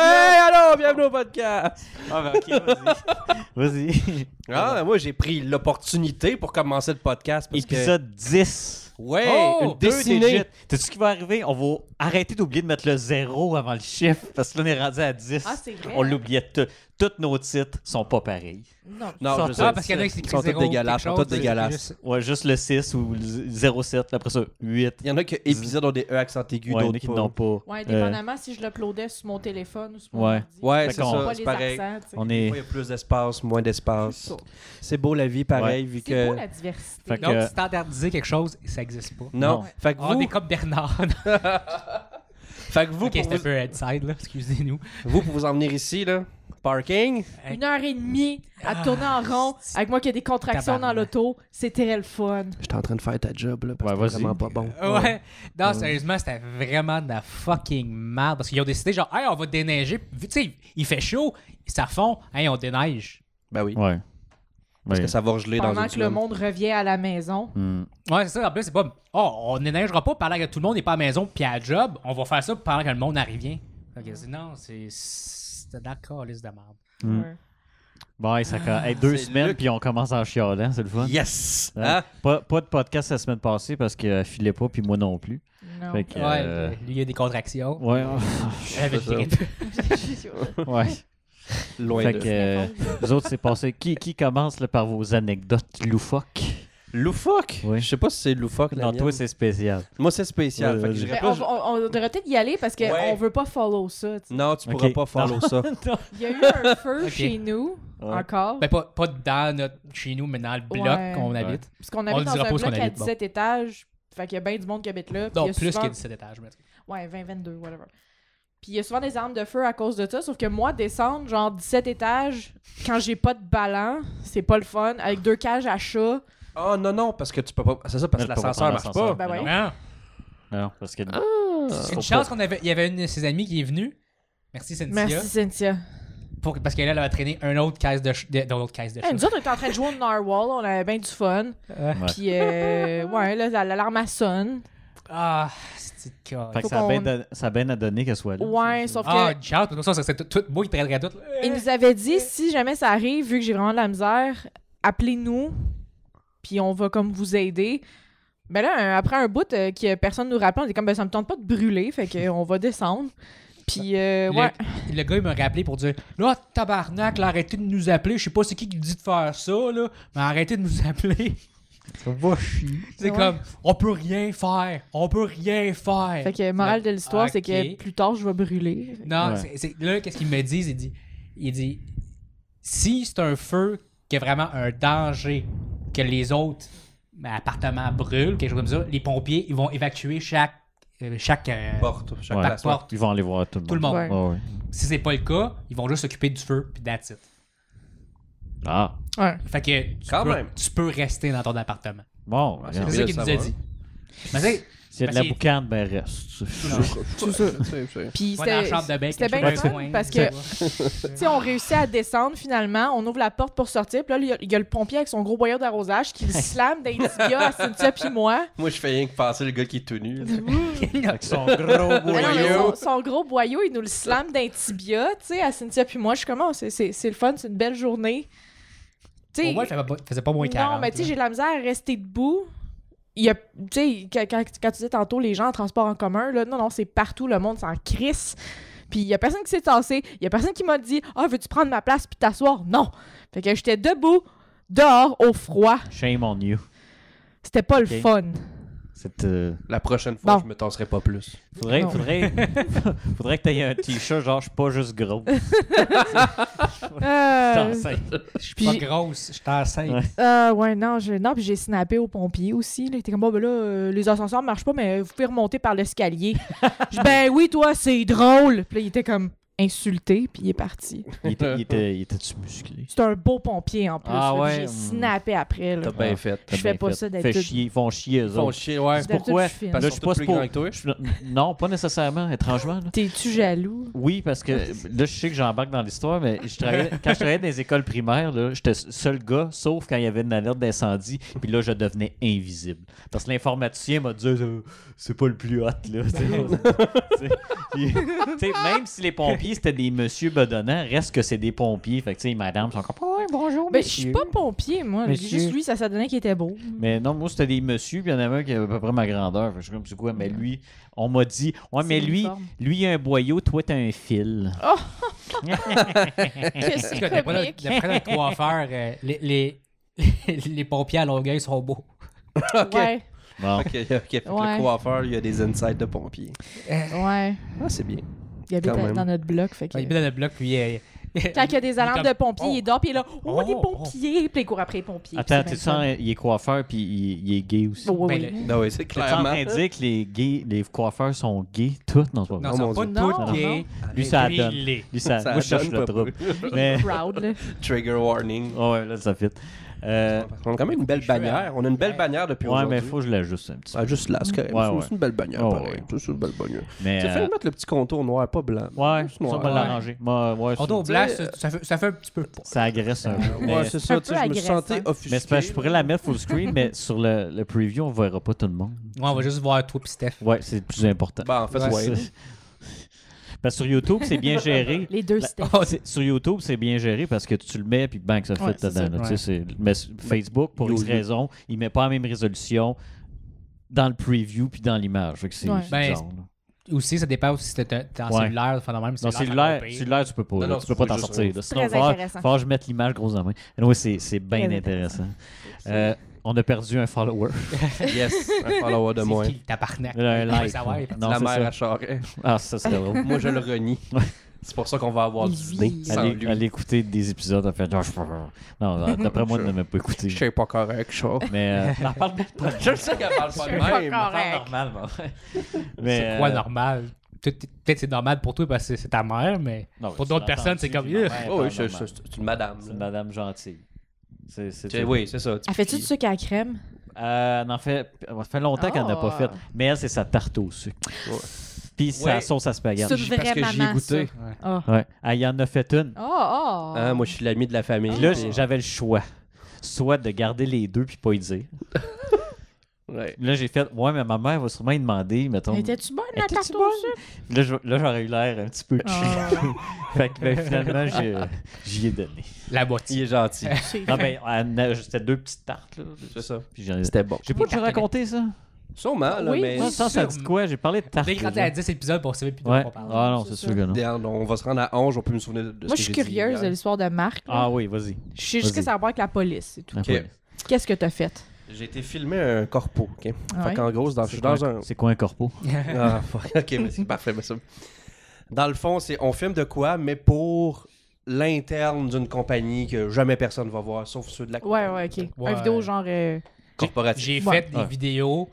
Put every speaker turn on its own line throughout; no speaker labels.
Ah!
Bienvenue au podcast!
Ah, ben, ok, vas-y.
Vas-y.
Ah, ben, moi, j'ai pris l'opportunité pour commencer le podcast. Parce
Épisode 10.
Que... Ouais,
Oh,
une
Deux
dessinée.
digits. T'as-tu ce qui va arriver? On va arrêter d'oublier de mettre le zéro avant le chiffre parce que là, on est rendu à 10.
Ah, c'est vrai.
on l'oubliait tout. Tous nos titres sont pas pareils.
Non.
Non,
Sont
je
tous-
sais.
Ah, parce qu'il y en a qui s'écrit
Ils sont tous
zéro,
dégueulasses,
quelque
sont tous
chose,
dégueulasses.
c'est juste-
Ouais, juste le 6 ou le 07, après ça, 8.
Il y en a que épisodes ont des E accent aigu,
Ouais, il y en a
d'autres
qui
pas.
n'ont pas.
Ouais,
Euh,
dépendamment si je l'uploadais sur mon téléphone ou sur mon
Ouais.
ordi.
Ouais,
Fait
c'est
qu'on-
ça,
Pas
c'est
les
pareil.
accents, tu sais.
Euh, on
Des
est.
fois, il y a plus d'espace, moins d'espace. C'est beau la vie, pareil, vu
C'est
que.
quoi la diversité?
Fait que-
Donc, standardiser quelque chose, ça n'existe pas.
Non.
Non.
Fait que
Ah, On
vous,
est comme Bernard.
fait que vous,
ok,
pour
c'est un
vous,
peu headside, là. Excusez-nous.
vous, pour vous en venir ici, là, parking,
Une heure et demie à tourner en rond avec moi qui a des contractions dans
Tabarnak.
l'auto, c'était le fun.
j'étais en train de faire ta job, là, parce
Ouais,
que
vas-y.
c'est vraiment pas bon.
Ouais. Non, sérieusement, c'était vraiment de la fucking merde. Parce qu'ils ont décidé, genre, hey, on va déneiger. Vu, tu sais, il fait chaud, ça fond, hey, on déneige.
Ben oui.
Ouais.
Parce
Ouais.
que ça va geler dans
Pendant
une
que le
semaine.
monde revient à la maison.
Hmm.
Ouais, c'est ça. En plus, c'est pas, oh, on déneigera pas pendant que tout le monde n'est pas à la maison puis à la job. On va faire ça pendant que le monde arrive. Fait que c'est- non, c'est. C'était d'accord, liste de merde.
Mm.
Ouais.
Bon, hey, ça
Ah,
ca- hey, deux
c'est
semaines,
Luc.
puis on commence en chialant, c'est le fun.
Yes!
Hein?
Hein?
Pas, pas de podcast la semaine passée parce qu'il ne filait pas, puis moi non plus.
Non.
Fait que,
Ouais,
euh,
lui, il y a des contractions.
ouais,
Avec
ça.
les-
ouais.
Loin
Fait
de.
que, euh, nous autres, c'est passé. Qui, qui commence là, par vos anecdotes loufoques?
Loufoque!
Oui.
Je sais pas si c'est loufoque, la
Non,
mienne.
toi, c'est spécial.
Moi, c'est spécial.
Ouais,
fait que
vas-y.
j'irai
Mais
pas-
Ben, on, va- on- on devrait peut-être y aller parce qu'on
Ouais.
on veut pas follow ça. tu sais.
Non, tu
Ok.
pourras pas follow ça.
Il y a eu un feu
Ok.
chez nous, encore.
Ben, pas, pas dans notre, chez nous, mais dans le bloc
Ouais.
qu'on habite.
parce qu'on
le
habite dans
dira
un
pas où
bloc
est-ce qu'on
à
habite, bon.
17 étages. Fait qu'il y a bien du monde qui habite là. puis il y
Non,
a
plus
souvent-
que 17 étages. mais-
Ouais, 20, 22, whatever. Puis il y a souvent des armes de feu à cause de ça, sauf que moi, descendre, genre 17 étages, quand j'ai pas de ballon, c'est pas le fun. Avec deux cages à chat,
Ah non, non, parce que tu peux pas. C'est ça, parce que
Mais tu peux pas prendre
l'ascenseur marche
l'ascenseur.
pas.
ben ouais.
Non.
Non, parce que.
C'est
Faut
une chance qu'on avait. Il y avait une de ses amies qui est venue. Merci, Cynthia.
Merci Cynthia.
Pour, parce qu'elle elle avait traîné un autre caisse de. ch- de- dans l'autre caisse de
Hey,
chou-
Eh, nous autres, on était en train de jouer au Narwhal, on avait bien du fun.
Euh,
Ouais.
Puis, euh, ouais, là, la- l'alarme elle sonne.
Ah, c'est con.
Fait que
Faut
ça a
qu'on-
bien don- ça a bien à donner qu'elle soit là.
Ouais, sauf que.
Ah, Charles, de toute façon, ça serait tout, tout beau, il traiterait tout. là.
Il nous avait dit si jamais ça arrive, vu que j'ai vraiment de la misère, appelez-nous, puis on va comme vous aider. Mais là, un- après un bout euh, que personne nous rappelle, on est comme ben, ça me tente pas de brûler, fait que on va descendre. Puis euh,
Le,
ouais,
le gars, il m'a rappelé pour dire Là, tabarnak, là, arrêtez de nous appeler. Je sais pas c'est qui qui dit de faire ça, là, mais arrêtez de nous appeler. Ça va chier. C'est
Ouais.
comme On peut rien faire. On peut rien faire. Ah,
fait que morale de l'histoire, c'est que
Ok.
plus tard je vais brûler.
Non,
Ouais.
c'est- c'est- là, qu'est-ce qu'il me dit Il dit, il dit si c'est un feu qui est vraiment un danger, que les autres ben, appartements brûlent, quelque chose comme ça, les pompiers, ils vont évacuer chaque. euh, chaque euh,
Porte, chaque
Ouais.
place.
porte.
Ils vont aller voir tout le monde.
Tout le monde.
Ouais.
Ouais, ouais.
Si c'est pas le cas, ils vont juste s'occuper du feu, puis that's it.
Ah,
Ouais.
Fait que tu,
Quand
peux,
même.
tu peux rester dans ton appartement.
bon.
Ah,
regarde.
Bien,
C'est ça qu'il
ça
nous a
va.
dit. Mais c'est-
S'il y a de
Ben,
la
c'est-
boucane, ben reste.
C'est ça.
Puis
va dans la chambre de
c'était
bain,
c'était
quelque
bien le
chose
fun
comme ça.
parce
Ouais.
que Tu sais, on réussit à descendre finalement. On ouvre la porte pour sortir. Puis là, il y a- il y, a le pompier avec son gros boyau d'arrosage qui le slame d'un petit gars à Cynthia puis moi.
Moi, je fais rien que passer le gars qui est tout nu. là.
Avec son gros
Mais non, mais
Boyau.
son, son gros boyau, il nous le slame d'un tibia, tu sais, à Cynthia puis moi. Je suis comme, oh, c'est- c'est c'est le fun, c'est une belle journée. Tu sais,
Au moins, il faisait pas- faisait pas moins 40.
non, mais tu sais,
là.
j'ai de la misère à rester debout. Il y a, tu sais, quand, quand- quand tu disais tantôt, les gens en transport en commun, là, non, non, c'est partout, le monde s'en crisse. Puis il y a personne qui s'est tassé, il y a personne qui m'a dit « Ah, veux-tu prendre ma place puis t'asseoir? » Non! Fait que j'étais debout, dehors, au froid.
Shame on you.
C'était pas
Ok.
le fun.
C'est. euh,
La prochaine fois,
Bon.
je me tasserai pas plus.
Faudrait,
Non.
faudrait, faudrait que t'aies un t-shirt genre je suis pas juste gros.
Euh,
T'enseignes.
Je suis pas grosse, je t'enseigne.
Ouais.
euh, ouais, non, j'ai non, puis j'ai snappé aux pompiers aussi. Là. Il était comme « Bon, ben là, euh, les ascenseurs marchent pas, mais vous pouvez remonter par l'escalier. » Je dis « Ben oui, toi, c'est drôle! » Puis là, il était comme insulté, puis il est parti.
Il était, il était, il était-tu musclé?
C'est un beau pompier en plus.
Ah
là,
ouais,
J'ai
hmm.
snappé après. Là.
T'as bien fait.
T'as
Je fais
bien
pas
fait.
ça d'être
Fait
toute-
chier, ils font chier eux
Font
autres.
chier, ouais.
C'est
C'est pourquoi?
d'habitude, je filme.
Là, je
Ils
suis
sont
pas
tous plus
pour-
grands que toi.
je suis- Non, pas nécessairement, étrangement. là.
T'es-tu jaloux?
Oui, parce que là, je sais que j'embarque dans l'histoire, mais je travaillais- quand je travaillais dans les écoles primaires, là, j'étais seul gars, sauf quand il y avait une alerte d'incendie, puis là, je devenais invisible. Parce que l'informaticien m'a
Ben
dit, Euh, c'est pas le plus hot, là. Tu sais, tu sais, puis, tu sais, même si les pompiers pompiers, c'était des messieurs bedonnants. Reste que c'est des pompiers. Fait que, tu sais, madame, sont comme, oh, bonjour,
Ben, je
monsieur.
suis pas pompier, moi.
Monsieur.
Juste lui, ça, ça donnait qu'il était beau.
Mais non, moi, c'était des messieurs, puis il y en avait un qui avait à peu près ma grandeur. Fait que je suis comme, c'est quoi? Mais lui, on m'a dit, ouais,
C'est
mais lui,
uniforme.
lui, il a un boyau, toi, t'as un fil.
Ah!
Que c'est
D'après notre-
comique.
d'après notre coiffeur, euh, les, les, les pompiers à Longueuil sont beaux.
OK.
Ouais,
Bon.
OK, ok, fait que
Ouais.
Le coiffeur, il y a des insights de pompiers.
ouais.
Ah, c'est bien.
Il habite
Quand même.
dans notre bloc, fait que...
Il est dans le bloc, puis... euh,
Quand il y a des alarmes de pompiers, il dort, puis il est là, « Oh,
Oh,
des
oh.
pompiers! Puis il court après les pompiers.
Attends,
puis
tu Oh,
c'est bien
sens, il est coiffeur, puis il, il est gay aussi.
fun. Oui,
Ben,
oui.
Non, oui, Ah c'est
T'es en
clairement.
train de dire que les, gays, les coiffeurs sont gays, tous? Non, c'est pas vrai.
Non,
Oh, mon
sont pas
Dieu.
Non,
toutes gays.
Lui, ça
Lui,
donne.
il est.
Lui, ça,
Ça
moi, je cherche
donne
le
pas
trouble.
peu.
Mais,
Proud, là.
Trigger warning.
oh, ouais, là, ça fit. Euh,
On a quand même une belle bannière. On a une belle
Ouais.
bannière depuis
ouais, mais
aujourd'hui.
il faut que je l'ajuste un petit peu.
Ah, juste là, c'est correct.
Ouais,
C'est-
ouais.
C'est une belle bannière,
Ouais,
pareil.
ouais.
Ça, C'est une belle bannière.
Mais,
J'ai
euh,
failli mettre le petit contour noir, pas blanc.
ouais, ça,
Juste
on
noir.
va l'arranger. Moi, ouais, ça-
Quand on blanc,
Tu sais,
ça, ça fait, ça fait un petit peu peur.
ça agresse un peu.
Ouais,
mais-
c'est ça,
Un
tu
peu
sais, je me
agressant.
sentais offusqué.
Mais c'est parce que je pourrais la mettre full screen, mais sur le, le preview, on verra pas tout le monde.
Ouais, on va juste voir toi pis Steph.
Ouais, c'est le plus important.
Ben, en fait,
Parce-
ouais.
Parce que sur YouTube, c'est bien géré.
Les deux, c'était...
Oh, c'est- sur YouTube, c'est bien géré parce que tu le mets puis bang, ça fait
Ouais, c'est
dedans.
ça.
là, tu sais,
Ouais.
c'est- mais sur Facebook, pour
Yo,
X
yo.
raisons, il met pas la même résolution dans le preview puis dans l'image. Fait que c'est
Ouais.
c'est
Ben,
bizarre, là.
Aussi, ça dépend aussi si t'es t'es en
Ouais.
cellulaire, le phénomène.
Non, cellulaire, cellulaire, tu peux pas.
Non,
là,
non,
tu peux
faut
pas t'en
juste-
sortir. là. Sinon,
Très
faut
intéressant.
faut que je mette l'image grosse en main. Anyway, c'est- c'est bien
Très
intéressant. Euh, on a perdu un follower.
Yes, un follower de moins.
C'est qui le tabarnak?
Un
Je veux
like.
savoir.
Non,
la
c'est
mère
ça.
à Charest.
Ah, ça, c'est drôle.
Moi, je le renie. C'est pour ça qu'on va avoir du
Lui.
dé sans
Allez,
lui.
allez écouter des épisodes. En fait, genre, je- non, d'après moi,
Je-
ne m'a pas écouté.
Je sais pas correct, ça.
Mais euh, on en parle même pas.
Je le sais qu'elle parle pas de
C'est pas
même.
correct.
normal,
C'est
euh,
quoi normal? Peut-être peut-être c'est normal pour toi parce que c'est ta mère, mais pour d'autres personnes, c'est comme... euh,
Oh, oui, c'est- c'est c'est une madame.
C'est
là.
une madame gentille. C'est, c'est
Tu sais, Oui, c'est ça.
Elle fait-tu du
Puis-
sucre à la crème?
Euh, elle en fait, ça fait longtemps qu'elle n'a pas
Ah.
fait. Mais elle, c'est sa tarte au sucre.
Ouais.
Puis sa
Ouais.
sauce à spaghetti.
C'est une
parce
vraie
que j'y ai
maman,
goûté.
ça.
ouais.
Oh,
Ouais. Elle y en a fait une.
oh, oh.
Hein, moi, je suis l'ami de la famille.
Puis là,
puis-
j'avais le choix. Soit de garder les deux puis pas y dire.
Ah.
Ouais.
Là, j'ai fait, ouais, mais ma mère va sûrement y demander, mettons.
Étais-tu bonne, la
Étais-tu
tarte au
bonne?
sucre?
Là, je- là, j'aurais eu l'air un petit peu
Ah.
chiant. fait que ben, finalement, j'ai- j'y ai donné.
La moitié.
Il est gentil.
C'est-
Non, mais elle en a- c'était deux petites tartes. Là,
C'est ça.
puis j'en ai...
C'était bon.
J'ai pas j'ai raconté ça.
Sûrement, là,
Oui,
mais...
Moi, ça, ça dit quoi? J'ai parlé de tartes.
Dès quand
déjà.
t'es à 10 épisodes, on savait plus de
Ouais.
quoi on parle.
Ah non,
C'est
c'est
ça.
sûr que non.
Regarde, On va se rendre à 11, on peut me souvenir de- de ce
Moi,
que
je suis
j'ai dit
curieuse
hier.
de l'histoire de Marc. là.
Ah oui, vas-y.
Je sais juste
Vas-y.
que ça a à voir avec la police, c'est tout.
Ok.
Qu'est-ce que t'as fait?
J'ai été filmé un corpo, OK?
Ouais.
Fait qu'en gros, c'est dans- je suis dans un...
C'est quoi un corpo?
Ah, fuck. OK, mais c'est parfait. mais ça- Dans le fond, c'est on filme de quoi, mais pour l'interne d'une compagnie que jamais personne va voir, sauf ceux de la
Ouais,
compagnie
ouais, ok.
Ouais.
Un vidéo genre... euh,
corporative.
J'ai
Ouais.
fait des
Ouais.
vidéos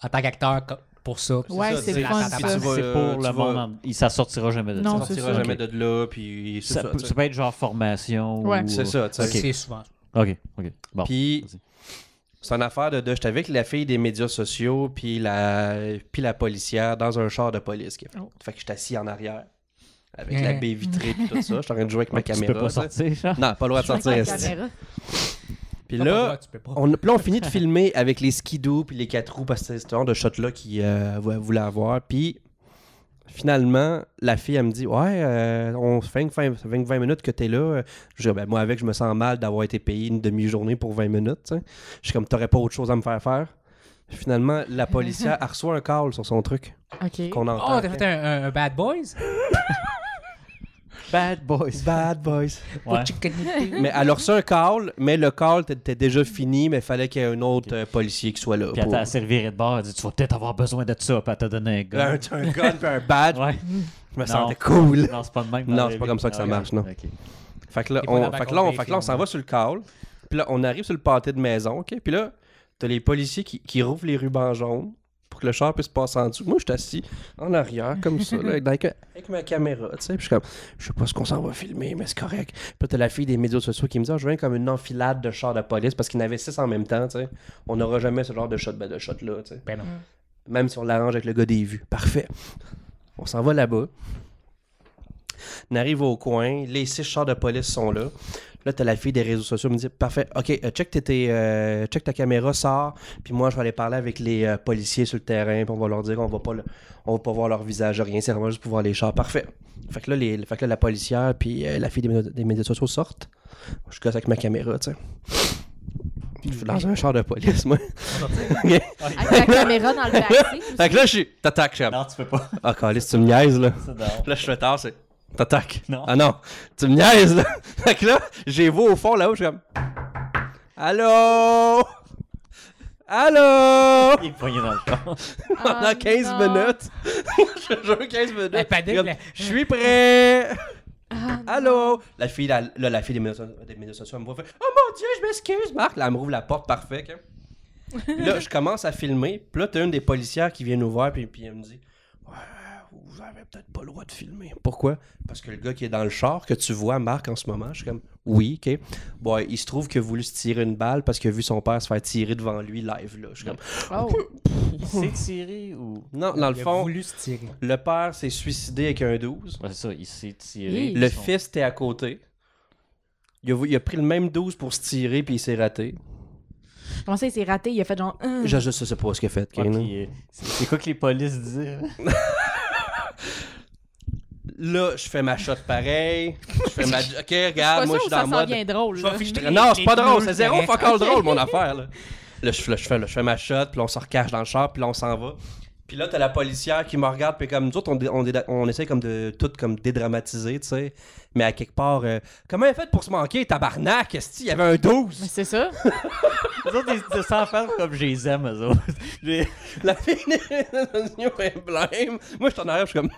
en tant qu'acteur co- pour ça.
Ouais,
ça,
c'est
c'est
le fun,
la-
ça.
Tu vas,
c'est
euh,
pour
tu
le
vas-
monde. en- il- Ça sortira jamais de
Non,
On
ça.
c'est
sortira
ça.
jamais
Ok.
de là, puis c'est
Ça
ça.
peut,
tu sais.
ça peut être genre formation.
Ouais.
ou-
C'est ça, tu sais.
Ok.
C'est souvent.
Ok, ok. Bon.
Puis
Vas-y.
c'est une affaire de deux. J'étais avec la fille des médias sociaux, puis la, puis la policière dans un char de police. qui a fait.
Oh.
Fait que j'étais assis en arrière, avec la baie vitrée, puis tout ça. J'étais en train de jouer avec ma
Ouais,
caméra.
Tu peux pas
tu sais.
sortir, genre?
Non, pas le droit de
avec
sortir.
la
esti.
caméra.
Puis
T'as pas le
là,
droit, tu peux pas.
On, puis là, on finit de filmer avec les skidoo puis les quatre roues parce que c'est ce genre de shot-là qui euh, vou- voulait avoir. Puis finalement, la fille, elle me dit Ouais, euh, on fait 20, 20 minutes que t'es là. Euh, Je dis Ben, Moi, avec, je me sens mal d'avoir été payé une demi-journée pour 20 minutes. tu sais. Je suis comme T'aurais pas autre chose à me faire faire. Finalement, la policière elle reçoit un call sur son truc
Ok.
qu'on entend.
Oh, t'as fait un, un- un Bad Boys?
Bad boys.
Bad boys.
Ouais.
mais elle a reçu un call, mais le call était- était déjà fini, mais fallait qu'il y ait un autre euh, policier qui soit là.
Puis elle
pour-
t'a servi de bord. Elle dit Tu vas peut-être avoir besoin de ça. Puis elle t'a donné un gars.
Un, un gun puis un badge.
Ouais.
Je
Non.
me sentais cool.
Non, c'est pas de même.
Non,
la
c'est
vie.
pas comme ça que ça
Ah,
marche, non.
ok.
Fait que là,
T'es pas
on,
dans la
fait que là, on,
compagnie,
fait que là, on s'en
finalement.
va sur le call. Puis là, on arrive sur le pâté de maison, OK? Puis là, t'as les policiers qui, qui rouvent les rubans jaunes pour que le char puisse passer en dessous. Moi, je suis assis en arrière, comme ça, là, avec, avec ma caméra, tu sais. Puis je suis comme, je sais pas ce qu'on s'en va filmer, mais c'est correct. Puis là, t'as la fille des médias sociaux qui me dit, Ah, je viens comme une enfilade de chars de police parce qu'il y en avait six en même temps, tu sais. On n'aura jamais ce genre de shot, ben, de shot-là, tu sais.
Ben non.
Mm.
Même si on l'arrange avec le gars des vues. Parfait. On s'en va là-bas. On arrive au coin. Les six chars de police sont là. Là, t'as la fille des réseaux sociaux qui me dit Parfait, ok, euh, check, tes- tes, euh, check ta caméra, sors. Puis moi, je vais aller parler avec les euh, policiers sur le terrain. Puis on va leur dire qu'on va pas le- on va pas voir leur visage, rien. C'est vraiment juste pour voir les chars. Parfait. Fait que là, les, fait que là, la policière, puis euh, la fille des, médias- des médias sociaux sortent. Je gosse avec ma caméra, tu sais. Je suis dans un char de police, moi.
Avec la caméra dans le backseat.
Fait que là, je suis. T'attaques, Chab.
Non, tu peux pas.
Ah, caliste, tu me niaises, là.
Ça, non.
Puis Là, je fais tard, c'est. T'attaques.
Non.
Ah non. Tu me niaises, là. Fait que là, j'ai vu au fond, là-haut, je suis comme. Allô? Allô?
Il est poigné dans le corps.
Pendant
Ah,
15
non.
minutes. je te jure, 15 minutes.
La panique,
Je suis comme,
la-
Je suis prêt.
Ah,
Allô? La fille, la, là, la fille des médias, des médias sociaux, elle me voit. elle fait, Oh mon Dieu, je m'excuse, Marc. Là, elle me rouvre la porte parfaite. hein. Puis là, je commence à filmer. Puis là, t'as une des policières qui vient nous voir. Puis, puis elle me dit Ouais, vous avez peut-être pas le droit de filmer. Pourquoi Parce que le gars qui est dans le char, que tu vois, Marc, en ce moment, je suis comme Oui, ok. Bon, il se trouve qu'il a voulu se tirer une balle parce qu'il a vu son père se faire tirer devant lui live. Là. Je suis comme
Oh.
Il s'est tiré ou.
Non, dans le
Il a
fond,
voulu se tirer.
le père s'est suicidé avec un 12.
Ouais, ça, il s'est tiré.
Hi.
Le
Son-
fils était à côté. Il a, vou- il a pris le même 12 pour se tirer, puis il s'est raté.
Comment ça, il s'est raté? Il a fait genre. Hum.
Je, je sais sais pas ce qu'il a fait.
Ouais,
Kane,
puis, euh, c'est c'est quoi que les polices disent?
là. Là, je fais ma shot pareil. Je fais ma. Ok,
C'est
regarde,
pas
Ah, moi je
sûr
suis
que
dans
ça
le
sent
mode.
bien drôle.
Je vais
là.
filer-
filmer
Non,
les-
c'est pas
les
drôle,
pneus,
c'est zéro
le
fuck all drôle mon affaire. Là, Là, je, là, je fais, là, je fais ma shot, puis on se recache dans le char, puis là, on s'en va. Puis là, t'as la policière qui me regarde, puis comme nous autres, on, dé- on, dé- on essaie comme de tout comme dédramatiser, tu sais. Mais à quelque part, euh, comment elle a fait pour se manquer, tabarnak? Est-ce qu'il y avait un 12?
Mais c'est ça.
Eux autres, ils se disent sans faire comme je les aime, eux autres. J'ai-
La fille est blême. Moi, je t'en arrive, je suis comme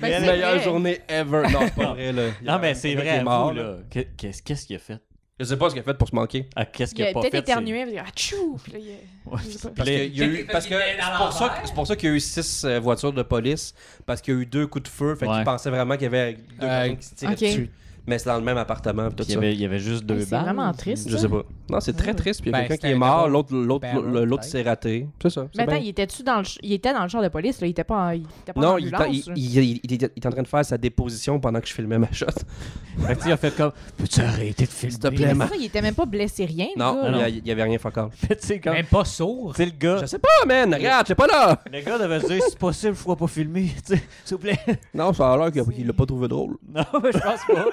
Ben, c'est
meilleure
vrai.
journée ever. Non, c'est pas vrai, là.
Non, mais c'est
Le mec
vrai,
est
à
mort,
vous, là. Que- Qu'est-ce qu'est-ce qu'il a fait?
Je sais pas ce qu'il a fait pour se manquer.
Ah, qu'est-ce
Il
qu'il a
a
pas fait?
peut-être
c'est-
éternué. puis Il a dit, Achou! Puis là, il a-
Ouais.
je sais
Puis
pas.
Parce
là,
que, il y a eu, parce que c'est pour ça que- c'est pour ça qu'il y a eu six euh, voitures de police, parce qu'il y a eu deux coups de feu, fait
Ouais.
qu'ils pensaient vraiment qu'il y avait deux
Euh,
personnes qui se tiraient
ok.
dessus. Mais c'est dans le même appartement, puis tout
il, y
ça.
avait, il y avait juste deux
Hey, C'est
balles.
vraiment triste.
Je
ça.
sais pas. Non, c'est très
Ouais.
triste, puis il y a
Ben,
quelqu'un qui
c'était
est
un
mort,
drôle
l'autre l'autre-
barrel,
l'autre
peut-être.
s'est raté. C'est ça. c'est
Mais attends,
bien.
il était-tu dans le, ch- il était dans le char de police, là? Il était pas en, il était pas en
Non, il était-
ambulance,
il
là.
il- il- il était il était en train de faire sa déposition pendant que je filmais ma shot.
Fait que, tu sais, il a fait comme, peux-tu arrêter de filmer?
S'il te plaît,
Mais
Marc.
ça, il était même pas blessé, rien. le
Non,
gars,
il y
là.
a- il y avait rien fuck all.
Fait que, tu sais, comme,
Même pas sourd.
tu sais, le gars,
Je sais pas, man. Regarde, t'es pas là.
le gars devait se dire, si possible, je ne pas filmer, tu sais, s'il vous plaît.
Non, ça a l'air qu'il qu'il l'a pas trouvé drôle.
Non, mais je pense pas.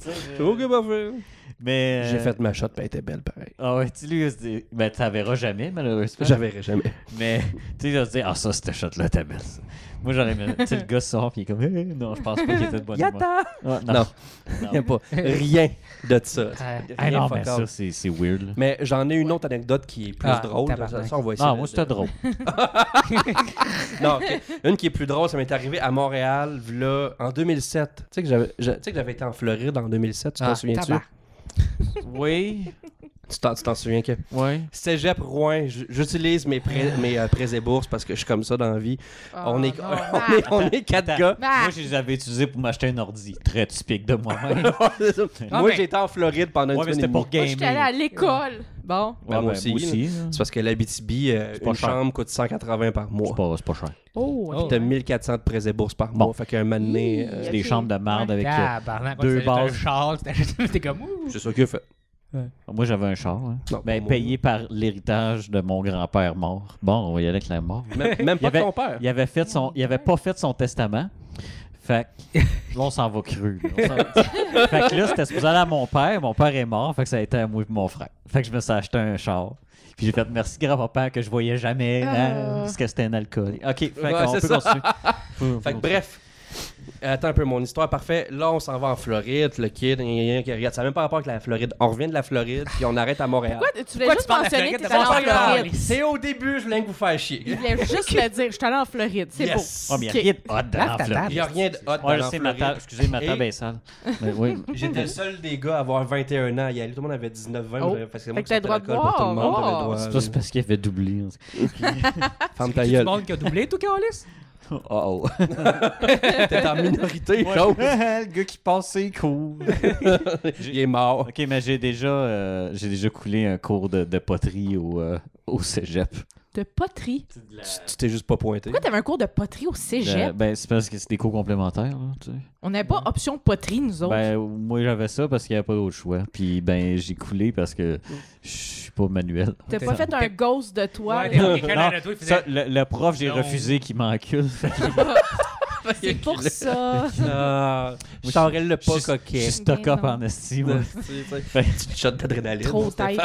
Tu sais, je- Mais. euh,
J'ai fait ma shot, ben, elle était belle, pareil.
Ah ouais, tu lui as dit. Ben, tu la verras jamais, malheureusement.
J'avais jamais.
Mais, tu sais, il a dit, ah, ça, cette shot-là, t'as belle. ça. Moi, j'aurais aimé. Tu sais, le gars sort, puis il est comme, Eh, non, je pense pas qu'il était de bonne humeur.
Yata!
Ouais, non.
Non, il n'y a pas rien de ça.
Ah,
Ah,
Rien
non,
fuck
mais
all.
ça, c'est c'est weird, là.
Mais j'en ai une autre anecdote qui est plus
Ah,
drôle.
tabarnak.
Ça, on va essayer
Non,
de-
moi, c'était drôle.
Non, ok. une qui est plus drôle, ça m'est arrivé à Montréal, là, en 2007. Tu sais que j'avais, je- tu sais que j'avais été en Floride en 2007, tu t'en
Ah,
souviens-tu?
tabarnak.
Oui.
Tu t'en, tu t'en souviens que?
Oui.
Cégep Rouen, j- j'utilise mes prêts, mes euh, prêts et bourses parce que je suis comme ça dans la vie.
Oh,
on, est,
non,
on, est, on est quatre
Attends.
gars.
Bah.
Moi, je les avais utilisés pour m'acheter un ordi. Très typique de moi-même.
C'est ça.
Ah,
Moi,
mais-
j'étais en Floride pendant une
ouais, mais c'était
semaine et demie.
pour
Moi,
gamer.
j'étais allée à l'école. Bon.
Ouais,
Ouais,
moi
ben,
aussi,
là.
C'est parce que l'Abitibi, euh,
C'est pas
une
cher.
chambre coûte 180 par mois.
C'est pas, c'est pas cher.
Oh,
Oh.
ok.
T'as 1400 de prêts et bourses par
Bon.
mois. Fait qu'un moment donné,
Hi.
euh,
C'est
Ok.
des chambres de marde avec. euh,
Tabarnak,
deux
deux barres.
barres.
un char, t'as juste- t'es comme ouh.
c'est ça qu'il a fait.
Moi, j'avais un char. hein.
Non,
Ben,
pas
payé par l'héritage de mon grand-père mort. Bon, on va y aller avec la mort.
moi. Même, même
Il y
pas de
avait-
ton père.
Il avait, fait son, il avait pas fait son testament. Fait que là, on s'en va cru. là. On s'en- fait que là, c'était supposé aller à mon père. Mon père est mort. Fait que ça a été à moi et mon frère. Fait que je me suis acheté un char. Puis j'ai fait merci grand-papa que je voyais jamais hein,
Ah.
parce que c'était un alcoolique. OK, fait
Ouais,
qu'on
c'est
peut
ça.
continuer. Faut-
Fait que
faut-
bref. Attends un peu mon histoire, parfait. Là, on s'en va en Floride, le kid, gna, gna, gna, regarde, ça n'a même pas rapport avec la Floride. On revient de la Floride, puis on arrête à Montréal.
Pourquoi tu voulais
Pourquoi tu
juste
parles de
mentionner que t'étais
Floride? T'as
allée
pas
en
parlé de
Floride?
C'est au début, je voulais que vous faire
Il
chier.
voulait juste le dire. J'étais allée en Floride. C'est beau.
Yes.
Oh, mais il y a
Ok.
rien de hot dans
Lave
la
ta
Floride.
Il n'y a rien de hot dans
Ouais, je
la
sais, ma
Floride.
table- excusez, ma
Et
table est sale. Mais oui.
J'étais le seul des gars à avoir 21 ans. Il y a, tout le monde avait 19-20.
Oh.
parce que
Fait
moi,
que t'as le droit de
l'alcool pour tout le monde.
boire.
j'avais le droit,
C'est
euh,
tous parce qu'il avait doublé.
Ferme
Tout
ta
le
gueule.
monde qui a doublé, tout Calis.
Oh oh.
T'es en minorité, Claude.
le gars qui passe, c'est cool.
Il est mort.
ok, mais j'ai déjà, euh, j'ai déjà coulé un cours de, de poterie au, euh, au cégep.
de poterie.
Tu tu t'es juste pas pointé.
Pourquoi t'avais un cours de poterie au cégep?
Euh, ben, c'est parce que c'est des cours complémentaires. là, tu sais.
On n'avait pas option poterie, nous autres.
Ben, moi, j'avais ça parce qu'il n'y avait pas d'autre choix. Puis, ben, j'ai coulé parce que je suis pas manuel.
T'as
t'es-
pas fait un ghost de toi?
Ouais,
là.
t'es- quelqu'un
Non,
derrière toi, il faisait-
ça, le, le prof, j'ai
Non.
refusé qu'il m'encule.
c'est pour ça.
Ah,
je-
Charel le
Je suis-
pas
je suis
coquet.
stock
Ben
up
non.
en estime.
Petite shot d'adrénaline.
Trop tête.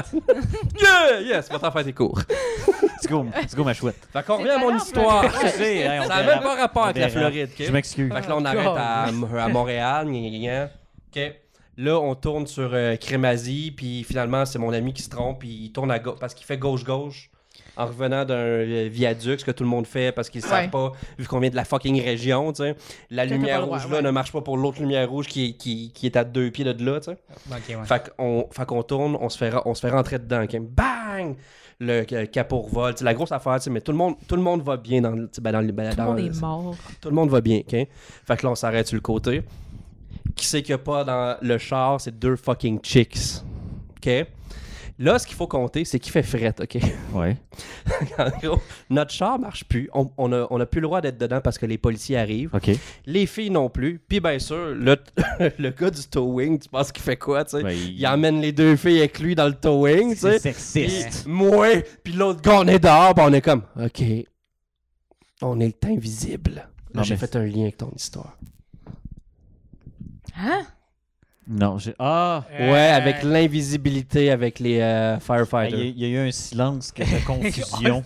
Yeah! Yes! Va t'en faire tes cours.
Let's go, let's go, ma chouette.
Fait qu'on
C'est
revient à mon
pas
histoire.
Je sais, hey, on
Ça n'a
verra.
même pas rapport
On
avec la
verra.
Floride, ok?
Je m'excuse.
Fait que là,
Oh,
on arrête à, à Montréal, gna, gna, gna. OK. Là, on tourne sur euh, Crémazie, puis finalement, c'est mon ami qui se trompe, puis il tourne à gauche, parce qu'il fait gauche-gauche en revenant d'un euh, viaduc, ce que tout le monde fait parce qu'ils ne savent
Ouais.
pas, vu qu'on vient de la fucking région, tu sais. La
t'as pas
lumière
le droit,
rouge, là,
ouais.
ne marche pas pour l'autre lumière rouge qui est, qui, qui est à deux pieds de là, tu sais.
Ok, ouais.
Fait qu'on, fait qu'on tourne, on se fait, ra- on se fait rentrer dedans. ok? Bang! Le euh, capot revole. C'est la grosse affaire, tu sais, mais tout le, monde, tout le monde va bien dans, le- tu sais, ben, dans, le- ben,
Tout le
dans
monde
le-
est mort.
tout le monde va bien, OK? Fait que là, on s'arrête sur le côté. Qui c'est qu'il n'y a pas dans le char? C'est deux fucking chicks. OK? Là, ce qu'il faut compter, c'est qu'il fait fret, OK?
Ouais.
En gros, Notre char marche plus. On n'a on a, on a plus le droit d'être dedans parce que les policiers arrivent.
OK.
Les filles non plus. Puis bien sûr, le, le gars du towing, tu penses qu'il fait quoi, tu sais?
Ben,
il... emmène les deux filles avec lui dans le towing, tu
C'est
sais?
sexiste.
Puis moi, puis l'autre gars, on est dehors, puis on est comme, OK, on est invisible. Là,
Non,
j'ai
mais-
fait un lien avec ton histoire.
Hein?
Non, j'ai... Ah!
Euh,
Ouais, avec l'invisibilité, avec les
Ah, Il y,
euh,
a-
firefighters.
il y a eu un silence que de confusion.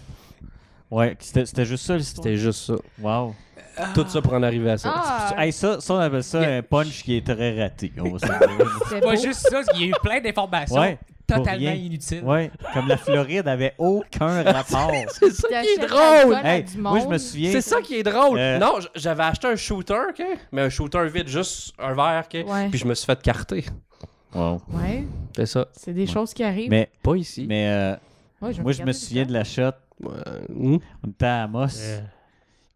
ouais, c'était, c'était juste ça l'histoire.
C'était juste ça.
Wow. Ah.
Tout ça pour en arriver à ça.
Ah,
Hey, ça, ça, on appelle ça
Yeah.
un punch qui est très raté. On va se le dire.
c'est beau.
Pas juste ça, il y a eu plein d'informations
Ouais, pour
totalement
rien.
inutiles.
ouais, comme la Floride avait aucun rapport.
C'est ça qui
T'achètes
est
l'alcool
drôle!
à
Hey,
du
moi, je me
monde.
souviens.
C'est ça qui est drôle!
Euh.
Non, j- j'avais acheté un shooter, OK? Mais un shooter vide, juste un verre, OK?
Ouais.
Puis je me suis fait carter.
Wow.
Ouais,
C'est ça.
c'est des choses qui arrivent.
Mais,
Pas ici.
mais euh, moi,
Ouais, vais
je me
regarder
souviens
ça.
de la shot.
Ouais, hmm.
On était à Amos.
Euh.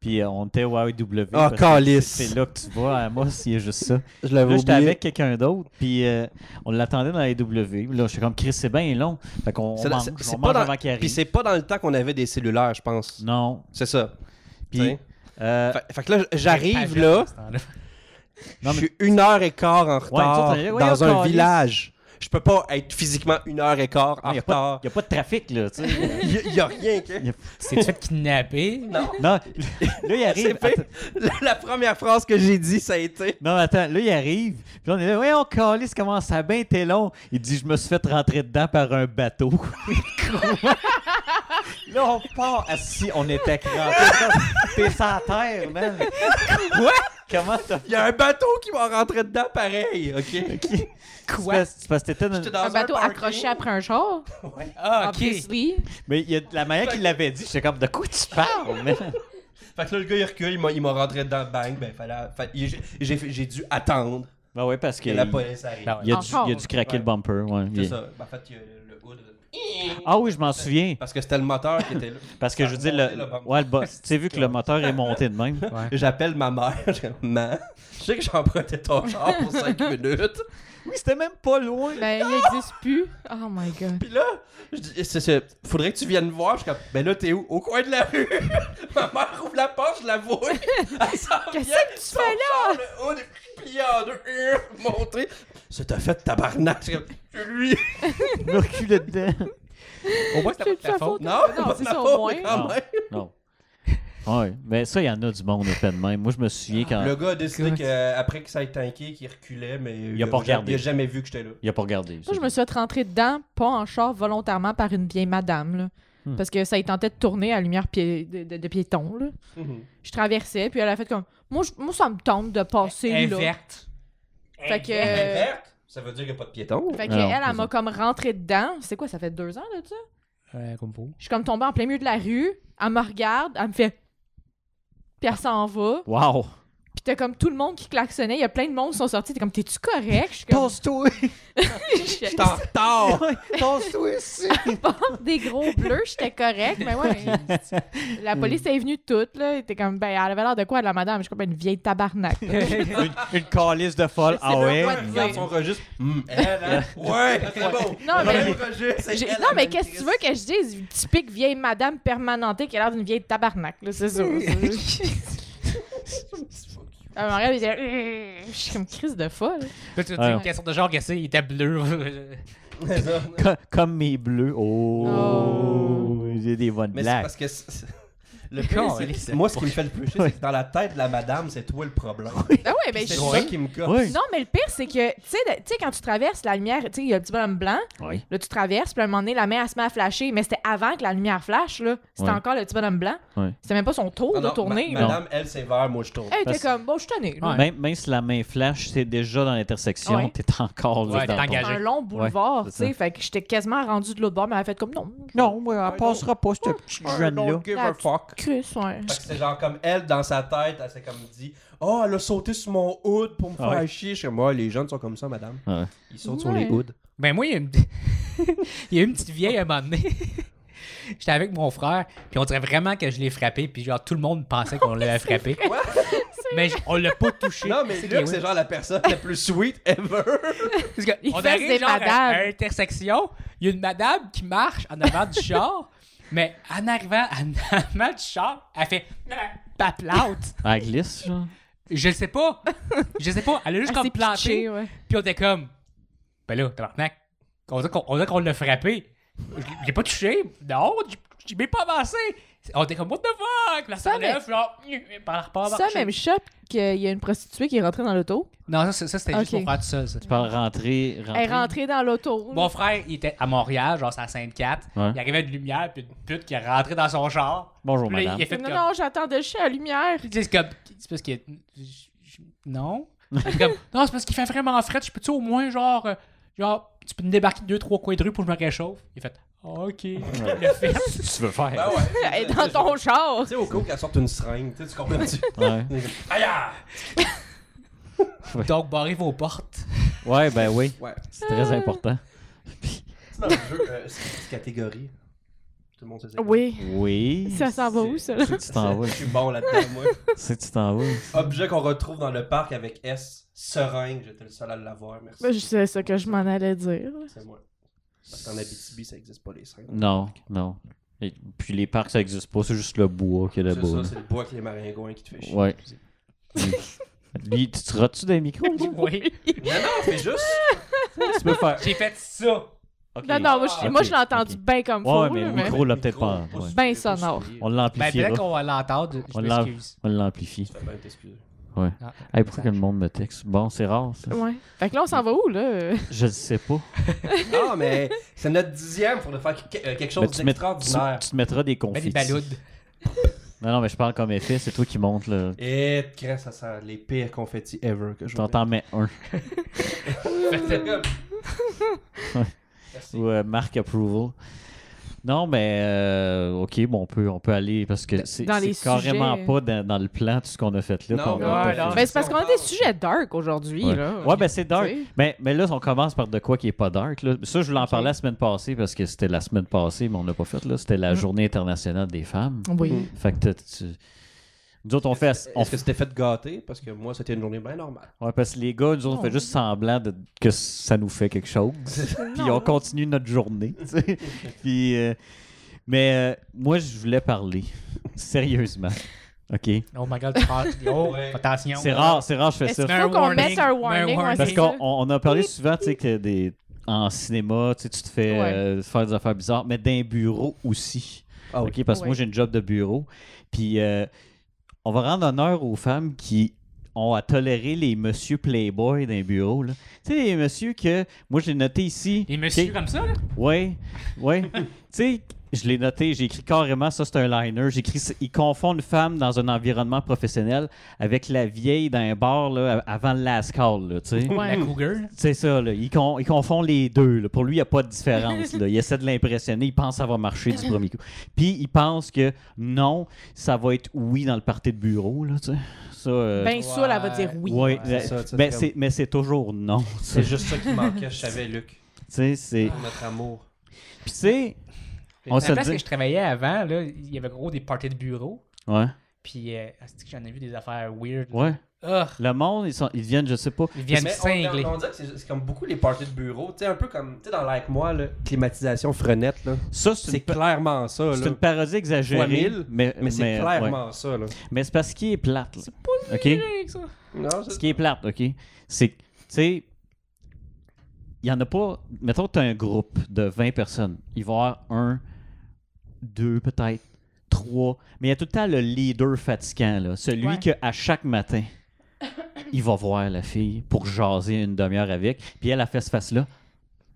Puis euh, on était au AEW.
Ah,
parce que
calice.
C'est c'est là que tu vas à Amos, il y a juste ça.
Je l'avais
Là, j'étais
oublié.
avec quelqu'un d'autre, puis euh, on l'attendait dans les W. Là, je suis comme, Chris, c'est bien long. Fait qu'on on
C'est-
mange,
c'est- c'est
on
pas
mange
dans-
avant qu'il
Puis
arrive.
c'est pas dans le temps qu'on avait des cellulaires, je pense.
Non.
C'est ça.
Puis,
T'sais.
euh,
Fait, fait que là, j'arrive là,
Non,
je
mais-
suis une heure et quart en retard
t'as- ouais,
dans
encore,
un
Alice.
village. Je peux pas être physiquement une heure et quart en
il n'y a, pas-
retard.
y a pas de trafic, là, tu sais.
Il y, a rien. que-
C'est fait kidnapper. Non.
non, là, il arrive.
C'est fait.
Attends-
La, la première phrase que j'ai dit, ça a été.
Non, mais attends, là, il arrive. Puis là, on est là, ouais, on calisse, comment ça a bien été long. Il dit, je me suis fait rentrer dedans par un bateau. là, on part assis, on était crampés. T'es sans terre, man. Quoi? Comment t'as.
Il y a un bateau qui va rentrer dedans pareil, ok?
Quoi? C'est parce- c'est parce que t'étais dans.
J'étais
Un
dans
bateau
parking.
accroché après un char,
Ah, ok.
obviously.
Mais il y a de la manière qu'il l'avait dit, j'étais comme, de quoi tu parles, man?
Fait que là, le gars, il recule, il m'a- il m'a rentré dedans, bang, ben, fallait. fait- il- j'ai- j'ai fait- J'ai dû attendre
Ben ouais, parce
que
que.
la police arrive.
Ben ouais.
Il y a, du,
Encore.
il a dû craquer le
Ouais.
bumper, ouais.
C'est
Il-
ça. Ben, en fait, il y a le hood.
Ah oui, je m'en souviens.
Parce que c'était le moteur qui était là.
Parce que
Ça
je veux
a
dire,
monté
le,
le bumper.
ouais, le boss. Tu sais, vu que le moteur est monté de même.
J'appelle ma mère, je dis, Maman, je sais que j'empruntais ton char pour 5 minutes.
Oui, c'était même pas loin.
Ben, il n'existe plus. Oh my god.
Puis là, je dis, c'est, c'est- faudrait que tu viennes voir. Je suis comme, ben là, t'es où? Au coin de la rue. ma mère ouvre la porte, je la vois. Elle s'en vient.
Qu'est-ce que tu
Son
fais
char, le haut est plié en deux, monté. C'est un fait de tabarnak. Je suis comme, C'est lui.
Il me reculait dedans.
Au moins,
C'est de sa faute.
Non,
Non,
pas
c'est
ma
ça, au
faute,
moins.
mais quand
Non.
même.
Non. Ouais, mais ça, il y en a du monde au fait de même. Moi, je me souviens quand.
Le gars a décidé
God.
qu'après que ça ait tanké, qu'il reculait, mais
Il a pas regardé.
Il a jamais vu que j'étais
Euh.
là.
Il a pas regardé.
Moi, je me suis fait rentrer dedans, pas en char, volontairement par une vieille madame, là.
Hmm.
Parce que ça y tentait de tourner à la lumière pié- de, de- de piéton, là. Je traversais, puis elle a fait comme... Moi, je- moi, ça me tente de passer, là.
verte.
Fait que...
Mais verte, ça veut dire qu'il n'y a pas de piéton.
Fait
Non,
que elle,
c'est
elle m'a
ça.
comme rentré dedans. C'est quoi, ça fait deux ans, là, ça?
Euh, comme vous.
Je suis comme tombée en plein milieu de la rue. Elle me regarde, elle me fait... Puis elle s'en va.
Wow!
Puis t'as comme tout le monde qui klaxonnait. Il y a plein de monde qui sont sortis. T'es comme, t'es-tu correct? Je suis comme,
Tosse-toi!
je
en retard!
Tosse-toi ici!
porte des gros bleus. J'étais correct. Mais ouais, mais la police est venue toute. Là. Était comme, ben, elle avait l'air de quoi, la madame? Je suis comme une vieille tabarnak.
une, une calice de folle. Ah ouais?
Il regarde son registre. Hmm, elle, hein? Ouais, c'est bon.
Non,
Premier
mais-
registre, c'est
J'ai-
elle,
Non, mais
elle,
qu'est-ce que tu veux que je dise? Typique vieille madame permanentée qui a l'air d'une vieille tabarnak, là, c'est ça. Ah, mon rêve, il était- euh, Je suis comme crise de folle.
Là, tu te
Ouais.
dis, quelle sorte de genre que c'est? Il était bleu.
C'est ça.
Co- comme mes bleus. Oh!
Oh.
J'ai des bonnes
Mais c'est
blagues.
parce que. c'est- c'est- Le
Con,
pire, c'est-
elle est-
c'est- moi, ce qui me fait le plus chier, c'est que dans la tête de la madame, c'est toi le problème.
Ah ouais, mais
C'est
je-
ça qui me cope.
Oui.
Non, mais le pire, c'est que, tu sais, de- tu sais, quand tu traverses la lumière, tu sais, il y a le petit bonhomme blanc,
Oui.
là, tu traverses, puis à un moment donné, la main, elle se met à flasher, mais c'était avant que la lumière flash, là. C'était
Ouais.
encore le petit bonhomme blanc.
Ouais.
C'était même pas son tour
Ah
de
non,
tourner,
ma-
là.
madame, elle, c'est vert, moi, je tourne.
Elle était
Parce-
comme, bon, je suis tannée, là.
Ouais.
Même, même si la main flash, t'es déjà dans l'intersection,
Ouais.
t'es encore là.
Ouais,
dans
t'es
ton-
engagé.
un long boulevard,
Ouais,
tu
c'est
sais. Fait que j'étais quasiment rendu de l'autre bord, mais elle a fait comme non.
Non, ouais, elle passera pas, cette petite
I
jeune-là.
don't give
Ah,
a
tu-
fuck.
Chris, ouais.
Fait que c'est genre comme elle, dans sa tête, elle s'est comme dit Oh, elle a sauté sur mon hood pour me faire
Ah ouais.
chier. Chez moi, les jeunes sont comme ça, madame.
Ouais.
Ils sautent sur
Ouais.
les hoods.
Ben moi, il y a une, il y a une petite vieille à un moment donné. J'étais avec mon frère, puis on dirait vraiment que je l'ai frappé, puis genre tout le monde pensait qu'on l'avait frappé. Mais je- on l'a pas touché.
Non, mais
que-
Luc, c'est genre la personne la plus sweet ever.
Parce que
Il
on
fait des
arrive genre à-
madames.
à l'intersection, il y a une madame qui marche en avant du char, mais en arrivant en avant du char, elle fait paplante.
Elle glisse, genre.
Je sais pas. Je sais pas. Elle a juste
Elle
comme
s'est
planté.
pitchée, ouais.
Puis on était comme, ben là, tabarnak, on dirait qu'on- on dirait qu'on l'a frappé. Je je l'ai pas touché. Non, je- je l'ai pas avancé. On était comme, what the fuck? La
Ça, mais-
s'enlève, genre, par pas
Ça, même shop qu'il y a une prostituée qui est rentrée dans l'auto.
Non, ça, c'est- ça c'était juste
Ok.
mon frère tout seul. ça.
Tu parles rentrer.
Elle est rentrée dans l'auto.
Mon frère, il était à Montréal, genre, c'est à Sainte-Cat.
Ouais.
Il arrivait de lumière, puis une pute qui est rentrée dans son char.
Bonjour,
Puis là,
madame.
Il a fait
non,
comme.
non, j'attendais chez la lumière.
Puis c'est comme. C'est parce qu'il. je- je- Non. Il est comme, non, c'est parce qu'il fait vraiment frais. Je peux-tu au moins, genre. euh, Genre, tu peux me débarquer deux, trois coins de rue pour que je me réchauffe? Il a fait. Ah, OK. Il l'a fait.
tu veux faire?
Ben ouais.
Elle est dans ton char.
Tu sais, au cas où qu'elle sorte une seringue, tu sais, tu comprends-tu?
Ouais.
Aïe! ah!
Donc, barrez vos portes.
Ouais, ben oui.
Ouais.
C'est
Euh.
très important.
C'est dans le jeu, euh, c'est c'est catégorie. Tout le monde sait ça.
Oui.
Oui.
Ça s'en va où, ça? là?
Si tu t'en
Je
vas.
suis bon là-dedans, moi.
Si tu t'en vas.
Objet qu'on retrouve dans le parc avec S. Seringue, j'étais le seul à l'avoir, merci.
Ben, je sais ça que je m'en allais dire.
C'est moi. Parce qu'en Abitibi, ça n'existe pas les seringues.
Non, non. Et puis les parcs, ça existe pas. C'est juste le bois qui est
C'est
là-bas.
ça, c'est le bois avec les maringouins qui te fait chier.
Ouais.
C'est-
Lui, tu te rates-tu des micros?
Oui.
Non, non, c'est juste.
tu peux faire.
J'ai fait ça.
Non, non, moi, je,
Ah.
Ok,
moi, je l'ai entendu
ok.
bien comme
Ouais,
faut,
mais
là,
le
mais-
micro l'a peut-être pas.
Micro,
ouais.
pas
Ben
soufflé, pas
sonore.
soufflé.
On
Ben,
l'amplifiera.
peut-être qu'on va l'entendre. Je
On l'a-
m'excuse.
On l'amplifie.
Tu fais bien t'excuser.
Ouais.
Ah,
Hey, pourquoi que le monde me texte? Bon, c'est rare, ça.
Ouais. Fait que là, on s'en va où, là?
Je le sais pas.
Non, mais c'est notre dixième, faudrait faire que- euh, quelque
Mais
chose
tu, mets- tu,
d'extraordinaire.
tu te mettras des
ben,
confettis.
des baloudes.
Non, non, mais je parle comme effet. C'est toi qui montes, là.
Et crée, ça sent les pires confettis ever que je
T'en t'en mets un.
Merci.
Ou euh, marque approval. Non, mais euh, OK, bon, on peut, on peut aller parce que c'est
dans les
c'est carrément
sujets.
pas dans, dans le plan tout ce qu'on a fait là.
Non,
qu'on
non,
a pas
non,
fait.
Ben, c'est parce
on
qu'on a des
parle.
sujets dark aujourd'hui,
Ouais.
là.
Ouais, ben c'est dark.
Tu sais.
Mais, mais là, on commence par de quoi qui est pas dark. Là. Ça, je voulais en parler la semaine passée parce que c'était la semaine passée, mais on l'a pas fait. là. C'était la Journée internationale des femmes.
Oui.
Fait que t'as- tu- Nous autres, on fait. On
Est-ce que c'était fait gâter? Parce que moi, c'était une journée bien normale.
Ouais, parce que les gars, nous autres, on fait juste semblant de- que ça nous fait quelque chose. puis on continue notre journée. tu sais. puis, euh, mais euh, moi, je voulais parler. Sérieusement. OK.
Oh my god, tu parles. Oh,
Ouais.
attention.
C'est rare, c'est rare que je fais
Est-ce
ça.
qu'il
Un
faut qu'on
warning,
mette un
un
warning?
warning.
ouais,
Parce
c'est
qu'on
ça.
on- on a parlé souvent, tu sais, que des, en cinéma, tu sais, tu te fais
Ouais.
euh, faire des affaires bizarres, mais d'un bureau aussi.
Ah oui.
OK, parce que moi,
Ouais.
j'ai une job de bureau. Puis, euh, on va rendre honneur aux femmes qui ont à tolérer les monsieur playboy d'un bureau. là. Tu sais, les monsieur que... Moi, j'ai noté ici...
Les messieurs
OK, Hmm.
comme ça, là.
Ouais, ouais. tu sais, je l'ai noté, j'ai écrit carrément ça, c'est un liner. J'ai écrit il confond une femme dans un environnement professionnel avec la vieille d'un bar là, avant le last call. là, tu sais.
La cougar.
C'est ça, là. Il, con- il confond les deux. là. Pour lui, il n'y a pas de différence. là. Il essaie de l'impressionner. Il pense que ça va marcher du premier coup. Puis il pense que non, ça va être oui dans le party de bureau. Là, tu sais. ça, euh,
Ben, ça, elle va dire oui.
ouais,
c'est
la-
ça, tu sais,
ben,
comme-
c'est- mais c'est toujours non. tu sais.
C'est Ah. juste ça qui manquait, je savais, Luc.
Tu sais, c'est.
Pour notre amour.
Puis tu sais, on
La
se le
place
dit-
que je travaillais avant, là, il y avait gros des parties de bureau.
Ouais,
Puis, euh, asti que j'en ai vu des affaires weird.
ouais.
Ugh,
Le monde, ils, sont, ils viennent, je sais pas.
ils viennent
Mais on-
cingler.
on, on dirait que c'est c'est comme beaucoup les parties de bureau. Tu sais, un peu comme, tu sais, dans Like Moi, là, climatisation frenette, là.
Ça, c'est
C'est
une, pa-
clairement ça, là.
c'est une parodie exagérée.
Fois mille,
mais
Mais c'est
ouais.
clairement ça, là.
Mais c'est parce qu'il est plate. là. OK?
Non, c'est-
Ce qui est plate, OK? C'est que, tu sais, il n'y en a pas. Mettons que tu as un groupe de 20 personnes. Il va y avoir un, deux peut-être, trois. Mais il y a tout le temps le leader fatigant, là. Celui
Ouais.
que à chaque matin, il va voir la fille pour jaser une demi-heure avec. Puis elle a fait ce face-là.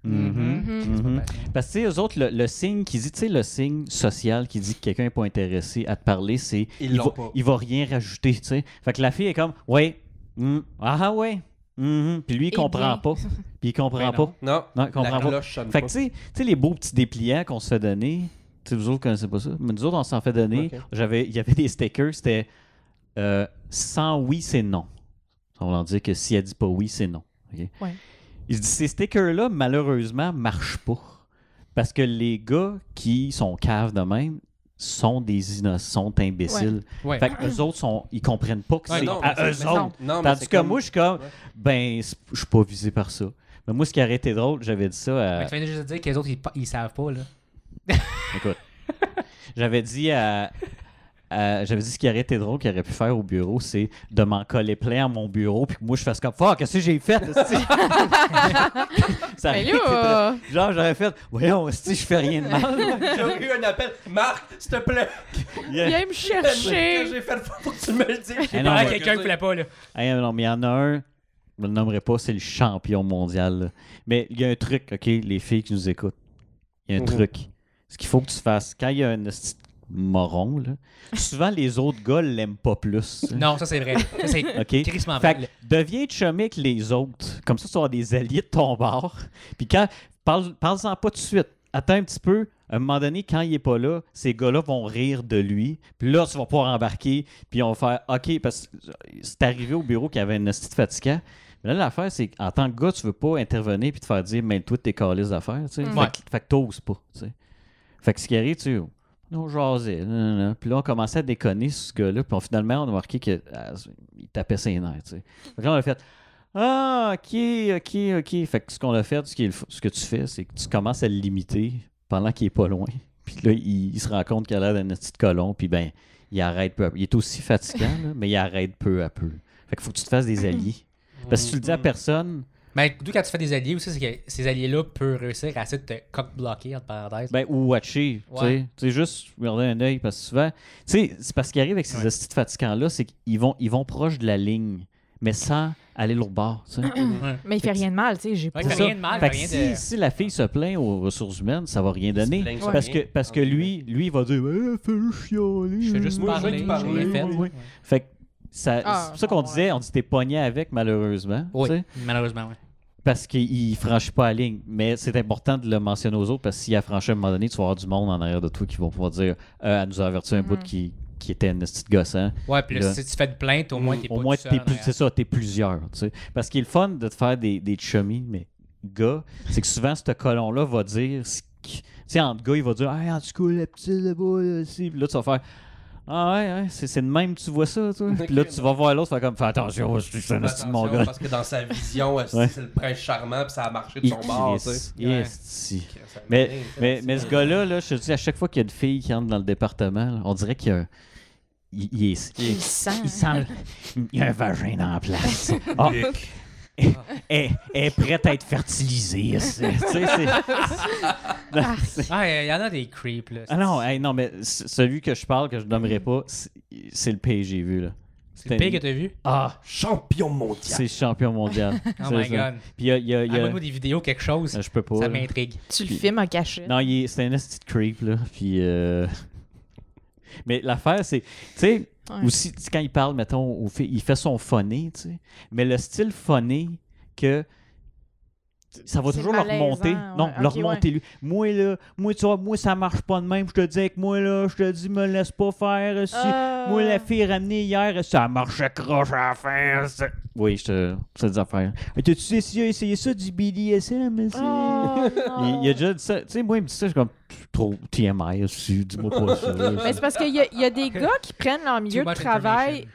Mhm,
Mm-hmm.
mhm. Parce que, tu sais, eux autres, le, le signe qui dit, tu sais, le signe social qui dit que quelqu'un n'est pas intéressé à te parler, c'est
Ils
il
l'ont
va,
pas.
il va rien rajouter, tu sais. Fait que la fille est comme, ouais, hmm, ah ah, ouais, mhm. puis lui, il
Eh
comprend
bien.
pas. Puis il comprend
Ben
pas.
Non,
Non, il comprend
la
pas.
cloche sonne
Fait que,
pas.
tu sais, tu sais, les beaux petits dépliants qu'on se fait donner, tu sais, vous autres, vous connaissez pas ça, mais nous autres, on s'en fait donner.
Ok.
J'avais, il y avait des stickers, c'était euh, sans oui, c'est non. On va dire que si elle dit pas oui, c'est non. OK?
Ouais.
Il se dit, ces stickers-là, malheureusement, marchent pas. Parce que les gars qui sont caves de même sont des innocents, sont imbéciles.
Ouais.
Fait que eux autres, sont, ils comprennent pas que
Ouais,
c'est
non,
à
mais
eux
c'est-
autres.
Non, mais
Tandis
c'est
que
comme-
moi, je suis comme,
Ouais.
ben, c'est- je suis pas visé par ça. Mais moi, ce qui aurait été drôle, j'avais dit ça à,
Fait que tu viens juste de dire que les autres, ils, pa- ils savent pas, là.
Écoute, j'avais dit à. à- j'avais dit ce qui aurait été drôle qu'il aurait pu faire au bureau, c'est de m'en coller plein à mon bureau, puis que moi je fasse comme Fuck, qu'est-ce que j'ai fait? esti? ça aurait été drôle.
Mais Ben là, euh,
Genre, j'aurais fait Voyons, si je fais rien de mal.
J'ai eu un appel. Marc, s'il te plaît,
Yeah.
viens me
que
chercher.
j'ai fait faut que tu me le dises.
Eh non,
Ah,
ouais.
quelqu'un qui voulait pas, là.
Hey, non, mais il y en a un, je le nommerai pas, c'est le champion mondial. là. Mais il y a un truc, OK, les filles qui nous écoutent. Il y a un
Mhm.
truc. Ce qu'il faut que tu fasses, quand il y a un esti de moron, là, souvent les autres gars l'aiment pas plus. hein.
Non, ça, c'est vrai. Ça, c'est
OK?
crissement
Fait
vrai.
que deviens chumé avec les autres. Comme ça, tu auras des alliés de ton bord. Puis quand. Parle, parle-en pas tout de suite. Attends un petit peu. À un moment donné, quand il est pas là, ces gars-là vont rire de lui. Puis là, tu vas pouvoir embarquer. Puis on va faire OK, parce que c'est arrivé au bureau qu'il y avait une hostie de fatigant. Mais là, l'affaire, c'est qu'en tant que gars, tu veux pas intervenir puis te faire dire, mais toi, t'es calé d'affaires. tu sais. Fait,
Ouais.
que- fait que t'oses pas. tu sais. Fait que ce qui arrive, tu sais, on jasait. nan, nan, nan. Puis là, on commençait à déconner sur ce gars-là. Puis on- finalement, on a marqué qu'il tapait ses nerfs. tu sais. Fait que là, on a fait Ah, ok, ok, ok. Fait que ce qu'on a fait, ce, qui est le f- ce que tu fais, c'est que tu commences à le limiter pendant qu'il est pas loin. Puis là, il, il se rend compte qu'il a l'air d'un petit colon. Puis ben, il arrête peu à peu. Il est aussi fatigant, là, mais il arrête peu à peu. Fait qu'il faut que tu te fasses des alliés. Parce que si tu le
Mm.
dis à personne,
Mais d'où quand tu fais des alliés aussi, c'est que ces alliés-là peuvent réussir à essayer de te cock-bloquer, entre parenthèses.
ben, ou watcher, tu sais.
Ouais.
tu sais, juste regarder un œil, parce que souvent, tu sais, c'est parce qu'il arrive avec ces
Ouais.
hosties de fatigants-là, c'est qu'ils vont, ils vont proche de la ligne, mais sans aller l'autre bord, tu sais.
Mais Ah, il fait rien de mal, tu sais. J'ai pas.
Ouais, il fait
ça.
rien de mal,
Fait
fait
que
rien
si,
de...
si la fille se plaint aux ressources humaines, ça va rien donner.
plaignent
Parce
sur
que,
rien.
parce que lui, lui, il va dire Eh, fais juste chialer,
Ah, Je fais juste
moi,
je veux
parler,
te
j'ai
parler,
rien fait.
oui, oui. Fait que ça-
Ah,
c'est pour ça qu'on
ouais.
disait, on dit t'es pogné avec, malheureusement.
Oui,
tu sais,
malheureusement, oui.
Parce qu'il ne franchit pas la ligne. Mais c'est important de le mentionner aux autres parce que s'il a franchi à un moment donné, tu vas avoir du monde en arrière de toi qui vont pouvoir dire Euh, Elle nous a averti un bout qui, qui était un petit gossant.
Ouais, puis
Là.
là, si tu fais une plainte, au moins, t'es pas
hein. Au moins,
tout seul
t'es
en
plus,
arrière.
c'est ça, t'es plusieurs. tu sais. Parce qu'il est le fun de te faire des, des chummies, mais gars, c'est que souvent, ce colon-là va dire ce qui- Tu sais, entre gars, il va dire Hey, en tout cas, la petite là-bas, là, ici. Puis là, tu vas faire. Ah ouais, ouais, c'est c'est de même que tu vois ça, toi. Puis là, tu vas voir l'autre, tu vas comme, fais attention, je suis un esti de mon gars.
Parce que dans sa vision, euh,
Ouais.
c'est le prince charmant, puis ça a marché de son bord. tu sais.
Il-
Ouais.
esti.
Ça m'a
Mais,
donné une
mais,
telle-
mais ce gars-là, là, je te dis, à chaque fois qu'il y a une fille qui entre dans le département, là, on dirait qu'il y a un- Il, il est- il-
Il sent.
il sent. le- Il y a un vagin dans la place. Ah, elle, elle est prête à être fertilisée. c'est- tu sais, c'est- Non, c'est-
Ah, il y en a des creeps, là.
hein, Ah non, hey, non, mais c- celui que je parle, que je nommerai pas, c'est- c'est le PGV. Là.
Mm. C'est le
C'était-
pire que t'as vu?
Ah,
Champion mondial.
c'est champion mondial.
Oh
C'est
my
ça.
god.
Puis il y a. il y a- il y a-
Envoie-nous des vidéos, quelque chose.
Euh, Je peux pas.
Ça
là.
m'intrigue.
Tu le
Puis-
filmes en cachet.
Non, il est- c'est un esti de creep, là. Puis. euh, Mais l'affaire, c'est. Tu sais,
Ouais.
aussi, tu sais, quand il parle, mettons, au fi- il fait son phoné, tu sais. Mais le style phoné que. Ça va
C'est
toujours leur
malaisant,
remonter. non,
ouais,
leur
ok, ouais.
remonter lui. Moi, là, moi, tu vois, moi, ça marche pas de même. Je te dis que moi, là, je te dis, me laisse pas faire. Si,
Euh,
Moi, la fille ramenée hier, ça marche croche à la fin. ça. Oui, je te. C'est des affaires. Mais T'as-tu essayé, essayé ça du BDSM? c'est-
oh,
il,
non.
il a déjà dit ça. Tu sais, moi, il me dit ça, je suis comme trop TMI dessus, dis-moi pas ça. là.
Mais c'est parce qu'il y, a- il y a des gars qui prennent leur milieu de
Too much
travail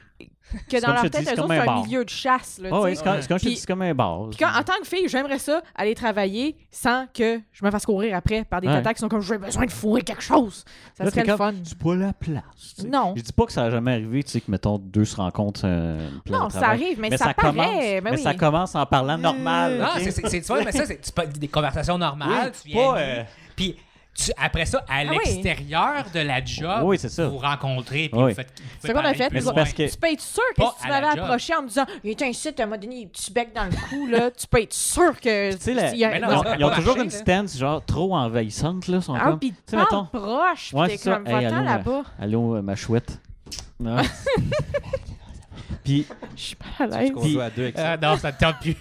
que
C'est
dans
comme
leur
je te
tête,
dis, c'est
eux
comme
autres,
un
c'est un
bar.
milieu de chasse. Là,
Ah
tu
ouais,
sais.
c'est comme, c'est comme je te
Puis-
dis, c'est comme un bar.
Puis quand, en tant que fille, j'aimerais ça aller travailler sans que je me fasse courir après par des
Ouais.
tatas qui sont comme j'ai besoin de fourrer quelque chose. Ça
Là,
serait
t'es
le fun.
comme, C'est pas la place. tu sais.
Non.
Je dis pas que ça a jamais arrivé, tu sais, que mettons deux se rencontrent. euh, une place
Non,
de
ça
travail.
arrive, mais,
Mais
ça,
ça
paraît.
commence.
ben
Mais
oui.
ça commence en parlant normal.
Ah,
ok?
c'est- c'est c'est- tu vois, mais ça, c'est tu pas- des conversations normales.
Oui,
tu viens
pas, euh,
Puis tu- après ça, à
Ah oui.
l'extérieur de la job,
Oui, c'est ça.
vous rencontrez. Puis
Oui.
vous faites. vous
C'est
faites
qu'on a
parler
fait.
plus
Mais c'est
loin.
parce que.
Tu peux être sûr que
Pas
si tu
à la
m'avais
job.
approché en me disant il était un site, elle m'a donné des petits becs dans le cou, là, tu peux être sûr que.
Tu sais, la-
il y a-
Mais non,
ils ont-
ça
ils ont
pas
toujours
marché,
une
là.
stance genre trop envahissante là, sont
Ah,
comme.
puis
sais,
parle
mettons-
proche,
Ouais,
puis
c'est
t'es
ça.
comme
Hey,
va-t'en
allô,
là-bas.
Allô, euh, ma chouette. Non. puis
Je suis pas à
Parce
l'aise.
qu'on
Puis-
joue à deux avec ça.
Euh,
Ah, non, ça ne tente plus.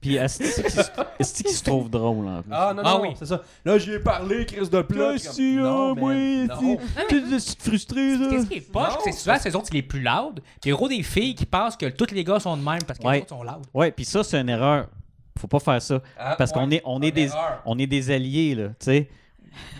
puis est-ce qui se- est-ce qui se trouve drôle en plus.
Ah non, non,
Ah
non,
oui.
c'est ça. Là, j'y ai parlé, crise de plat.
Là,
puis comme,
si, oh, là,
non, man,
moi,
non.
tu tu- tu te frustré là.
Qu'est-ce qui est poche?
Non,
C'est souvent ces autres qui les plus loud. Puis gros des filles qui pensent que tous les gars sont de même parce que
Ouais.
les autres sont loud.
Ouais, puis ça c'est une erreur. Faut pas faire ça
Ah,
parce qu'on
ouais,
est on est
une
des
erreur.
on est des alliés là, tu sais.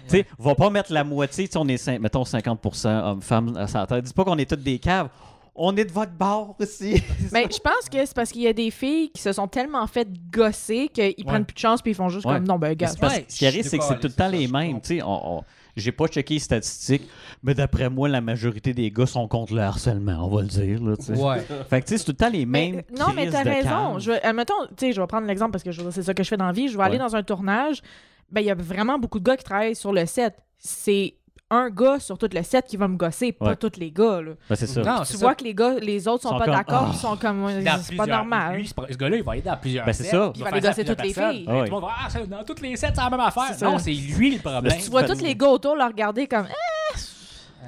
Tu sais, va pas mettre la moitié, tu sais, on est cin- mettons 50% hommes-femmes à sa tête. Dis pas qu'on est toutes des caves. On est de votre bord aussi.
Mais je pense que c'est parce qu'il y a des filles qui se sont tellement fait gosser qu'ils prennent plus de chance puis ils font juste
Ouais.
comme non, ben
Mais
gars.
c'est parce
Ouais,
que ce qui arrive,
je
c'est que c'est tout le temps
décolle,
les
c'est ça, je
mêmes. tu sais, on- on- J'ai pas checké les statistiques, mais d'après moi, la majorité des gars sont contre le harcèlement, on va le dire. Là, tu sais.
Ouais.
Fait que tu sais, c'est tout le temps les mêmes.
Mais- euh, non, mais
crises
t'as
de
raison.
calme.
Je, vais- admettons, tu sais, je vais prendre l'exemple parce que je- c'est ça que je fais dans la vie. Je vais aller
Ouais.
dans un tournage. Ben, il y a vraiment beaucoup de gars qui travaillent sur le set. C'est un gars sur tout le set qui va me gosser, pas
Ouais.
tous les gars. là.
Ben, c'est ça.
Non,
Tu
Ah, c'est
vois
ça.
que les gars, les autres sont,
Sont
pas
comme,
d'accord,
Ah.
ils sont comme ouais,
Dans
c'est pas
plusieurs-
normal.
Lui, c'est pas- ce gars-là, il va aller dans plusieurs
Ben, c'est
sets,
ça.
Il va
faire
aller
ça à
gosser
plusieurs
toutes les filles.
personnes.
Ah ouais.
Tout le monde va Ah, ça, dans toutes les sets, c'est la même affaire.
C'est
Non,
ça.
c'est lui le problème.
tu vois tous les gars autour le regarder comme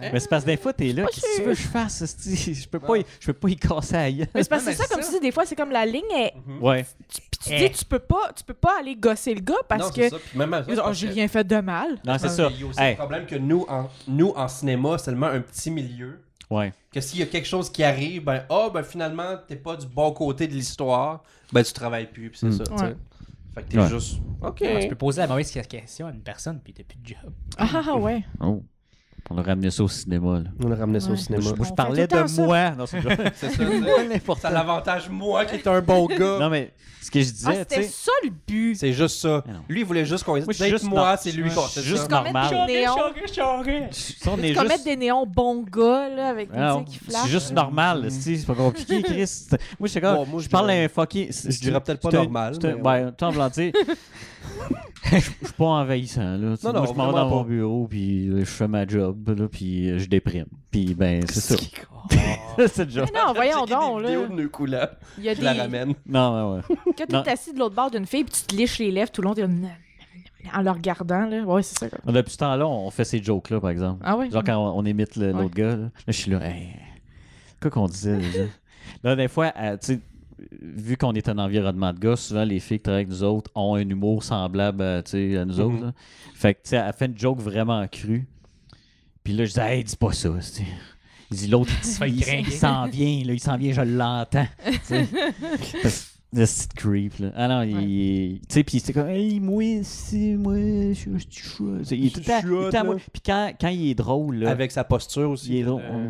Eh,
Mais c'est parce que des fois, t'es là. Qu'est-ce que tu veux que je fasse? esti? Je peux pas, y- je peux pas y casser à
mais c'est parce que
Non,
c'est
mais
ça comme
ça.
si des fois c'est comme la ligne est
Ouais.
tu, puis tu
Eh.
dis tu peux pas tu peux pas aller gosser le gars parce
Non, c'est
que
ça, puis même à ça,
Ils
c'est
ont, oh,
parce
j'ai
que-
rien fait de mal.
Non, c'est
Parce
ça.
qu'il y a aussi
Hey,
le problème que nous en, nous, en cinéma, c'est tellement un petit milieu
ouais.
que s'il y a quelque chose qui arrive, ben, ah, ben finalement, t'es pas du bon côté de l'histoire, ben tu travailles plus, pis c'est ça, tu sais.
Ouais.
Fait que t'es
Ouais.
juste. Ok.
Ah, Tu peux poser la mauvaise question à une personne, puis t'as plus de job.
Ah ouais.
Oh. On a ramené ça au cinéma. Là.
On a ramené ça
Ouais.
au cinéma.
Moi, je-
Je
On
parlais
fait tout le temps
de
ça.
moi. Non, c'est pas-
C'est ça, tu sais.
n'importe
C'est à l'avantage, moi qui est un bon gars.
Non, mais ce que je disais,
Ah,
tu
c'était
sais.
ça le but.
C'est juste ça.
Mais non.
Lui, il voulait juste qu'on
je suis
date
juste
moi,
dans-
c'est lui
je
qu'on
suis
c'est
juste
ça.
Comme mettre
normal.
des néons.
Ça, on est
C'est comme mettre
juste.
des néons bons gars, là, avec des
Ah,
trucs qui flashent.
C'est juste normal, là, c'est c'est pas compliqué, Chris. C'est- Moi, je sais
Mm. Bon,
quand
moi, je
je parle à
dirais-
un fucking. c'est-
je dirais peut-être pas
c'est un-
normal,
c'est un-
mais ouais.
Ben, tout en voulant dire, Je je suis pas envahissant, là. tu sais.
Non, non,
moi, je m'en vais
vraiment
dans mon
pas.
bureau, puis euh, je fais ma job, là, puis euh, je déprime. Puis, ben, c'est ça. c'est le job.
Mais non, voyons
Checker des
donc, là.
vidéos de nœuds coulants.
Il y a
Je la
des...
ramène.
Non, ouais, ouais.
Quand
Non.
t'es assis de l'autre bord d'une fille, puis tu te liches les lèvres tout le long, t'es comme... En le regardant, là. Ouais, c'est ça. comme-
Mais Depuis ce temps-là, on fait ces jokes-là, par exemple.
Ah ouais?
Genre, quand on, on imite le- l'autre
Ouais.
gars, là, Là, je suis là, hey, quoi qu'on disait déjà? là, des fois, euh, tu sais, vu qu'on est un environnement de gars, souvent les filles qui travaillent avec nous autres ont un humour semblable euh, tu sais, à nous
Mm-hmm.
autres. là. Fait que, tu sais, elle fait une joke vraiment crue. Puis là, je dis, hey, dis pas ça. tu sais. Il dit, l'autre, il dit,
fait
il-
gringuer.
il s'en vient, là, il s'en vient, je l'entends. Tu sais. Parce- Le petit creep, là. Ah non, il-
Ouais.
il. Tu sais, puis c'est comme, hey, moi, si, moi, je suis un petit chouette. Tu sais, Il est tout le temps.
Je suis
il est tout le temps à
hot,
moi.
là.
Puis quand, quand il est drôle, là.
Avec sa posture aussi.
Il est drôle.
Euh,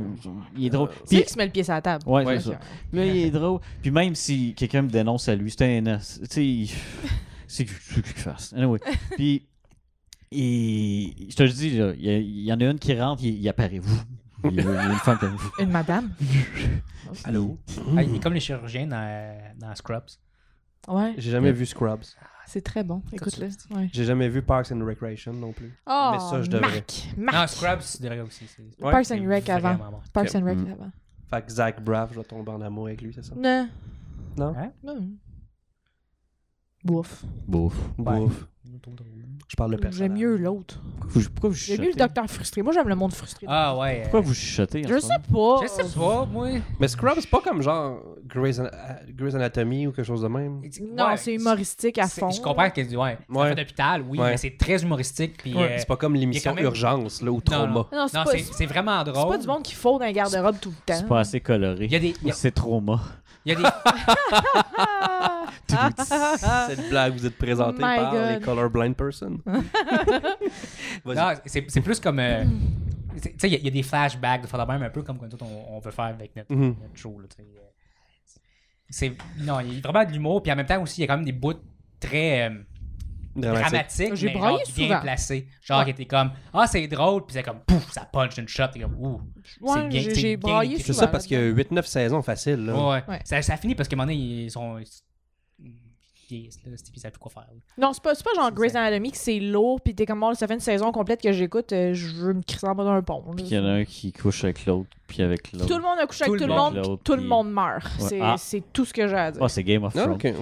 il est drôle.
C'est
Puis,
lui qui se met le pied sur la table.
ouais,
Ouais,
c'est ça.
Ok.
Là, il est drôle. Puis même si quelqu'un me dénonce à lui, c'est un. os. Tu sais, il- c'est que c'est que je fasse. Anyway. Puis, il- je te le dis, là, il y, a- il y en a une qui rentre, il, il apparaît. Vous. Il y a une femme qui apparaît. Vous.
euh, Une madame.
Allô?
Ah, il est comme les chirurgiens dans, dans Scrubs.
Ouais,
J'ai jamais
Ouais.
vu Scrubs.
c'est très bon. Écoute-le. Ouais.
J'ai jamais vu Parks and Recreation non plus.
Oh,
Mais ça, je devrais.
Marc!
Non,
Marc!
Scrubs, c'est vrai aussi. c'est-
Ouais.
Parks
c'est
and Rec
vraiment
avant.
bon.
Parks and Rec
Mm.
avant.
Fait que Zach Braff, je vais tomber en amour avec lui, c'est ça?
Non.
Non?
Hein?
Non. Bouf.
Bouf.
Bouf. Je parle de personne.
J'aime mieux l'autre.
Pourquoi vous, pourquoi vous
J'aime mieux le
chuchotez?
docteur frustré. Moi, j'aime le monde frustré.
Ah ouais. euh,
Pourquoi vous chuchotez? en
je
ce
sais pas.
Je sais pas, moi.
Mais Scrubs, c'est pas comme genre Grey's, Ana- euh, Grey's Anatomy ou quelque chose de même.
Non,
Ouais,
c'est humoristique à
c'est-
fond.
Je comprends qu'elle dit, ouais,
Ouais.
ouais. d'hôpital, oui,
Ouais.
mais c'est très humoristique. Puis, euh,
C'est pas comme l'émission
même-
Urgence là, ou Trauma.
non.
Non, c'est
non,
pas,
c'est
c'est
c'est vraiment drôle.
pas du monde qui faut dans les garde-robes tout le
moment?
temps.
C'est pas assez coloré.
Il y a des. Il y a-
C'est trauma.
il y a des
Ah!
Ah. Cette blague vous êtes présentée
Oh My
par
God. Hein?
les colorblind person. Vas-y.
Non, c'est c'est plus comme. euh, c'est- tu sais, il y a- il y, a des flashbacks de faire de même, un peu comme quand on, on veut faire avec notre,
Mhm.
notre show. Là, tu sais. euh, C'est- non, il y a vraiment de l'humour, puis en même temps aussi, il y a quand même des bouts très euh,
Dramatique.
dramatiques,
J'ai
mais
braillé
genre, bien
souvent.
placés. Genre, qui était comme Ah, c'est drôle, puis c'est comme Pouf, ça punch d'une shot, t'es comme Ouh.
Ouais,
c'est bien-
j'ai-
c'est
j'ai
bien
braillé
écrit.
C'est
souvent.
ça parce qu'il y a 8-9 saisons facile. Là.
Ouais,
Ouais.
Ça, ça finit parce qu'à un moment donné, ils sont. Ils ne savent plus quoi faire. là.
Non, c'est pas, c'est pas genre Grey's
C'est-
Anatomy que c'est lourd, pis t'es comme, bon, ça fait une saison complète que j'écoute, euh, je veux me crisser en bas d'un pont. là.
Puis il y en a un qui couche avec l'autre, puis avec l'autre.
Tout le monde a couché avec
Tout
tout
le
le monde,
monde.
pis tout le
Puis-
monde meurt.
Ouais.
C'est
Ah.
c'est tout ce que j'ai à dire.
Ah, c'est Game of
Ah,
Thrones.
ok, ouais.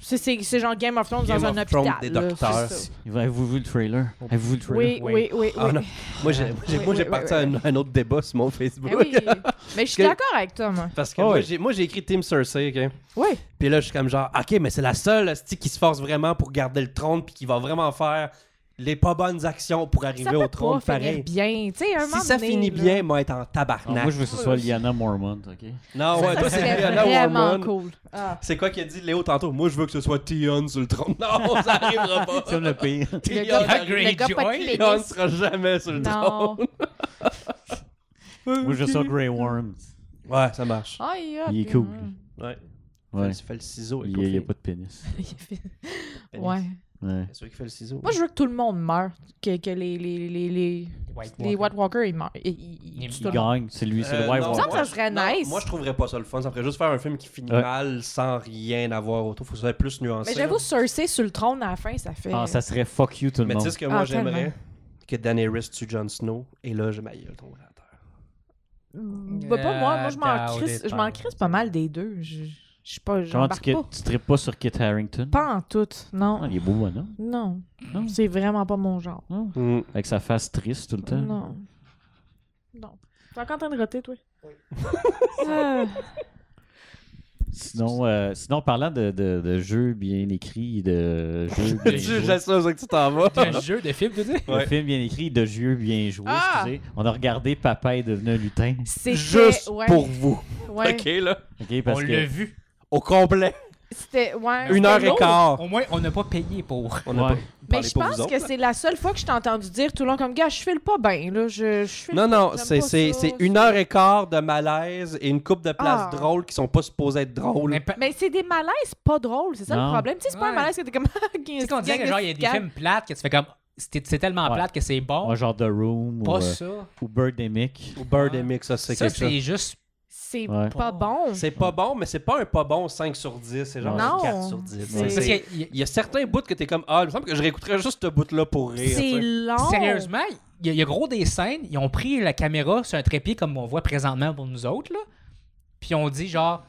C'est- C'est c'est genre Game of Thrones
Game
dans
of
un
Thrones
hôpital.
des
là,
docteurs.
c'est ça.
Avez-vous vu le trailer? Avez-vous vu le trailer?
Oui, oui, oui.
Ah, non.
oui.
Moi, j'ai, moi, j'ai-
Oui,
moi, j'ai
oui,
parti
oui,
à un, un autre débat sur mon Facebook.
Ben oui. Mais je suis
Que-
d'accord avec toi, moi.
Parce que
Ah
moi,
oui.
j'ai, moi, j'ai écrit Team Cersei, ok?
Oui.
Puis là, je suis comme genre, OK, mais c'est la seule hostie qui se force vraiment pour garder le trône puis qui va vraiment faire les pas bonnes actions pour
Ça
arriver
peut
au
pas
trône
finir
pareil.
bien. Tu sais, un moment
Si ça
donné,
finit
là.
bien, moi, être en
Ah, moi,
tabarnak.
je veux que ce soit Liana Mormont, OK?
Non, ouais, toi,
c'est
c'est Rihanna
vraiment
Warmon.
cool. Ah.
C'est quoi qu'il a dit Léo tantôt Moi, je veux que ce soit Tion sur le trône. Non, ça arrivera pas.
Comme le pire.
Tion,
Le gars-
arrive-
le gars pas de
Greyjoy.
Tion
pénis.
sera jamais sur le
Non.
trône.
Moi, je veux ça Grey Worm.
Ouais, ça marche.
Aïe, hop,
Il est cool.
Ouais.
Ouais.
Tu fais le ciseau.
Il n'y a, pas de pénis.
Ouais.
Ouais.
C'est celui qui fait le ciseau.
Moi, je veux que tout le monde meure. Que, que les, les, les, les,
White
les
Walker.
White Walkers, ils meurent. Ils, ils- ils
Il
tuent tout
Il
le monde.
gagne. C'est lui, c'est le
Euh,
White
non,
Il me semble
Walker.
que ça serait
Non,
nice.
Moi, je trouverais pas ça le fun. Ça ferait juste faire un film qui finit
Ouais.
mal sans rien avoir autour. Faut que ça soit plus nuancé.
Mais j'avoue,
là.
Cersei sur le trône à la fin, ça fait.
Ah, ça serait fuck you tout le
Mais tu
monde.
sais ce que moi,
Ah,
j'aimerais
tellement.
Que Daenerys tue Jon Snow. Et là, je m'aille ton grand terre.
Bah, pas moi. Moi, je m'en
Ah,
crisse,
doubt it,
je m'en
hein.
crisse pas mal des deux. Je je suis pas.
Comment
J'embarque
tu,
pas.
tu tripes pas sur Kit Harrington?
Pas en tout.
Ah,
Non.
il est beau, non?
Non.
Non.
C'est vraiment pas mon genre.
Mm.
Avec sa face triste tout le temps.
Non. Non. T'es encore en train de roter, toi? Euh,
Sinon, euh, sinon, parlant de, de, de jeux bien écrits, de jeux bien
Tu sais,
joués,
j'aime ça, ça que tu t'en vas.
Un jeu de film, tu dis
de
Ouais.
films bien écrits, de jeux bien joués,
Ah!
excusez. On a regardé Papa est devenu un lutin.
C'était.
Juste
ouais,
pour vous.
Ouais.
OK, là.
OK, parce
On
que...
l'a vu.
Au complet.
C'était. Ouais.
Une heure et
c'était
quart.
Au moins, on n'a pas payé pour.
On
Ouais.
a pas
Mais
parlé
je
pour vous
pense
autres.
que c'est la seule fois que je t'ai entendu dire tout le long comme gars, je file pas bien là, je, je file
Non,
pas,
non,
j'aime
c'est
pas
c'est-
ça,
c'est
je-
une heure et quart de malaise et une coupe de places
Ah.
drôles qui sont pas supposées être drôles.
Mais pa-
Mais c'est des malaises pas drôles, c'est ça
Non.
le problème. Tu sais, c'est pas un
Ouais.
malaise que t'es comme
Tu sais qu'on disait que genre, il y a des films plates que tu fais comme. C'est c'est tellement
Ouais.
plate que c'est bon.
Un genre de Room ou,
pas
euh,
ça.
ou Birdemic.
Ou Birdemic, ça, c'est
ça,
quelque chose.
c'est juste.
C'est
Ouais.
pas bon.
C'est pas bon, mais c'est pas un pas bon 5 sur 10. C'est genre
Non.
un 4 sur 10.
C'est-
Ouais.
Parce
C'est-
que, y-
Il y a certains bouts que t'es comme Ah, il me semble que je réécouterais juste ce bout-là pour rire.
C'est
tu sais.
long.
sérieusement, il y, a- il y a gros des scènes. Ils ont pris la caméra sur un trépied comme on voit présentement pour nous autres. Là, puis on dit genre.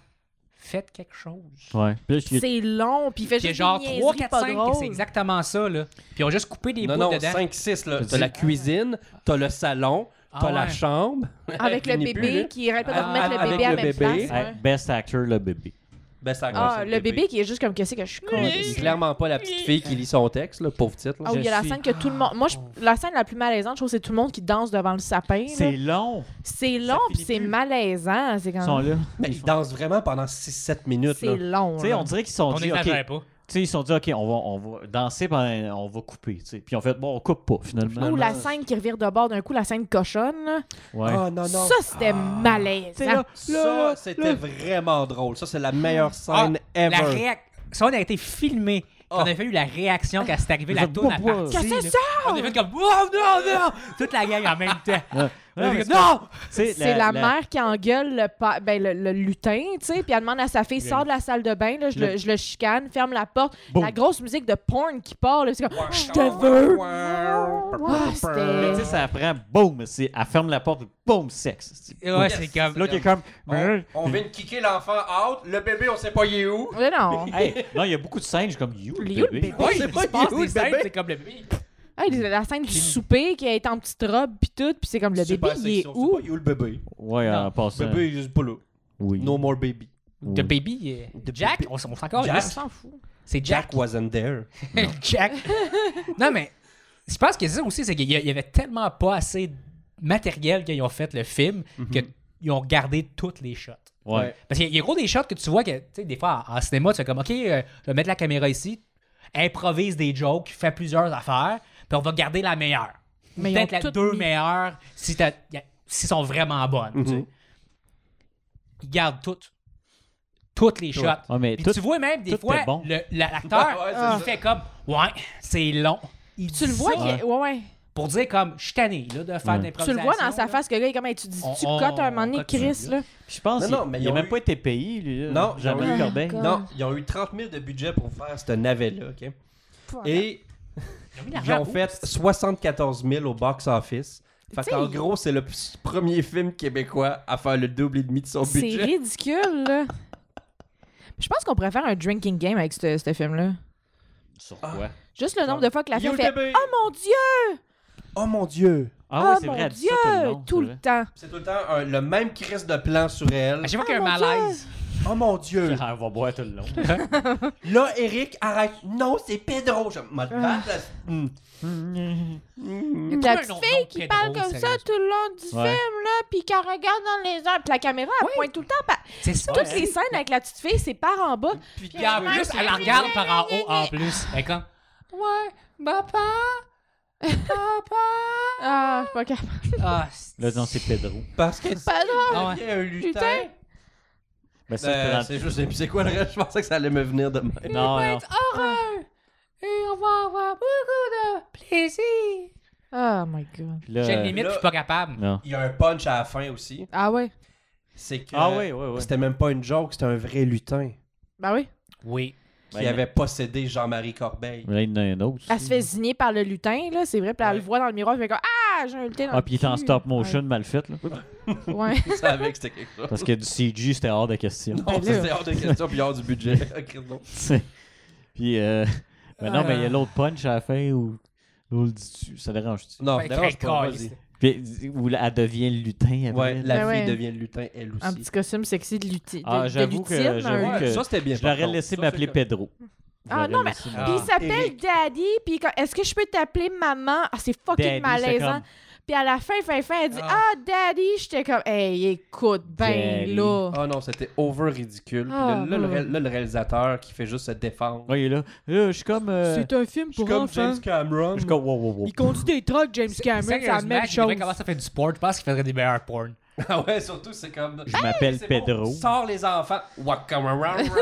Faites quelque chose.
Ouais. Puis là, il y a-
C'est long, puis il fait
Puis il y a
juste
genre
des
3,
niaiseries
4,
pas
5
drôles.
c'est exactement ça. Là. Puis ils ont juste coupé des
Non,
bouts
non,
dedans.
5, 6. là.
Je
T'as
dis-
la cuisine, t'as le salon,
Ah
t'as la
ouais.
chambre.
Avec le
Elle finit plus,
bébé
là.
qui arrête pas de
Ah,
remettre le
avec
bébé à
le
la même
bébé.
place.
Hey,
ouais.
Best Actor, le bébé.
Ben, ça
Ah,
commence,
le bébé qui est juste comme qu'est-ce que je suis con.
C'est clairement pas la petite fille qui lit son texte, là, pauvre titre. là.
Ah oui, il y a la
suis-
scène que tout le monde. Moi, je- la scène la plus malaisante, je trouve, c'est tout le monde qui danse devant le sapin. là.
C'est long.
C'est long,
finit
puis c'est
plus.
malaisant. hein, C'est
Ils sont
quand
là.
Mais Ben, il danse vraiment pendant 6-7 minutes. là.
C'est long.
Tu sais,
là.
on dirait qu'ils se sont
On
dit,
n'exagère
OK,
pas.
tu sais, ils se sont dit, OK, on va, on va danser, pendant, on va couper. tu sais. Puis on fait, bon, on coupe pas, finalement.
Ou la scène qui revire de bord d'un coup, la scène cochonne. là.
Ouais.
Ah, non, non.
Ça, c'était
C'est
malaisant.
là.
Ça, c'était vraiment drôle. Ça, c'est la meilleure
Ah,
scène
La
ever.
réac... Ça, on a été filmé. On a fait eu la réaction quand c'est arrivé, la
Vous êtes
tourne à
bois, bois.
partie.
Qu'est-ce que
là. On a fait comme « Oh non, non! » Toute la gang en même temps.
Non, mais c'est
non!
C'est
C'est la, mère qui engueule le, pa- ben, le, le lutin, tu sais, puis elle demande à sa fille, sors de la salle de bain, là, je, le, je le chicane, ferme la porte.
Boum.
La grosse musique de porn qui part, là, c'est comme, je te veux! Ah,
Mais tu
c'était-
sais, ça prend, boum, c'est- elle ferme la porte, boum, sexe.
Ouais, c'est comme.
Là, qui est comme.
On, on vient de kicker l'enfant out, le bébé, on sait pas il est où.
Mais non!
Hey, non, il y a beaucoup de scènes, je suis comme, you,
You,
le
le
bébé.
Ouais,
c'est
c'est
pas
pas
Yahoo,
des
le
scènes,
bébé.
c'est comme le bébé.
Hey, la scène du souper qui est en petite robe, puis tout, puis c'est comme, le
C'est
bébé,
pas la
il est
section, c'est
où?
pas- Il est où le bébé?
Ouais,
Non.
en passant.
Le bébé, il est pas là.
Oui.
No more baby.
The baby. euh, Jack, on s'en on
Oh,
s'en calisse.
Jack.
On s'en fout. C'est Jack.
Jack wasn't there.
Jack. non, mais je pense que c'est ça aussi, c'est qu'il y a- il y avait tellement pas assez de matériel qu'ils ont fait le film qu'ils ont gardé toutes les shots.
Ouais.
Parce qu'il y a- il y a gros des shots que tu vois que, tu sais, des fois, en, en cinéma, tu fais comme, OK, euh, je vais mettre la caméra ici, improvise des jokes, fais plusieurs affaires, puis on va garder la meilleure.
Mais ils
Peut-être
ont
la
toutes
deux
mis-
meilleures si t'as- y a- s'ils sont vraiment bonnes.
Mm-hmm.
Mhm.
tu sais. Ils gardent toutes. Toutes les shots.
Ouais, mais
Puis
tout-
tu vois même des
tout
fois,
est bon.
le- la- l'acteur,
Ouais, ouais, c'est ça.
il fait comme, ouais, c'est long. Il
Tu le
dit
vois,
ça
qu'il- ouais, ouais.
pour dire comme, je suis tanné là, de faire
Ouais.
de l'improvisation.
Tu le vois dans sa
là.
face, que le gars, il est comme, Hey, tu dis,
On-
tu
on-
cotes un moment
on
donné,
cote ça,
Chris, là.
Puis je pense
Non,
qu'il
non, mais
il
ils
a
ont
même
eu-
pas été payé, lui. là.
Non, ils ont
Jean-Marie
eu-
Corbeil.
God.
Non, ils ont eu 30 000 de budget pour faire ce navet-là, OK? Et
Ils ont mis
ils
l'argent
ont
Ah,
où?
fait 74 000 au box-office. Fait
T'sais,
qu'en
il-
gros, c'est le p- premier film québécois à faire le double et demi de son
C'est
budget.
ridicule, là. Je pense qu'on pourrait faire un drinking game avec ce ce film-là.
Sur
Ah.
quoi?
Juste le nombre de fois que la
You
fille fait
bébé!
Oh mon Dieu!
Oh mon Dieu!
Ah
oh
oui, c'est
mon
vrai, elle dit
Dieu!
ça tout le long, c'est vrai.
temps.
C'est tout le temps un- le même crise de plan sur elle.
À chaque fois qu'il y a
Ah,
un
mon Dieu!
malaise,
Oh mon Dieu!
Ah, On va boire tout le long.
Là, Eric, arrête! Non, c'est Pedro! Je me battre, là. Hmm.
La
Trouve un nom
petite fille
de
qui
Pedro,
parle comme ça
sérieusement.
tout le long du
Ouais.
film, là, puis qu'elle regarde dans les airs, puis la caméra, elle pointe tout le temps. par-
c'est ça.
Toutes les scènes avec la petite fille, c'est par en bas.
Puis
Puis en plus, elle la regarde par en haut en plus. Elle est comme, ouais, papa, papa.
Ah, je suis pas capable.
Ah, c'est-
Là, non, c'est Pedro.
Parce que
Pas drôle.
Ah ouais.
c'est un
Putain.
lutin.
Mais ça,
Ben,
c'est
c'est juste, c'est quoi le reste? Je pensais que ça allait me venir de même.
dans... Non, non.
heureux et on va avoir beaucoup de plaisir.
Oh my god.
Puis là,
J'ai
euh,
une limite,
Là-
je suis pas capable.
Non.
Il y a un punch à la fin aussi.
Ah ouais?
C'est que
Ah oui, oui, oui.
c'était même pas une joke, c'était un vrai lutin
Ben oui.
Oui.
qui
Ben,
avait possédé Jean-Marie Corbeil.
Mais Là, il y en a un autre.
Elle se fait zigner par le lutin, là, c'est vrai, puis elle le
Ouais.
voit dans le miroir, puis elle fait comme Ah, j'ai un lutin dans
Ah,
le
puis il est en
cul.
stop motion mal fait, là.
Ouais. Ouais.
Il savait que c'était quelque chose.
Parce que du CG, c'était hors de question.
Non, ça, c'est hors de question, puis hors du budget. Ok, non.
C'est- puis, euh... mais non,
Ah.
mais il y a l'autre punch à la fin où, où le dis-tu, ça dérange-tu?
Non,
Ben,
dérange
très
pas,
calme,
vas-y.
c'est-
Puis, où elle devient le lutin après.
Ouais,
là.
la
Ben
fille
ouais.
devient le lutin, elle
Un
aussi.
petit costume sexy de lutin.
Ah, j'avoue que- j'avoue
Ouais,
que-
ça, c'était bien.
Je
par
l'aurais
contre.
laissé
Ça,
m'appeler
c'est-
Pedro.
Ah,
Je
non,
l'aurais
mais-
laissé
Ah.
Puis il
m'appeler-
s'appelle
Eric.
Daddy, puis quand- est-ce que je peux t'appeler maman? Ah, c'est fucking
Daddy, j'étais
malaisant. Puis à la fin, fin, fin, elle dit
Ah.
Ah, Daddy, j'étais comme Hey, écoute, ben
Daddy.
là.
Ah non, c'était over ridicule. Puis
Ah,
là, là, le,
ouais.
ré- là, le réalisateur qui fait juste se défendre.
comme- Ouais, il est là. Là, je suis comme. euh,
un film
Je suis comme James Cameron.
Je suis comme. Wow, wow, wow.
Il conduit des trucks, James Cameron, c'est la
Sérieusement,
même
je dirais
chose.
comment ça fait du sport. Je pense qu'il faudrait des meilleurs porn.
Ah ouais, surtout, c'est comme.
Je m'appelle
C'est bon,
Pedro.
Sors les enfants. Wakamara.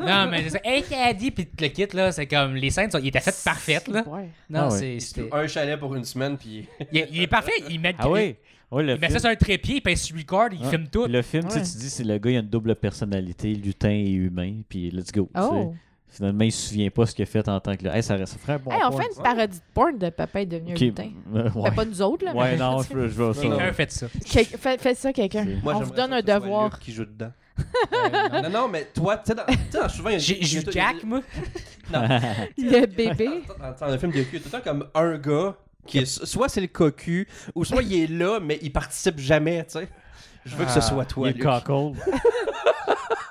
Non, mais c'est ça. Hey, Caddy, puis le kit, là, c'est comme les scènes, sont- il était fait parfaite, là.
Ouais.
Non,
Ah ouais.
c'est. c'était-
Un chalet pour une semaine, puis.
Il, est- il est parfait. Il met,
Ah oui. Ouais, Ah. le
il met
film.
ça sur un trépied, il pèse sur record, il
Ouais.
filme tout.
Le film, tu sais,
Ouais.
tu dis, c'est le gars, il a une double personnalité, lutin et humain, puis let's go. tu sais.
Oh.
Finalement, il se souvient pas ce qu'il a fait en tant que. Hey, ça, reste- ça ferait un bon
Hey, on
point.
fait une parodie de porn de Papa est devenu
Ok,
un lutin.
euh, ouais.
Ben, pas nous autres, là. mais-
Ouais, non, je, je veux ça.
Ah.
Quelqu'un fait ça.
Quel- Faites faites ça, quelqu'un.
C'est-
Moi,
on
j'aimerais
vous donne
ça
un
que ce soit
devoir.
Luc qui joue dedans.
Euh, non.
Non, non, mais toi, tu sais, dans, tu sais, dans- souvent, il y a-
J'ai
il y a-
j'ai
il y a-
Jack, moi.
Le bébé.
Dans, dans- dans un film de cul, il y a tout le temps comme un gars qui est. Soit c'est le cocu, ou soit il est là, mais il participe jamais, tu sais. Je veux que ce
Ah,
soit toi,
il est
Luc.
cockle.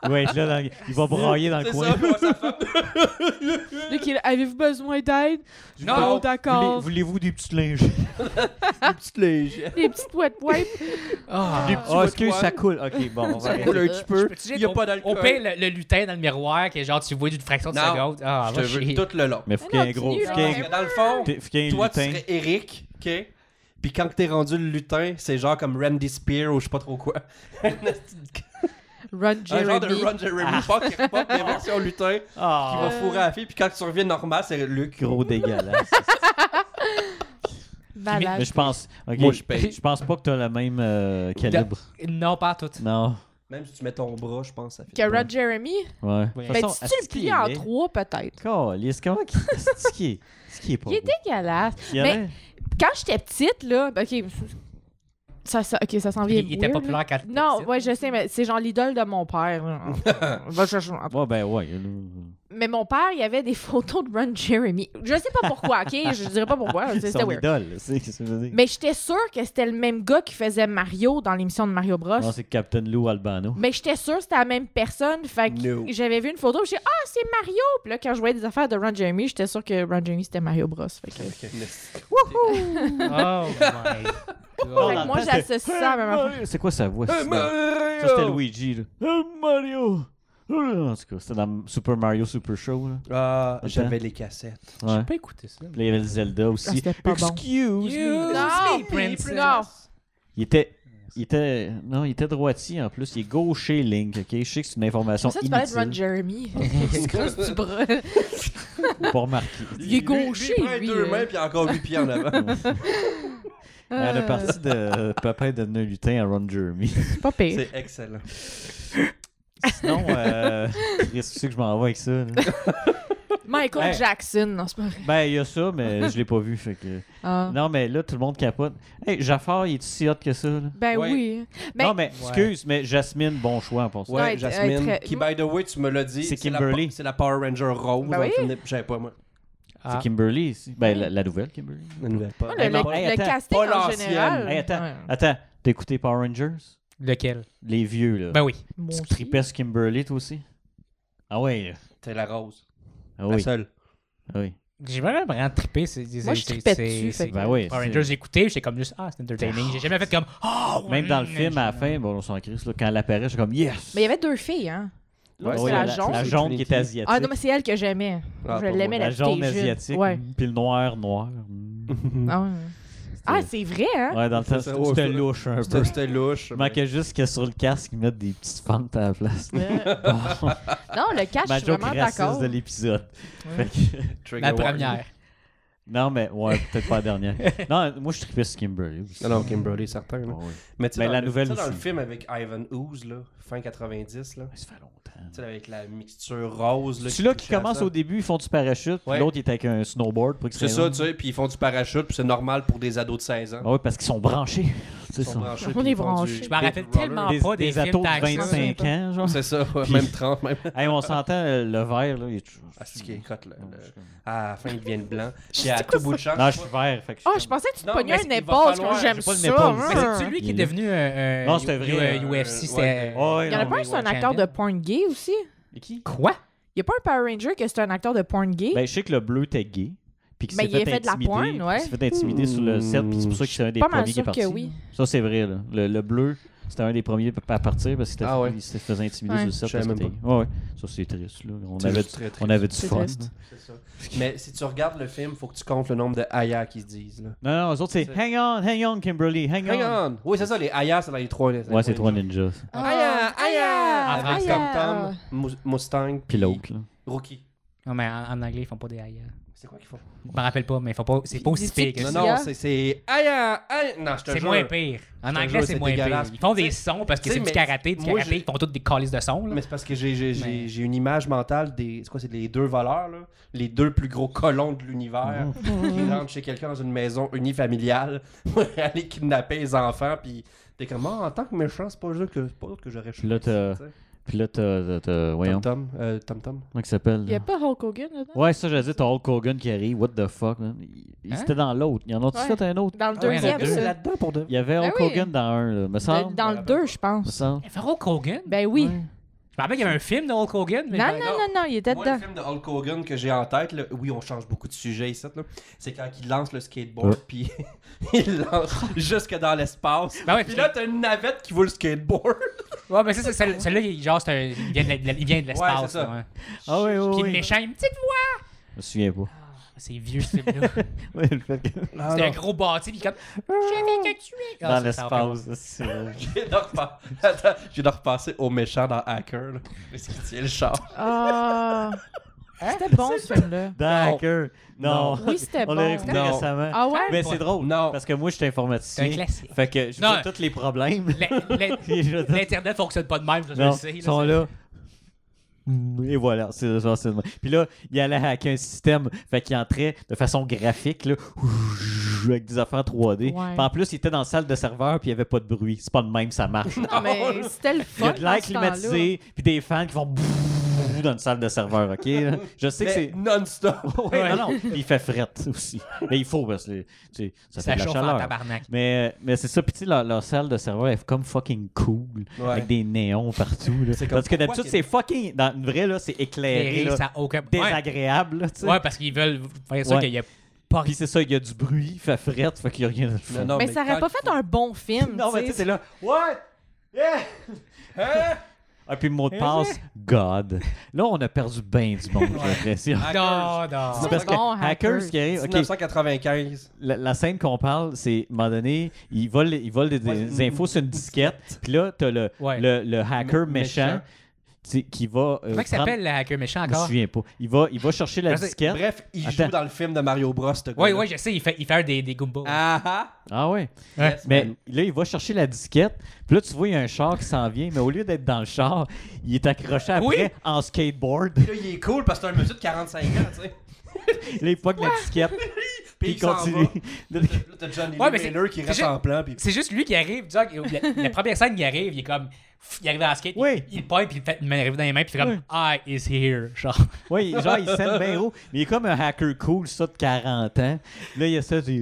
il va être là, dans- il va brailler dans le
C'est
coin.
ça, puis moi, sa femme.
Luc, il- avez-vous besoin d'aide?
Non,
Bon,
non.
Voulez-
d'accord.
Voulez-vous des petites linges?
Petite légère.
Des petites wet wipes.
Ah.
Des petits
Ah, est-ce que
votoirs.
ça coule? Ok, bon, on va
Ça
arrêter.
coule un petit peu.
Peux-tu dire
Il n'y a
qu'on-
pas d'alcool.
On paye le, le lutin dans le miroir, qui est genre, tu vois d'une fraction de
Non.
seconde. Ah,
Je te
va
veux
chier.
tout le long.
Mais faut
Mais
qu'il y ait un
non,
gros.
tu dis,
Faut qu'il y ait
Parce que Dans le fond,
un- faut qu'il y ait un
toi, tu
lutin.
serais Eric, OK? Puis quand t'es rendu le lutin, c'est genre comme Randy Spear ou je sais pas trop quoi.
Run,
Un genre
Jeremy.
de Ron Jeremy Fox qui repop les versions lutin qui va
Ah,
fourrer à la fille. Puis quand tu reviens normal, c'est Luc.
gros dégueulasse.
Valable.
Mais je pense. ok,
Moi, je paye.
Je pense pas que t'as le même euh, calibre.
Non, pas toutes.
Non.
Même si tu mets ton bras, je pense que ça fait.
Que Rod Jeremy,
Ouais.
Ouais.
De toute
ben,
façon,
si tu
est-ce
le
qu'il
plies en
est-
trois, peut-être.
Calisse, comment qu'il- est-ce qu'il est ce qui est pas
Il est
beau?
dégueulasse.
Il y en a-
Quand j'étais petite, là, ben, ok, ça, ça, ok, ça s'en
Il,
vient.
il était
weird, là.
populaire quand il était
Non,
petit.
ouais, je sais, mais c'est genre l'idole de mon père. là. Va chercher-
Ouais, ben ouais. il-
Mais mon père, il y avait des photos de Ron Jeremy. Je sais pas pourquoi, ok? Je je dirais pas pourquoi. c'est- C'était
Son
weird.
idole, là, c'est ce que je veux dire.
Mais j'étais sûre que c'était le même gars qui faisait Mario dans l'émission de Mario Bros.
Non, c'est Captain Lou Albano.
mais j'étais sûre que c'était la même personne. Fait que
No.
j'avais vu une photo, j'ai dit, Ah, c'est Mario! Puis là, quand je voyais des affaires de Ron Jeremy, j'étais sûre que Ron Jeremy, c'était Mario Bros. Fait que,
Ok, merci.
Oh my
Fait
god.
que moi, j'associe ça à la même affaire.
C'est quoi sa voix?
Hey,
c'est dans- Ça,
Mario!
c'était Luigi, là. Hey, Mario! Oh, En tout cas, c'était dans Super Mario Super Show, là.
Ah,
Attends.
j'avais les cassettes.
Ouais.
J'ai pas écouté ça.
Puis là, il y avait le Zelda aussi.
Ah, c'était pas bon.
Excuse me.
Non,
me, princess.
non.
Il était... Il était... Non, il était droitier, en plus. Il est gaucher, Link, OK? Je sais que c'est une information
Pour ça, tu parlais de Ron
inutile.
Jeremy. Il se creuse du bras.
Pas remarqué.
Il est gaucher,
Il prend
lui,
deux
euh.
mains puis encore huit pieds en avant.
Elle
Euh,
est partie de Papa est devenu un lutin à Ron Jeremy.
C'est pas pire.
C'est excellent.
Sinon, euh... Chris, tu sais que je m'en vais avec ça, là.
Michael
Hey.
Jackson, non, c'est pas vrai.
Ben, il y a ça, mais je l'ai pas vu, fait que...
Ah.
Non, mais là, tout le monde capote. Hey, Jafar, il est si hot que ça, là?
Ben
Ouais.
oui. Mais-
non, mais
Ouais.
excuse, mais Jasmine, bon choix en pensant.
Ouais,
Ouais, elle-
Jasmine.
elle est très-
Qui, by the way, tu me l'as dit.
C'est
la-
Kimberly.
C'est la, Power Ranger rose.
Ben
dans le
oui.
film de- J'avais pas, moi.
Ah.
C'est Kimberly ici. Ben, la, la nouvelle Kimberly.
La nouvelle pas.
Le,
Hey,
le-
non, hey,
le
attends,
casting
pas
en
l'ancienne.
général.
Hey, attends,
Ah, Ouais.
attends. T'as écouté Power Rangers?
Lequel
Les vieux, là.
Ben oui.
Moi
tu
aussi.
tripais sur Kimberly, toi aussi? Ah ouais, là.
T'es la rose.
Ah
La
oui,
seule.
ah oui.
J'ai vraiment vraiment trippé. c'est-
Moi, je
c'est-
tripais
c'est-
dessus,
c'est-
fait que-
Ben oui.
Power
c'est-
Rangers, j'ai écouté, j'étais comme juste, ah, c'est entertaining. J'ai jamais fait comme, oh,
Même dans le
ouais,
film, à la
je-
fin, bon, on s'en crisse, là, quand elle apparaît, je suis comme « Yes! »
Mais il y avait deux filles, hein.
Ouais,
c'est
ouais,
la jaune.
La jaune qui est asiatique.
Ah non, mais c'est elle que j'aimais.
Ah,
je
pas
l'aimais,
la
la
jaune
petite jeune.
asiatique,
Ouais.
puis le noir, noir. Mm.
Ah, ouais. Ah, c'est vrai, hein?
Ouais, dans le
Ça,
temps,
ça, ouais,
c'était
ça-
louche un peu.
C'était c'était louche.
Je
mais-
manquais juste que sur le casque, ils mettent des petites fentes à la place.
Euh,
Bon.
non, le cash, je
Ma
suis
joke
vraiment
raciste
d'accord.
de l'épisode. Fait
Ouais.
que-
Trigger
La
warning.
première.
Non, mais ouais, peut-être pas la dernière. Non, moi je tripais sur Kimberly. aussi. Ah
Non, non, Kimberly, certain. là.
Ouais, ouais.
Mais tu sais,
Mais
dans,
la
le-
nouvelle
tu sais, dans le
aussi.
film avec Ivan Ooze, là, fin 90, là,
Ça fait longtemps.
tu sais, avec la mixture rose. Là,
Celui-là qui
touchait à
commence
ça.
au début, ils font du parachute, puis
Ouais.
l'autre il est avec un snowboard pour que
C'est ça, tu sais, puis ils font du parachute, puis c'est normal pour des ados de 16 ans.
Ah ouais, parce qu'ils sont branchés. Tu sais,
Ils sont
sont-
branchés,
On
puis
est
ils font du-
branchés.
Je m'en rappelle
roller.
Ah,
tellement
Des,
pas des,
des
films
atos de
d'action.
25 ans, genre.
C'est ça, ouais,
Puis-
même 30, même.
Hey, on s'entend, euh, le vert, là, il est toujours.
Ah, c'est qui est cote, là.
Non,
le-
je suis
À la fin, ils deviennent blancs. Puis à tout bout de champ.
Non, je suis vert. Fait que je
Ah,
suis
je pensais que tu te
Non, mais
pognais une
il va
épaule
falloir-
quand j'aime
j'ai pas
ça.
de épaule,
Mais
hein.
c'est celui qui est
Il-
devenu euh, euh,
Non, c'était
U-
vrai,
U-
euh,
UFC,
ouais,
c'était Oh.
comme- Ouais,
Il y en a
non,
pas un,
mais-
c'est un acteur de porn gay aussi.
Et qui?
quoi
Il y a pas un Power Ranger que c'est un acteur de porn gay.
Ben, je sais que le bleu était gay. Puis qu'il
Ben,
s'est
il a
fait,
fait de la
intimider,
poigne,
puis
ouais.
Il s'est fait intimider sur
Hmm.
le set, puis c'est pour ça que c'est un des
pas mal
premiers qui est
sûr
parti.
que oui.
Ça, c'est vrai. Là. Le, le bleu, c'était un des premiers à partir parce qu'il
Ah ouais.
il se faisait intimider
Ouais.
sur le set.
Je savais
parce
même
que t'es- Ouais, ouais. Ça, c'est triste. Là. On,
C'est
avait du,
juste très triste.
on avait du
C'est
fun.
triste.
là.
C'est ça. Mais si tu regardes le film, faut que tu comptes le nombre de Aya qui se disent. Là.
Non, non, eux autres, c'est
C'est-
Hang on, hang on, Kimberly, hang, on.
Hang on! Oui, c'est ça, les Aya, c'est dans les trois.
Ouais, c'est trois ninjas. ça.
Ah,
Aya! Ah, Aya!
En
Avec
français.
Tom Tom, Mou- Mustang,
Puis l'autre. là.
Rookie.
Non, mais en, en anglais, ils font pas des ailleurs.
C'est quoi qu'il faut?
Je m'en rappelle pas, mais ils font pas, c'est pas aussi
Dis-tu
pire que
Non,
ça.
non, c'est- c'est Aya! Aya! Non, je te
C'est
jure.
moins pire. En
te
anglais,
jure,
c'est
c'est
moins pire.
dégueulasse.
Ils font
Tu
des
sais-
sons parce que
tu sais,
c'est du
mais
karaté, du
moi,
karaté.
j'ai-
Ils font toutes des calices de sons. là.
Mais c'est parce que j'ai j'ai- j'ai-
Mais-
j'ai une image mentale des. C'est quoi, c'est les deux voleurs, là? Les deux plus gros colons de l'univers
Mhm.
qui rentrent chez quelqu'un dans une maison unifamiliale pour aller kidnapper les enfants, puis t'es comme, Ah, en tant que méchant, c'est pas eux que, c'est pas eux que j'aurais
Puis là, t'as.
Tu sais.
Puis là, t'as. t'as- t'as- Voyons.
Tom Tom, euh, Tom Tom.
Comment il s'appelle
Il y
là?
a pas Hulk Hogan dedans?
Ouais, ça, j'ai dit, t'as Hulk Hogan qui arrive. What the fuck, man? Il, il-
Hein?
C'était dans l'autre. Il y en a-tu
Ouais.
fait un autre?
Dans le
Ah ouais,
deuxième,
dans le deux.
ça.
là-dedans pour de.
Il y avait
Ben
Hulk
oui.
Hogan dans un, là, me
De-
semble.
Dans le deux, je
Me
pense.
semble.
Mais Hulk Hogan?
Ben oui.
Je me rappelle qu'il y avait un film de Hulk Hogan. Mais ben,
Non, non, non, non, il était
Moi, le
dedans.
film de Hulk Hogan que j'ai en tête, là, oui, on change beaucoup de sujets ici, là, c'est quand il lance le skateboard,
Ouais.
puis il lance jusque dans l'espace.
Ben ouais,
Puis là, t'as une navette qui voit le skateboard.
Ouais, mais ça, c'est celle- celle-là, il- genre, c'est un- il vient de la- de la- il vient de l'espace.
Ouais, c'est ça.
là, ouais.
Ah oui, oui,
Puis le
oui.
méchant, Ah une petite voix.
Je me souviens pas.
C'est vieux, ce film-là.
Oui, le fait que...
Ah,
C'était un gros bâti, puis comme, je vais te tuer. Ah,
Dans
ça, ça rappelle-
l'espace, c'est vrai.
J'ai de, repas- Attends, j'ai de repasser au méchant dans Hacker, là. Parce qu'il tient le char.
Ah. C'était bon, ce film-là.
Dacker. Non.
Oui, c'était
On
bon.
l'a écouté
Non.
récemment.
Ah ouais?
Mais c'est drôle.
Non.
Parce que moi, je suis
C'est un
informaticien.
classique.
Fait que je
Non.
vois tous les problèmes.
Le- le-
Et je dis-
L'Internet fonctionne pas de même, ça, je
Non,
le sais. là,
ils sont
c'est-
là. Et voilà, c'est genre, c'est le même. Puis là, il allait hacker un système, fait qu'il entrait de façon graphique, là, avec des affaires 3D. Puis
Ouais.
en plus, il était dans la salle de serveur, puis il n'y avait pas de bruit. C'est pas de même, ça marche.
Non, mais c'était le
Il y
fun.
a de l'air
dans ce temps-là.
climatisé, puis des fans qui vont bouh dans une salle de serveur, OK? Je sais que
Mais
c'est...
non-stop.
Ouais, non, non. Puis Il fait frette aussi. Mais il faut, parce que tu sais, ça fait
Ça
de la
chauffe en
chaleur.
tabarnak.
Mais, mais c'est ça, puis tu sais, leur, leur salle de serveur est comme fucking cool,
Ouais.
avec des néons partout. là.
C'est comme
Parce que d'habitude,
pourquoi
c'est fucking. Dans une vraie, là, c'est éclairé,
Et
là,
ça a aucun... Ouais.
désagréable. là, tu sais.
Ouais, parce qu'ils veulent faire ça
Ouais.
qu'il y a pas
Puis c'est ça, il y a du bruit, il fait frette, fait qu'il n'y a rien à faire.
Non, non,
Mais ça aurait
quand
pas
il
fait
faut-
un bon film.
Non, mais tu sais, c'est là. What? Yeah!
Hein?
Ah, puis le mot de passe, God. Là, on a perdu bien du monde, j'ai l'impression.
Non, non.
C'est parce que
Bon,
hackers, ce qui arrive, ok,
1995.
la, la scène qu'on parle, c'est, à un moment donné, ils volent, ils volent des, des infos sur une disquette, puis là, t'as le,
Ouais.
le, le hacker
M-
méchant,
méchant.
tu sais, qui va... euh,
Comment il
prendre-
s'appelle le hacker méchant
Je me
encore?
souviens pas. Il va, il va chercher la
Je sais,
disquette.
Bref, il
Attends.
joue dans le film de Mario Bros. ce
Oui,
gars-là.
oui, je sais, il fait, il fait un des, des Goombas.
Ah ah.
Ah ouais.
Ouais.
Yes,
Mais
man.
là, il va chercher la disquette. Puis là, tu vois, il y a un char qui s'en vient, mais au lieu d'être dans le char, il est accroché après
Oui.
en skateboard.
Puis là, il est cool parce que c'est un monsieur de 45 ans, tu sais.
Là, il pogne la disquette. Puis il
il s'en
continue.
Là, t'as Johnny
Ouais,
Lee
mais c'est-
Miller qui
c'est
reste
juste-
en plan. Puis...
C'est juste lui qui arrive, genre, la, la première scène, il arrive, il est comme. pff, Il arrive dans la skate,
Oui.
il, il pointe, puis il fait une main arrive dans les mains, puis il fait comme I is here. Genre.
Oui, genre, il sème bien haut. Mais il est comme un hacker cool, ça, de 40 ans. Là, il y a ça, j'ai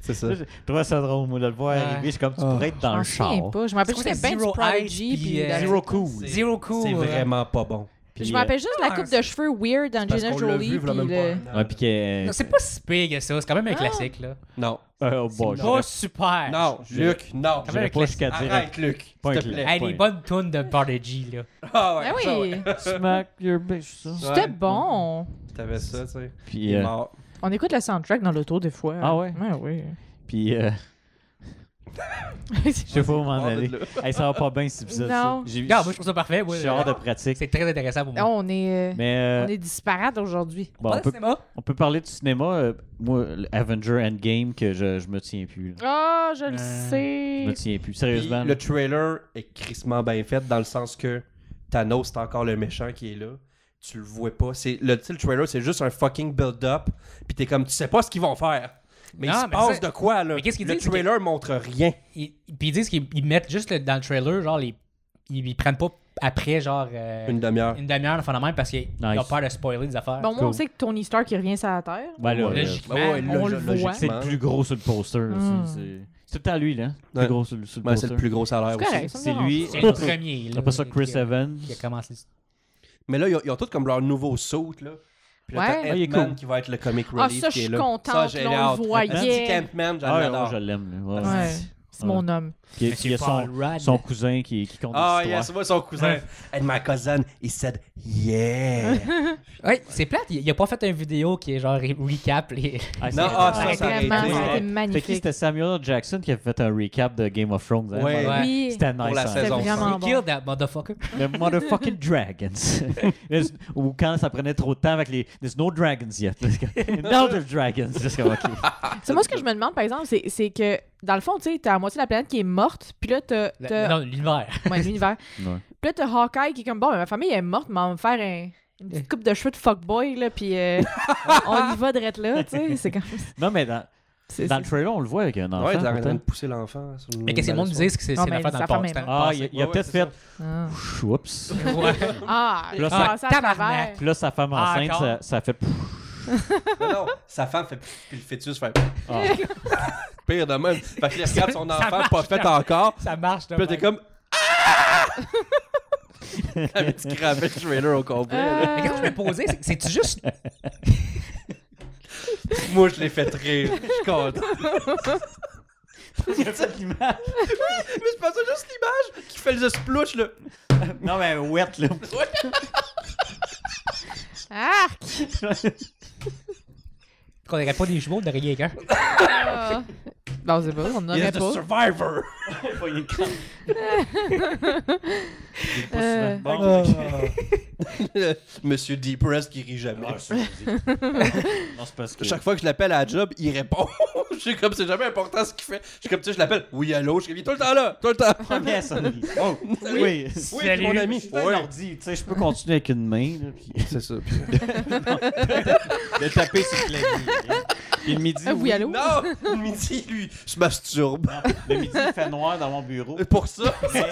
C'est ça.
Là, Je trouvais ça drôle, moi, de le voir
Ouais.
arriver. Je suis comme, tu pourrais être dans
Je
le
m'en
char.
souviens Ah. pas. Je m'appelle
C'est
juste
quoi,
que
c'était
Ben
Zero
Prodigy.
Eyes,
puis
puis, euh,
la-
Zero cool.
C'est-
Zero cool.
C'est
ouais.
vraiment pas bon.
Puis,
Je
euh,
m'appelle juste la coupe de cheveux weird
Parce
d'Angelina
qu'on l'a
Jolie.
vu,
puis
voilà même
le-
pas.
Ouais, puis que-
Non, C'est pas si pire que ça, c'est quand même un
Ah.
classique, là.
Non.
euh, oh, boy,
Pas
j'aurais-
super.
Non, Luc, non.
Quand même
j'aurais
un
pas jusqu'à dire.
Arrête, Luc.
Pas un
S'il te
clair.
plaît.
Hey, les
Ouais.
bonnes tunes de Prodigy, là.
Ah
Ah
ça,
oui,
Smack your bitch, ça.
c'était
Ouais.
bon.
T'avais ça, tu sais. Il
Puis,
est
euh,
mort.
On écoute le soundtrack dans l'auto des fois.
Ah ouais?
oui.
puis euh, je sais pas où m'en
Mort de
aller.
là.
Hey, ça va pas bien cet épisode. ça.
Non.
J'ai-
Non, moi, je trouve ça parfait. moi,
Je suis hors de
euh,
pratique.
C'est très intéressant pour moi.
on est, euh,
Mais euh,
on est disparate aujourd'hui.
bon,
Pas
on,
de
peut,
cinéma.
on peut parler du cinéma. euh, moi, le Avenger Endgame, que je, je me tiens plus. là.
Ah, je le
Euh,
Je me
sais.
tiens plus.
Puis
Sérieusement. là.
le trailer est crissement bien fait dans le sens que Thanos, c'est encore le méchant qui est là. Tu le vois pas. C'est, le, tu sais, le trailer, c'est juste un fucking build-up. Puis t'es comme, tu sais pas ce qu'ils vont faire. Mais
Non,
il se
mais
passe
ça-
de quoi, là?
Mais qu'est-ce qu'ils
le
disent, c'est
trailer montre rien.
Ils- Puis ils disent qu'ils ils mettent juste le- dans le trailer, genre, les, ils, ils prennent pas après, genre, euh,
Une demi-heure.
une demi-heure, enfin, même, parce qu'ils ils ont
Nice.
peur de spoiler des affaires.
Bon, moi,
cool.
on sait que Tony Stark, il revient sur la Terre.
Ben là,
Ouais,
là,
logique.
ben ouais,
on
lo-
le voit.
logiquement.
c'est le plus gros sur le poster. là,
Hmm.
c'est- C'est c'est tout à lui, là. Le
Ouais.
plus gros sur, le- sur le
Ouais,
poster.
c'est le plus gros salaire
Ah C'est
aussi.
correct. ça me
C'est
dérange
lui.
pas.
C'est le premier. là,
Après ça, Chris
qui a-
Evans. Ah,
qui a commencé.
Mais là, ils ont, ils ont tous comme leur nouveau saut, là. Puis là, t'as
Ouais.
Ah, il est
Ant-Man
cool.
qui va être le comic
Ah,
relief
ça, je
qui est
suis
là.
contente.
j'ai
là, on
hâte.
le
Petit
voyait.
Ant-Man, j'en
Ah,
adore.
ouais, je l'aime. là, ouais.
Ouais, c'est
Ouais.
mon homme.
Puis puis il y a son, son cousin qui, qui compte
Ah,
l'histoire.
yes, moi, son cousin. And my cousin, he said, yeah.
Ouais, c'est plate. Il il a pas fait une vidéo qui est genre re- recap. Les...
Ah, c'est-
Non, ah, ça,
Ouais,
ça aurait
vraiment,
été-
euh, c'était
C'était qui?
magnifique.
C'était Samuel L. Jackson qui avait fait un recap de Game of Thrones. hein,
Ouais.
moi.
Oui.
C'était nice.
Pour la
hein.
saison.
C'était
cinq.
vraiment
He
Ah, bon.
killed that motherfucker.
Le motherfucking dragons. There's- Ou quand ça prenait trop de temps avec les. There's no dragons yet. no there's dragons. Just comme, ok.
C'est Ah, moi ce que je me demande, par exemple, c'est- c'est que dans le fond, tu sais, t'as la moitié de la planète qui est morte, puis là, t'as
La-
t'as-
Non, l'univers.
ouais, l'univers.
Ouais.
Puis là, t'as Hawkeye qui est comme, bon, ben, ma famille est morte, mais on va me faire un- une petite coupe de cheveux de fuckboy, là, puis euh, on y va de là, tu sais. C'est comme.
Non, mais dans,
c'est-
dans le trailer, on le voit avec un enfant.
Ouais, ils arrêtent
pourtant.
de pousser l'enfant. sur
Mais qu'est-ce que le monde
dans
disait? C'est que c'est
Non,
c'est
mais
l'affaire dans
ça
le
fait
passé.
Ah, il a, il a
Ouais,
peut-être
ouais,
fait.
Ah,
Pfff, Oups.
Ouais.
ah
Puis là,
je
ça-
pensais à
Tabarnak.
travers.
Puis là, sa femme
Ah,
enceinte,
encore?
ça, ça fait. pfff.
Non, non, sa femme fait pfff, puis le fœtus fait pfff.
Ah.
pire de même. Fait qu'il regarde son
Ça
enfant
marche,
pas fait
ça.
encore.
Ça marche. de
Puis là, t'es
même.
comme Ah! Avec du cravet le trailer au complet. là.
Mais qu'est-ce que je me posais? c'est- C'est-tu juste
Moi, je l'ai fait rire. Je suis content.
Il a fait l'image.
Mais c'est pas ça, juste l'image qui fait le splouch, là.
Non, mais wet, là.
Arc!
qu'on n'aurait pas des jumeaux, on n'aurait rien qu'un?
Ah. Ben, on sait pas, on n'en aurait
Yes, the
pas.
survivor.
Il est pas- il est crâne. Il est pas
Euh.
Ah, souvent bon.
Monsieur Depressed qui rit jamais.
Ah, c'est vas-y. Non, c'est parce que.
Chaque fois que je l'appelle à la job, il répond. je suis comme, c'est jamais important ce qu'il fait. Je suis comme, tu sais, je l'appelle. Oui, allô. Je suis comme, il est tout le temps là. Tout le temps.
Première sonnerie.
Oh.
Oui,
Oui, c'est mon ami.
C'est un
Ouais.
ordi, tu sais, je peux continuer avec une main. là, puis-
C'est ça.
De taper sur le clavier. hein. Puis le midi,
Ah, oui, allô?
Non, le midi, lui, se masturbe.
Non, le midi, il fait noir dans mon bureau.
Pour ça.
Mais,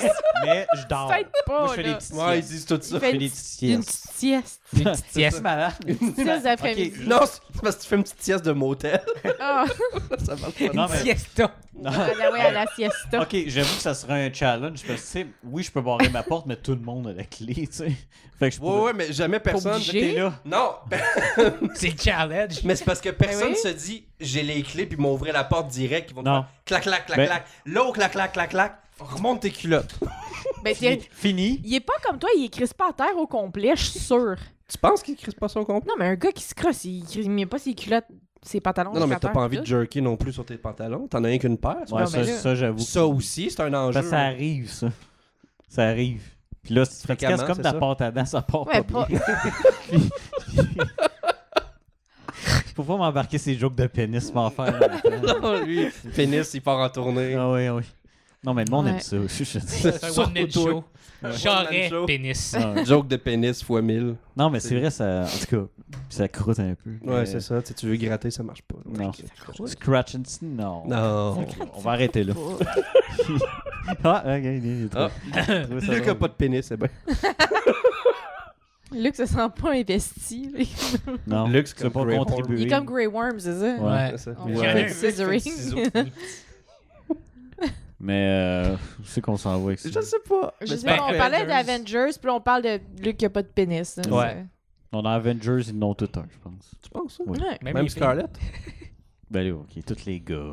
mais je dors.
Peut-être
Moi,
pas,
je fais des
là.
petites
Ouais, ils
siestes.
disent tout ça.
Je fais des petites
Une
siestes.
petite sieste.
Une petite
C'est
sieste.
malade.
Sieste d'après-midi.
Ok,
Non, c'est parce que tu fais une petite sieste de motel.
Ah,
ça marche pas.
Non, mais-
Siesta.
non.
à la- ouais, à la siesta.
Ok, j'avoue que ça serait un challenge parce que, tu sais, oui, je peux barrer ma porte, mais tout le monde a la clé, tu sais. Fait que je
Ouais,
pourrais...
ouais, mais jamais personne.
T'es
Obligé.
là.
Non, ben,
C'est le challenge.
mais c'est parce
Ben
que personne
oui.
se dit j'ai les clés puis ils m'ont ouvert la porte direct. Ils vont
Non.
faire clac, clac, clac,
Ben-
clac. Là, au clac, clac, clac, clac. Remonte tes culottes.
Ben, t'es-
Fini.
il est pas comme toi, il est crispe à terre au complet, je suis sûre.
Tu penses qu'ils crissent pas son complet?
Non, mais un gars qui se crosse, il crie- il met pas ses culottes, ses pantalons.
Non, non, mais
à
t'as
terre,
pas envie de
tout.
jerker non plus sur tes pantalons. T'en as rien qu'une paire.
Ouais, ben
Non,
ça,
mais là-
ça, j'avoue.
Ça aussi, c'est un enjeu.
Ça, Ben, ça arrive, ça. Ça arrive. Puis là, si tu fais
Fréquemment,
c'est comme
c'est
ta
ça.
porte à dents, ça part
Ouais,
pas
pas.
bien. Faut pas m'embarquer ces jokes de pénis, m'en faire. longtemps.
Non, lui, le pénis, il part en tournée.
ah oui, oui. Non, mais le monde aime
Ouais.
ça. Je, je dis.
C'est un one-man
Surtout
show. J'aurais
One-man show.
pénis.
Ah, ouais.
Joke de pénis fois 1000.
Non, mais c'est vrai, ça. En tout cas, ça croûte un peu. Euh,
Ouais,
mais-
c'est ça. Tu sais, tu veux gratter, ça marche pas.
Non.
Ok.
Scratch and sn- non.
Non.
On va arrêter là. ah, ok, il est trop.
Ah.
trop ça
Lui qui a
drôle.
pas de pénis, c'est bien.
Luc se sent pas investi. là.
Non,
Luxe
tu veux
comme
pas
Grey Worm.
contribuer.
Il est comme Grey Worm, c'est ça?
Ouais.
Ouais.
C'est ça.
On
Ouais.
Il y en a un
Scissoring.
qui fait le ciseau.
Mais euh, où c'est qu'on s'en va avec ça?
Je sais pas.
Je
Mais
sais
c'est
pas, on
parfait.
parlait
Avengers.
d'Avengers, puis là, on parle de Luc qui a pas de pénis. là. Euh,
Ouais.
On a Avengers, ils en ont tout un, je pense.
Tu penses ça?
Oui.
Ouais.
Même
Même
les filles.
Scarlett?
Ben là, ok, tous les gars.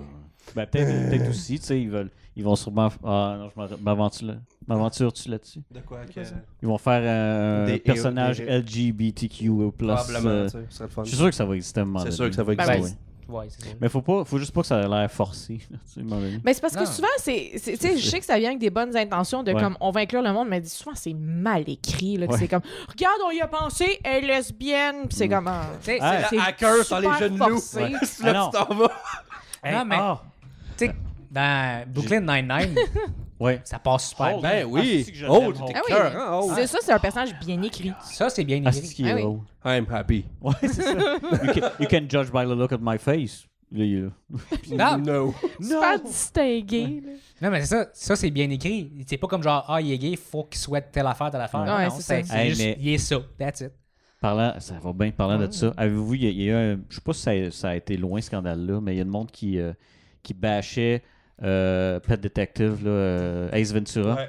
Ben peut-être peut-être aussi, tu sais, ils veulent. Ils vont sûrement. Ah non, je m'en- m'aventure là- m'aventure-tu là-dessus?
De quoi que...
Ils vont faire euh, un
Des
personnage
héros, des-
LGBTQ.
Probablement, tu sais, ce serait le fun.
je suis euh, sûr que ça va exister à un moment
C'est
donné.
sûr que ça va
Ben
exister.
oui.
oui.
Ouais, c'est ça.
Mais faut pas, faut juste pas que ça ait l'air forcé. là, tu sais, à un moment donné.
Ben,
Mais c'est parce que
Non.
souvent, c'est. c'est- Tu sais, je sais que ça vient avec des bonnes intentions de
Ouais.
comme on va inclure le monde, mais souvent c'est mal écrit. là, que
Ouais.
C'est comme Regarde, on y a pensé, elle est lesbienne, puis c'est comme. ah,
Tu sais,
Ah,
c'est-
La
c'est
hacker sur les
super
jeunes loups.
forcé.
C'est là que tu t'en vas.
Non, mais-
ah!
tu sais, dans Brooklyn Nine-Nine,
Ouais.
ça passe super
Oh,
bien.
Ah, c'est
Ben oui.
que je
Oh,
l'aime,
t'es
mon
Ah oui.
cœur, hein? Oh.
C'est ça, c'est un personnage bien écrit.
Ça, c'est bien
Ah, c'est ce
écrit.
qui est
Ah oui.
drôle.
I'm happy.
Ouais, c'est ça. you, can, you can judge by the look at my face. Là, il est là.
Non.
No.
Super distingué. là.
Non, mais c'est ça, ça c'est bien écrit. C'est pas comme genre, ah, il est gay, faut qu'il souhaite telle affaire, telle affaire.
Ouais,
non,
c'est
c'est
ça.
c'est
Hey,
juste,
mais-
il est ça. That's it.
Parlant, ça va bien, parlant
Ah.
de ça, avez-vous, il y a, il y a eu un, je sais pas si ça a, ça a été loin ce scandale-là, mais il y a du monde qui, euh, qui bâchait euh, Pet Detective, là, euh, Ace Ventura.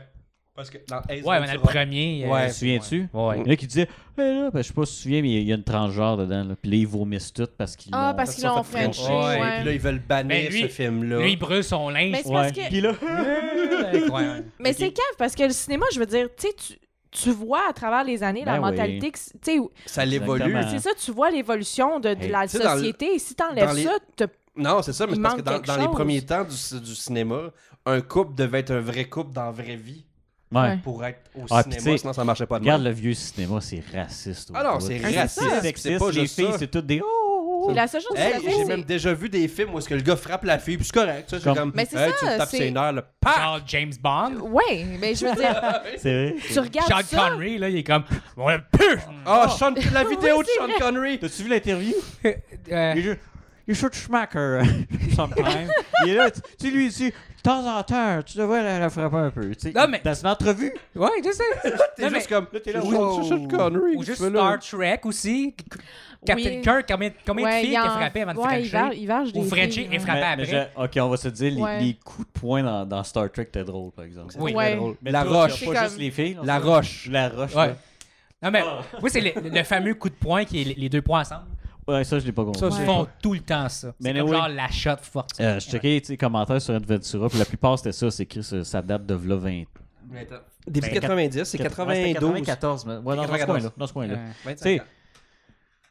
Parce que dans Ace
Ouais, mais dans le
Ventura-
premier. euh,
Ouais.
Te souviens-tu?
Ouais.
Il y en a qui disaient, Hey, là, ben, je sais pas si tu te souviens, mais il y a une transgenre dedans, là. puis là, ils vomissent tout parce qu'ils
Ah,
l'ont-
parce qu'ils
ça
l'ont
fait French.
Frenché.
Ouais,
Et puis là,
ouais.
ils veulent
Mais
bannir
lui-
ce film-là.
Lui, il brûle son linge.
Mais c'est
Ouais.
parce que.
Puis là,
Incroyable.
Mais c'est cave, parce que le cinéma, je veux dire, tu sais, tu- tu vois à travers les années la
Ben oui.
mentalité que. c'est- Tu sais,
Ça l'évolue.
Exactement.
C'est ça, tu vois l'évolution de, de
Hey,
la
Hein? tu sais, dans le-
société. Et si t'enlèves
dans les-
ça, t'as-
Non, c'est ça, mais
Il
c'est parce que
manque
dans,
quelque
dans les
chose.
premiers temps du, du cinéma, un couple devait être un vrai couple dans la vraie vie
Ouais.
pour être au
Ah, puis tu sais,
cinéma, sinon ça marchait pas de
Regarde
même.
le vieux cinéma, c'est raciste. au
Ah non,
bout.
c'est
c'est
raciste,
C'est
ça.
puis c'est
sexiste,
pas
les
juste
filles,
ça.
c'est toutes des... Oh, oh, oh.
la seule chose que
Hey,
ça fait,
j'ai
c'est-
même déjà vu des films où est-ce que le gars frappe la fille, puis c'est correct, ça, c'est
Comme-
comme,
Mais c'est
hey,
ça,
tu me tapes
c'est-
ses nerfs, là, paf!
Genre James Bond.
Ouais, mais je veux dire,
C'est vrai.
tu regardes
Sean
ça.
Connery, là, il est comme, ouais, puf!
Ah, Sean- la vidéo
Oui,
de
c'est
Sean Connery!
T'as-tu vu l'interview?
Euh,
You, ju- you should smack her sometime. Il est là, tu tu lui dis, de temps en temps, tu devrais la, la frapper un peu. tu sais.
Non, mais-
Dans une entrevue,
ouais, je sais.
T'es
Non,
juste
mais-
comme,
là, t'es là,
Sean-
wow.
Sean Connery,
Ou
tu
juste
fais là?
Star Trek aussi. Captain
Oui.
Kirk, combien, combien
Ouais,
de filles
il
qui a
en-
frappé avant de
ouais, il verge-
Frenchie?
il verge
Ou
des
Frenchie
filles,
et
ouais.
frappé après.
je- ok, on va se dire, les,
Ouais.
les coups de poing dans, dans Star Trek, t'es drôle, par exemple.
Oui.
Très
Ouais.
drôle.
Mais
La
toi, t'as
roche,
Pas juste les filles.
la roche. Ah.
La roche.
Ouais.
là.
Non, mais oui, c'est le, le fameux coup de poing qui est les- les deux points ensemble.
Ouais, ça, je l'ai pas compris.
Ça,
Ils
c'est-
font tout le temps ça.
Mais
C'est comme
anyway.
genre la shot forte.
Euh, je checkais tu sais, les commentaires sur Adventura, puis la plupart c'était ça, c'est écrit, ça, ça date de v'là 20
Début
Ben,
90, c'est 92.
94, mais ouais, dans ce
94.
coin-là. Dans ce coin-là.
Ouais.
Tu sais,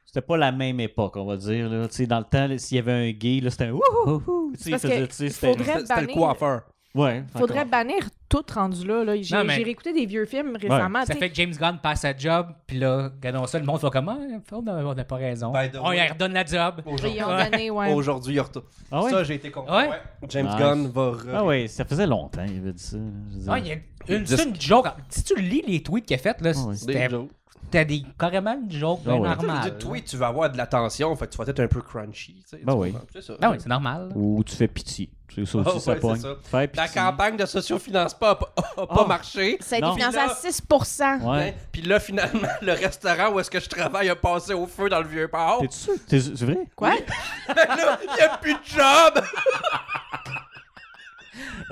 c'était pas la même époque, on va dire. Là. Tu sais, Dans le temps, là, s'il y avait un gay, là, c'était un wouhouhou. Tu sais, il
Parce
faisait-
que
tu sais,
faudrait
c'était-
C'était c'était le
bannir-
coiffeur.
Ouais,
Faudrait
encore.
bannir tout rendu là. là. J'ai
Non, mais-
j'ai réécouté des vieux films récemment.
Ça
tu sais.
fait que James Gunn passe sa job, puis là, regardons ça, le monde fait comme Ah, on n'a on n'a pas raison.
By the
on
way.
lui redonne la job.
Ils
Aujourd'hui,
ont donné, ouais.
Aujourd'hui, il retourne.
Ah oui?
Ça, j'ai été content.
Ouais.
James
Nice.
Gunn va. re-
Ah oui, ça faisait longtemps qu'il avait dit ça. je veux dire.
Ah, il y a une,
Disque.
c'est une joke. Si tu lis les tweets qu'il a fait, là,
Ah oui.
Des
c'était
jokes.
t'as des, carrément une joke ben
Ah ouais.
Tu
normale.
dis, tweet, tu vas avoir de l'attention, fait que tu vas être un peu crunchy. tu sais,
Ben
tu
oui.
comprends, C'est ça.
Ah oui, c'est normal.
Ou tu fais pitié. Tu sais, ça aussi,
Ah
ça
ouais,
pogne.
c'est ça.
Faire
La
pitié.
campagne de sociofinance pas a pas, a pas
Ah.
marché.
Ça a été
Non.
financé
Puis
à
là-
6
Hein,
Ouais.
Puis là, finalement, le restaurant où est-ce que je travaille a passé au feu dans le vieux port.
T'es-tu sûr? T'es- C'est vrai?
Quoi?
là, il n'y a plus de job.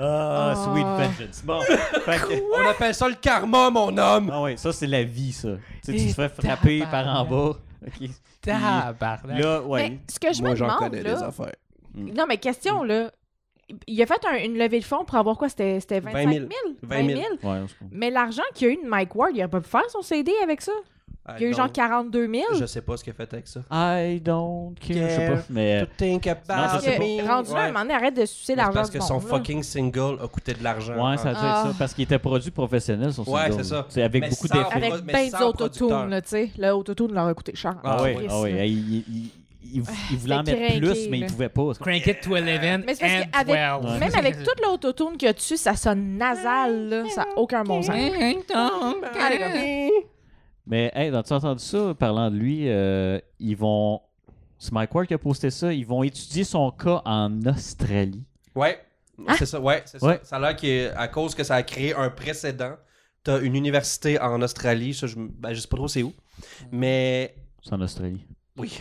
Ah,
Ah.
sweet vengeance. Bon. fait que-
On appelle ça le karma, mon homme.
Ah ouais, ça, c'est la vie, ça. Tu sais, tu te fais
Et
frapper par en
tabarnak.
bas. OK.
Tabarnak.
Là, ouais.
Mais ce que je me demande, là...
affaires.
Non, mais question, là... Il a fait un- une levée de fonds pour avoir quoi? C'était c'était 25 000?
20 000.
Ouais, on se comprend.
Mais l'argent qu'il y a eu de Mike Ward, il aurait pas pu faire son CD avec ça? Il y a eu genre 42 000?
Ah, Euh, Je sais pas ce qu'il a fait avec ça.
I don't care. Je sais pas. Mais.
think
Euh, Non, je sais pas.
me.
Rendu là,
Ouais.
un moment donné, arrête de sucer
C'est
l'argent
parce
du
que son
monde, là.
fucking single a coûté de l'argent.
Ouais, ça a dû être
Ah.
ça. Parce qu'il était produit professionnel, son
Ouais,
single.
c'est ça.
C'est avec
Mais
beaucoup
sans-
d'effets.
Avec
Avec
mais
ben
sans
des
producteur.
autotunes, là, tu sais. Le autotune leur a coûté cher.
Ah ouais,
Christ,
ah ouais.
là.
Il, il- il- il voulait en
C'était
mettre plus,
craqué,
mais il
là.
pouvait pas. C'est-
Crank it to 11
Mais c'est parce
and
qu'avec-
12.
Même avec toute l'autotune qu'il y a dessus, ça sonne nasal, là. Ça n'a aucun bon sens.
Mais, hey, as-tu entendu ça? Parlant de lui, euh, ils vont. C'est Mike Ward qui a posté ça. Ils vont étudier son cas en Australie.
Ouais.
Hein?
C'est ça, ouais, c'est
Ouais.
ça. Ça a l'air qu'à cause que ça a créé un précédent, t'as une université en Australie, ça, je, m- ben, je sais pas trop c'est où, mais...
C'est en Australie.
Oui.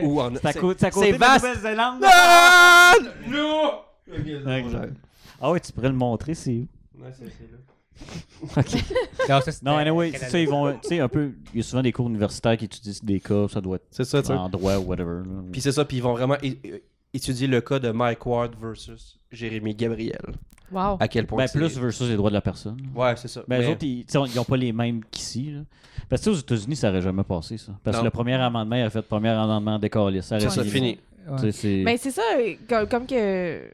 Ou en...
C'est à côté, c'est à côté
C'est
de
vaste.
la Nouvelle-Zélande.
Ah! Non!
Ok. Ah ouais, tu pourrais le montrer, c'est où?
Ouais, c'est- c'est là.
Non, ça, c'était-
Ben,
Non, anyway, c'est ça, ils vont, tu sais, un peu, il y a souvent des cours universitaires qui étudient des cas, ça doit être
C'est ça, tu sais.
en droit ou whatever. là.
Puis c'est ça, puis ils vont vraiment é- é- étudier le cas de Mike Ward versus Jérémy Gabriel.
Wow.
À quel point
ben,
c'est-
plus versus les droits de la personne.
Ouais, c'est ça.
Ben,
Mais-
eux autres, ils, tu sais, on- ils ont pas les mêmes qu'ici. là. Parce que tu sais, aux États-Unis, ça aurait jamais passé, ça. Parce
Non.
que le premier amendement, il a fait premier amendement décalé. Ça aurait
c'est ça,
été-
fini.
Tu sais, c'est-
Mais Ben, c'est ça, comme, comme que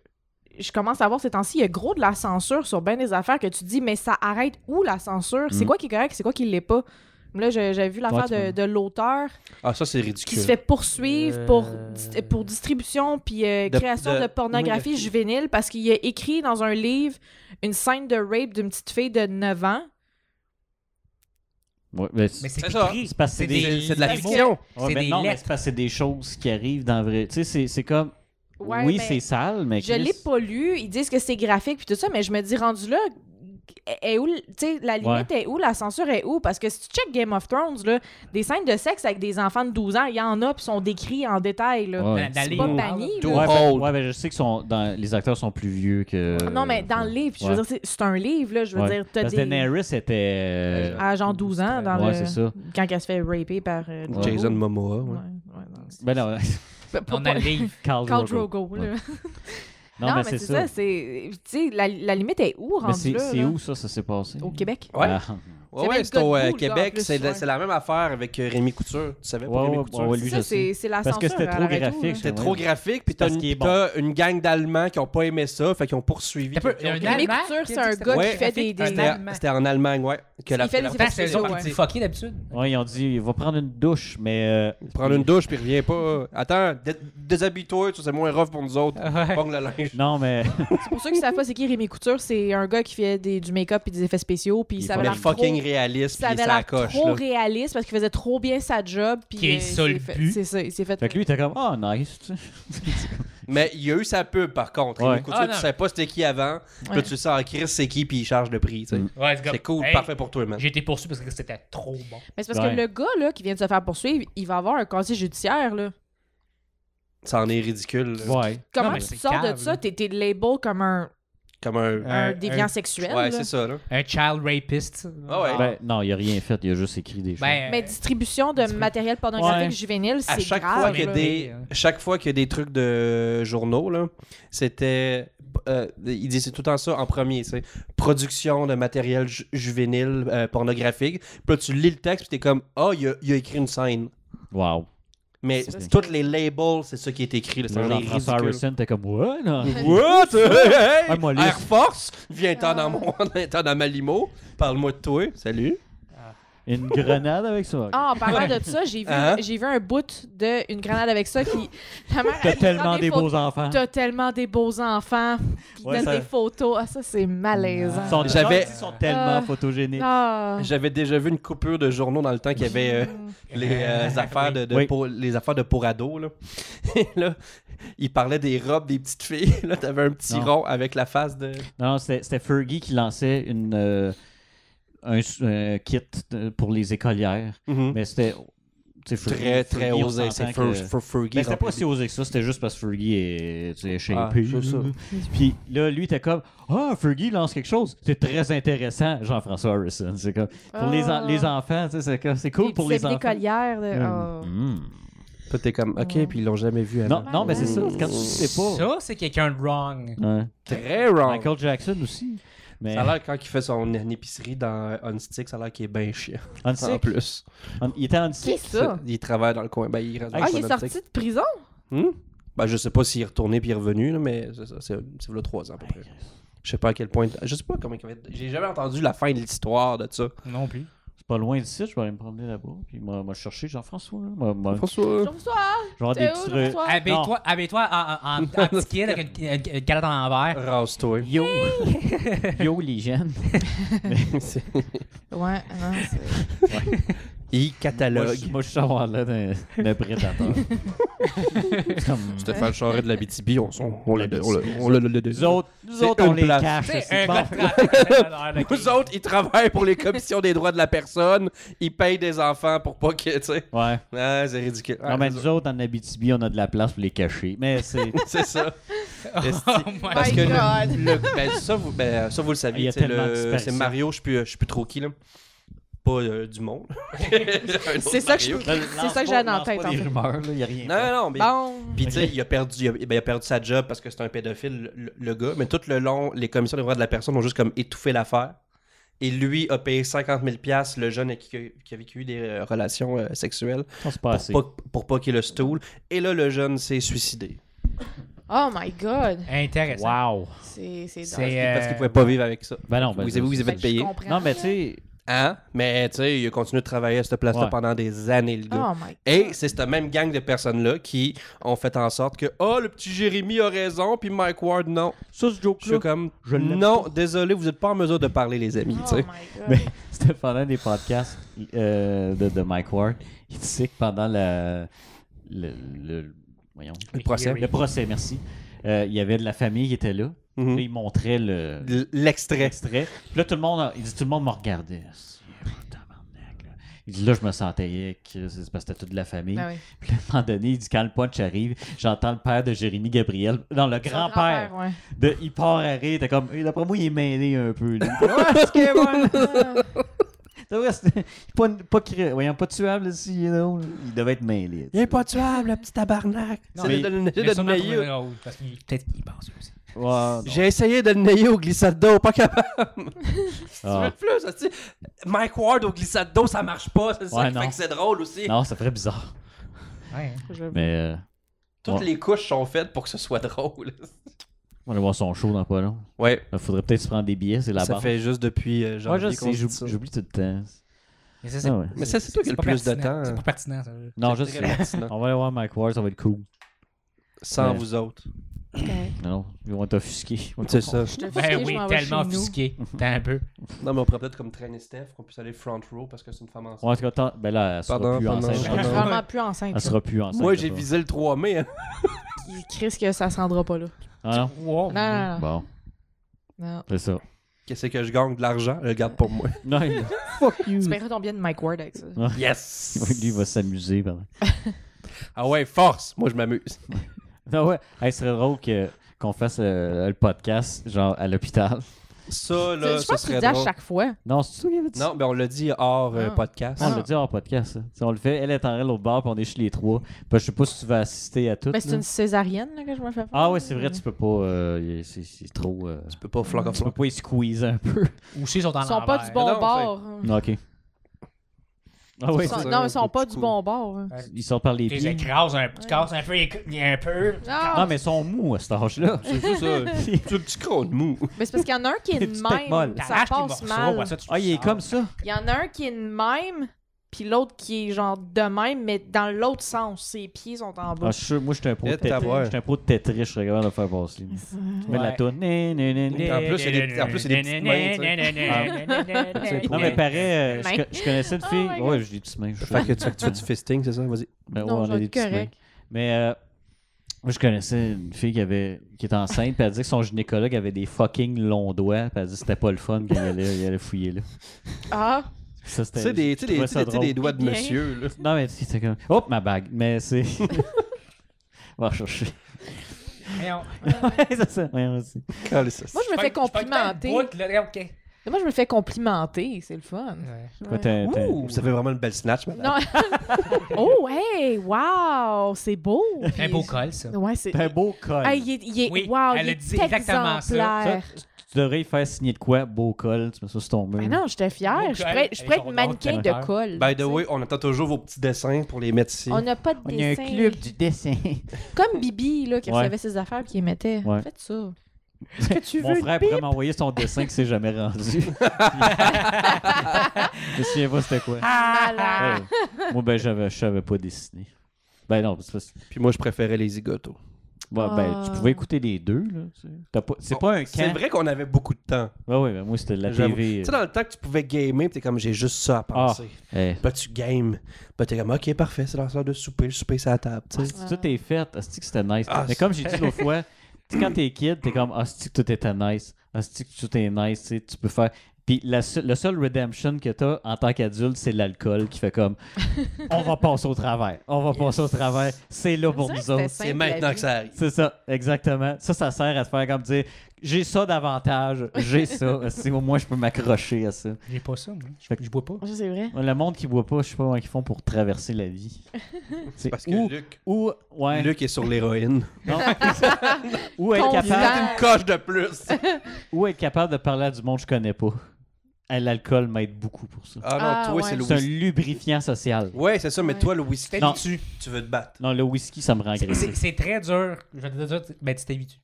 je commence à voir ces temps-ci, il y a gros de la censure sur bien des affaires que tu dis, mais ça arrête où la censure? C'est
Mm.
quoi qui est correct? C'est quoi qui l'est pas? Là, je- j'avais vu l'affaire
Ouais, tu
de, de l'auteur
Ah, ça, c'est
qui
ridicule.
se fait poursuivre pour,
Euh.
dis- pour distribution puis euh,
De-
création
de-
de, pornographie
oui, de-
juvénile parce qu'il a écrit dans un livre une scène de rape d'une petite fille de 9 ans.
Ouais, ben,
Mais c'est
C'est ça.
écrit.
C'est parce que c'est des-
c'est de la
mots.
fiction.
Ouais,
c'est
mais
des
non, mais
lettres.
c'est parce que c'est des choses qui arrivent dans le vrai. Tu sais, c'est- c'est comme.
Ouais,
oui,
mais
c'est sale, mais.
Je l'ai
Chris-
pas lu. Ils disent que c'est graphique puis tout ça, mais je me dis rendu là, est où, le- tu sais, la limite est où, la censure est où? Parce que si tu check Game of Thrones, là, des scènes de sexe avec des enfants de 12 ans, il y en a puis sont décrits en détail. Là.
Ouais.
Dans- dans
euh, C'est
les
pas
mots.
banni.
Too
là.
Ouais, ben-
old.
ouais, ben, je sais que sont dans- les acteurs sont plus vieux que.
Ah, Non,
euh,
mais dans le livre, je veux
Ouais.
dire, c'est- c'est un livre, là, je veux
Ouais.
dire, t'as
Parce que
des... Ah,
Daenerys était. euh,
À genre 12 ans, dans
ouais,
le...
c'est ça.
quand elle se fait raper par euh, Drogo.
Jason Momoa,
Ouais,
ouais.
ouais, non, c'est-
Ben non,
Pas- pas-
On a le livre.
Khal
Khal
Drogo.
Drogo, là.
Ouais.
Non, mais c'est ça, c'est... Tu sais, la, la limite est où,
Mais
rendu
c'est
là,
c'est
là?
où ça, ça s'est passé?
Au Québec?
Ouais.
Ah,
Ouais,
C'est
ouais,
même
c'est au
Godbout,
euh,
là, en
Québec.
plus,
C'est la,
ouais.
c'est la même affaire avec euh, Rémi Couture. Tu savais pas
Ouais,
Rémi
ouais,
Couture?
ouais, lui,
Ça,
je
c'est-
sais.
c'est la
Parce que
censure,
c'était
elle
trop
arrête où,
graphique.
là?
C'était
Ouais.
trop graphique, puis t'as
Parce
une,
qu'il est bon.
t'as une gang d'Allemands qui ont pas aimé ça, fait qu'ils ont poursuivi.
T'as peu-
quelqu'un
un
qui-
Allemand
Rémi Couture,
qui
c'est
a dit
un
que
gars
c'était
qui fait des-
graphique,
des-
un
C'était
Allemand.
c'était en Allemagne, ouais. Que
Il fait les
Attends, c'est eux autres qui
Ouais.
disent fucké d'habitude.
Ouais, ils ont dit, il va prendre une douche, mais. euh,
Prendre une douche, puis reviens pas. Attends, dé- déshabille-toi, tu sais, c'est moins rough pour nous autres. Pogne le linge.
Non, mais.
C'est pour ceux qui savent pas c'est qui Rémi Couture, c'est un gars qui fait des- du make-up et des effets spéciaux, puis
Il
ça
fait
avait
Mais
l'air
fucking
trop...
réaliste,
Ça
puis
avait
ça
l'air
coche.
trop
là.
réaliste parce qu'il faisait trop bien sa job. puis
Qui est
euh,
le seul
il s'est fait-
but.
C'est ça, il s'est fait.
Fait que lui, il était comme, ah, nice, tu sais.
Mais il y a eu sa pub, par contre.
Ouais.
Rémi Couture,
Ah,
tu
non.
savais pas c'était qui avant. Puis là,
Ouais.
tu le sens en crise, c'est qui, puis il charge le prix. tu sais.
Mm.
Ouais,
C'est cool, parfait pour toi, man.
J'ai été poursuivi parce que c'était trop bon.
Mais c'est parce
Ouais.
que le gars là, qui vient de se faire poursuivre, il va avoir un casier judiciaire. Là.
Ça en est ridicule. là.
Ouais.
Comment
mais
tu
c'est
te sors
cave,
de
là.
ça? T'es t'es label comme un,
Comme un.
Euh,
un
un-
déviant sexuel.
Ouais,
là.
c'est ça, là.
Un child rapist.
Ah ouais.
Ben, non, il a rien fait, il a juste écrit des choses.
Ben,
Mais distribution de
Distribu-
matériel
Ouais.
pornographique juvénile, c'est
À chaque
grave.
fois qu'il y a
là.
des,
hein.
chaque fois qu'il y a des trucs de journaux là, c'était, euh, ils disaient tout le temps ça en premier, c'est production de matériel ju- juvénile euh, pornographique. Puis là, tu lis le texte, puis t'es comme, ah, il, a, il a écrit une scène.
Wow.
Mais
C'est
tous les labels, c'est ça qui est écrit. là. C'est
Là,
un
Jean-François
ridicule.
Harrison, t'es comme, ouais, non.
What? Hey!
Ouais, moi, lisse.
Air Force, viens-t'en
Ah.
dans, mon... viens-t'en dans ma limo. Parle-moi de toi. Salut.
Une grenade avec ça.
Ah, en parlant de ça, j'ai vu,
Hein?
j'ai vu un bout de une grenade avec ça qui. La mère,
T'as
elle prend
tellement des
photos.
beaux enfants.
T'as tellement des beaux enfants. Ils
Hein? Ouais,
donnent
ça-
des photos. Ah, ça, c'est malaisant.
Ils sont-
J'avais-
ils sont tellement
Ah.
photogéniques.
Ah.
J'avais déjà vu une coupure de journaux dans le temps qu'il y avait euh, les, euh, affaires de, de
Oui.
pour, les affaires de Porado. Là. Et là, il parlait des robes des petites filles. Là, t'avais un petit
Non.
rond avec la face de.
Non, non, c'était c'était Fergie qui lançait une, euh, un, s- un kit de- pour les écolières.
Mhm.
Mais c'était. tu sais, Fergie-
Très, très
Fergie, on
osé. C'est
s'entend que-
Fer- Fer- Fergie
Mais Ben, c'était pas
rempli-
si osé que ça, c'était juste parce que Fergie est, tu sais,
Ah,
shapé.
c'est ça.
Puis là, lui, était comme Ah, Fergie lance quelque chose. C'est très intéressant, Jean-François Harrison. C'est comme Pour les, en-
Ah.
les enfants, tu sais, c'est comme- c'est cool pour les enfants.
écolières. De... oh.
Mm.
Toi, t'es comme, ok, puis ils l'ont jamais vu avant.
Non, non, mais c'est ça, quand tu sais pas.
Ça, c'est quelqu'un de wrong.
Ouais.
Très wrong.
Michael Jackson aussi. Mais
Ça a l'air que quand il fait son épicerie dans On Stick, ça a l'air qu'il est bien chiant.
On
En
Sick,
plus.
on- il était en
Qui
Sick.
ça?
Il travaille dans le coin. Ben, il reste dans
Ah,
le
il
coin
est
d'On Stick.
sorti de prison?
Hmm? Ben, je sais pas s'il est retourné puis il est revenu, là, mais c'est ça, c'est c'est le 3 ans à peu près. Je sais pas à quel point. Je sais pas comment. il va être- J'ai jamais entendu la fin de l'histoire de ça.
Non plus.
C'est pas loin d'ici, je vais aller me promener là-bas. Puis moi, moi, je chercher Jean-François. là. Moi, moi,
François.
Bonsoir!
je vais avoir des
T'es
petits
où,
re-
Jean-François?
Habille-toi habille-toi en, en, en, en petit kid avec une, une, une galette en verre.
Rase-toi.
Yo! Yo, les jeunes.
C'est-
Ouais, non, c'est-
Il
Moi, je
catalogue.
moi, je suis avoir l'air d'un d'un prédateur. C'est comme-
Stéphane Charret de la BTB, on, on, on l'a on l'a- on
Nous
l'a-
autres, nous autres on
une
les
place.
cache.
C'est
c'est
un gars
bon.
de 30 ans, de
Nous
l'air, ok.
autres, ils travaillent pour les commissions des droits de la personne. Ils payent des enfants pour pas que, tu sais.
Ouais.
Ah, c'est ridicule. Ah,
Non, mais nous autres, en Abitibi, on a de la place pour les cacher. Mais c'est.
C'est ça. Esti.
Oh my
Parce que
God.
le, le- ben, ça, vous, ben, ça, vous le
Il y
saviez.
a
tu sais,
tellement de
le-
disparitions.
C'est Mario, je suis plus- je suis plus trop qui, là. Pas euh, du monde.
C'est ça que je-
Non,
C'est ça que j'avais en tête, en fait.
il n'y a rien.
non, non. Mais,
Bon.
Puis, tu sais, il, a perdu- il, a, ben, il a perdu sa job parce que c'est un pédophile, le, le gars. Mais tout le long, les commissions des droits de la personne ont juste comme étouffé l'affaire. Et lui a payé 50 000 le jeune qui, a- qui a vécu des euh, relations euh, sexuelles
On se passait.
pour pas, pour pas qu'il le stoule. Et là, le jeune s'est suicidé.
Oh my god!
Intéressant.
Wow.
C'est c'est
C'est,
dingue.
Parce qu'il
euh,
pouvait pas vivre avec ça.
Ben non, ben,
vous avez, vous
c'est-
avez
Fait que je
payé.
comprends.
Non, mais tu sais,
Hein? Mais tu sais, il a continué de travailler à cette place-là
Ouais.
pendant des années, le gars.
Oh my
Et c'est cette même gang de personnes-là qui ont fait en sorte que, oh, le petit Jérémy a raison, puis Mike Ward, non.
ça, ce
Je suis
joke-là,
comme,
je l'aime
non, désolé, vous n'êtes pas en mesure de parler, les amis.
god!
tu sais.
Oh my god!
Mais c'était pendant des podcasts euh, de, de Mike Ward. Il disait que pendant la- le, le- voyons,
Le procès.
le procès, merci, euh, il y avait de la famille qui était là.
Mhm.
Là, il montrait le
L- L'extrait.
l'extrait. Puis là, tout le monde, a- il dit, tout le monde me regardait. C'est un oh, tabarnak, là. Il dit, là, je me sentais hic, c'est parce que c'était toute la famille.
Ben oui.
Puis là, à un moment donné, il dit, quand le punch arrive, j'entends le père de Jérémy Gabriel, non, le
Son
grand-père,
ouais.
de, il part à rire, t'es comme, Eh, d'après moi, il est mêlé un peu. là.
Ah,
C'est vrai, c'est pas, pas, cré- voyons, pas tuable si you know, là. Il devait être mêlé. tu sais.
pas tuable, le petit tabarnak.
Non,
J'ai
mais-
essayé de le-
Mais
de le
sûrement trouver
nailler-
drôle, parce qu'il- Peut-être qu'il pense aussi.
Ouais, non.
J'ai essayé de le nailler au glissade d'eau, pas capable. Tu veux
Ah.
de plus, ça, tu sais. Mike Ward au glissade d'eau, ça marche pas. C'est ça
Ouais,
qui fait
non.
que c'est drôle aussi.
Non, ça ferait bizarre.
Ouais.
Je-
Mais euh,
Toutes
Ouais.
les couches sont faites pour que ce soit drôle.
on va aller voir son show dans pas long.
Ouais.
Il faudrait peut-être se prendre des billets, c'est la
Ça
barre.
fait juste depuis euh,
Moi, je
janvier qu'on
sais,
dit
j'oublie
ça.
j'oublie tout le temps.
Mais ça, c'est
Ah ouais.
Mais ça, c'est toi qui as le
pas
plus de
pertinent.
temps. hein.
C'est pas pertinent, ça.
Non, je
très
sais.
pertinent.
On va aller voir Mike Ward, ça va être cool.
Sans
Ouais.
vous autres.
Ben Non, ils vont t'offusquer.
C'est ça.
Je te fais,
Ben
je
oui,
m'en vais
tellement
chez nous.
offusqué. T'es un peu.
Non, mais on pourrait peut-être comme traîner Steph, qu'on puisse aller front row parce que c'est une femme enceinte.
Ouais, en tout cas, tant- ben là, elle sera
Pardon,
plus
pardon,
enceinte.
Je
pardon.
suis
Ah, non.
vraiment plus enceinte.
Elle sera plus enceinte.
Moi, j'ai
là-bas.
visé le 3 mai. hein.
Chris, que ça se rendra pas là.
Ah non?
Non,
Wow.
non, non.
Bon,
non.
c'est ça.
Qu'est-ce que je gagne de l'argent? Je le garde pour moi.
Non, il... Fuck you.
Tu paieras ton bien de Mike Ward avec ça.
Yes!
Lui, il va s'amuser. pardon.
Ah ouais, force! Moi, je m'amuse.
Non, ouais. Hey, ce serait drôle que- qu'on fasse euh, le podcast, genre, à l'hôpital.
Ça, là,
je
ça
pense que tu
serait
le dis à
drôle.
chaque fois.
Non, c'est ça qu'il avait dit?
Non, mais on l'a dit hors euh,
Ah.
podcast.
On l'a dit en podcast. ça. Si on le fait, elle est en elle au bar, puis on est chez les trois. Puis je sais pas si tu vas assister à tout.
Ben, c'est
là.
une césarienne là, que je me fais faire.
Ah ouais, c'est vrai, tu peux pas. euh, y- c'est- c'est trop. euh,
Tu peux pas flanc
Tu peux pas y squeezer un peu.
Ou s'ils sont dans
Ils sont pas du
l'envers.
bon
Non,
bord.
ok. Ah oui,
hein. Ils sont-
c'est ça,
non,
un
ils sont
peu
pas
plus
du
cool.
bon bord. hein.
ils sortent par les
Tu les
pieds.
écrases un, tu casses un peu, les cou- un peu.
Ah,
Non, mais ils sont mous à cet âge-là.
C'est juste ça. Tu le petit crâne mou.
Mais c'est parce qu'il y en a un qui est
Tu
de
te
même.
molles.
Ça
T'arraches les
passe
morceaux,
mal.
ouais, ça, tu
Ah, il est
sors.
comme ça.
Il y en a un qui est de même, puis l'autre qui est genre de même, mais dans l'autre sens. Ses pieds sont en
Ah,
bas.
je suis sûr, moi, je suis un pro
Et
de Tetris.
t'avoir.
Je suis un pro de Tetris, je serais capable de le faire passer. Je mets la
Ouais.
toune. Né, né, né, né.
En plus, il y a des- en plus, il y a des petites
mains, tu sais.
Non, mais pareil, euh, je,
Main.
co- je connaissais une
Oh
fille.
my God.
ouais, j'ai des petites mains. Je
Fait que tu, tu fais du fisting, c'est ça? Vas-y.
Mais ouais,
Non,
on
je
a
vais
des
être
petites mains.
correct.
Mais euh, moi, je connaissais une fille qui, avait, qui était enceinte, puis elle disait que son gynécologue avait des fucking longs doigts, puis elle disait que c'était pas le fun qu'il allait, il allait fouiller là.
Ah,
Ça, c'était-
Tu sais, des, tu sais,
je
des,
trouvais
tu sais,
ça
des- tu sais, des
drôle.
doigts de
Bien.
monsieur, là.
Non, mais c'était comme. Hop, ma bague. Mais c'est. On va chercher.
Voyons.
c'est ça. Ouais, aussi.
Calais, ça.
moi, je me
Je
fais
peux- je peux
complimenter.
peut-être bout, là, regarde, ok.
Moi, je me fais complimenter. C'est le fun.
Ouais.
Quoi, t'as- t'as-
Ouh, Ça fait vraiment une belle snatch, madame.
Non. oh, hey, wow, c'est beau.
Un beau col, ça.
Ouais, c'est.
T'as un beau col.
Hey, il est, il est-
Oui,
wow,
elle
il
a
est
dit exactement ça.
Ça,
exemplaire.
tu, tu devrais y faire signer de quoi? Beau col. Tu mets ça sur ton mur.
Ben non, j'étais fière. Je
Beau
pourrais,
col.
je pourrais
Ils
être
sont
mannequin
donc
de
tellement
col.
By the
tu sais.
way, on attend toujours vos petits dessins pour les mettre ici.
On n'a pas de
On a un
dessin.
club du dessin.
Comme Bibi, là, qui
Ouais.
recevait ses affaires et qui les mettait.
Ouais.
Faites ça. Est-ce que tu
Mon
veux
frère
une
pourrait m'envoyer son dessin qui s'est jamais rendu. je me souviens pas c'était quoi.
Ah! malade?
Ouais. Moi, ben, j'avais, je savais pas dessiner. Ben non, c'est parce que-
Puis moi, je préférais les zigotos.
ouais, ben, tu
Ah.
pouvais écouter les deux. Là, tu sais. T'as pas- c'est
Bon,
pas un camp.
C'est vrai qu'on avait beaucoup de temps.
Ouais, ouais, ben, moi, c'était de la euh,
J'avoue.
TV.
Tu sais, dans le temps que tu pouvais gamer, pis t'es comme, j'ai juste
Ah.
ça à penser.
Eh.
Puis là, tu games. Puis t'es comme, ok, parfait, c'est l'heure de souper, le souper, c'est à la table. tu sais.
Asti, Tout est fait. Asti que c'était nice.
Ah,
Mais
c'est-
comme j'ai dit l'autre fois, tu sais, quand t'es kid, t'es comme Asti que tout était nice. Asti que tout est nice. tu sais, Tu peux faire. Puis la se- le seul redemption que t'as en tant qu'adulte, c'est l'alcool qui fait comme on va passer au travers. On va passer au travers. C'est là pour
C'est
nous
vrai que
autres.
c'était
C'est
simple,
maintenant
la
que ça arrive.
C'est ça, exactement. Ça, ça sert à te faire comme dire j'ai ça davantage, j'ai ça. Asti, au moins, je peux m'accrocher à ça.
J'ai pas ça, moi.
Fait que-
Je bois pas.
vie. C'est vrai.
Le monde qui boit pas, je sais pas comment ils font pour traverser la vie. C'est
Parce que
ou,
Luc,
ou, ouais,
Luc est sur l'héroïne.
non. ou être
Confiant.
capable.
Une coche de plus.
Ou être capable de parler à du monde que je connais pas. À L'alcool m'aide beaucoup pour ça.
Ah non,
Ah,
toi,
ouais.
c'est le
C'est un
whisky.
lubrifiant social.
Ouais, c'est ça, mais
Ouais.
toi, le whisky,
Non.
tu, tu veux te battre.
Non, le whisky, ça me rend
C'est- C'est
agressif.
c'est très dur. Je vais te dire, tu- ben, tu t'habitues.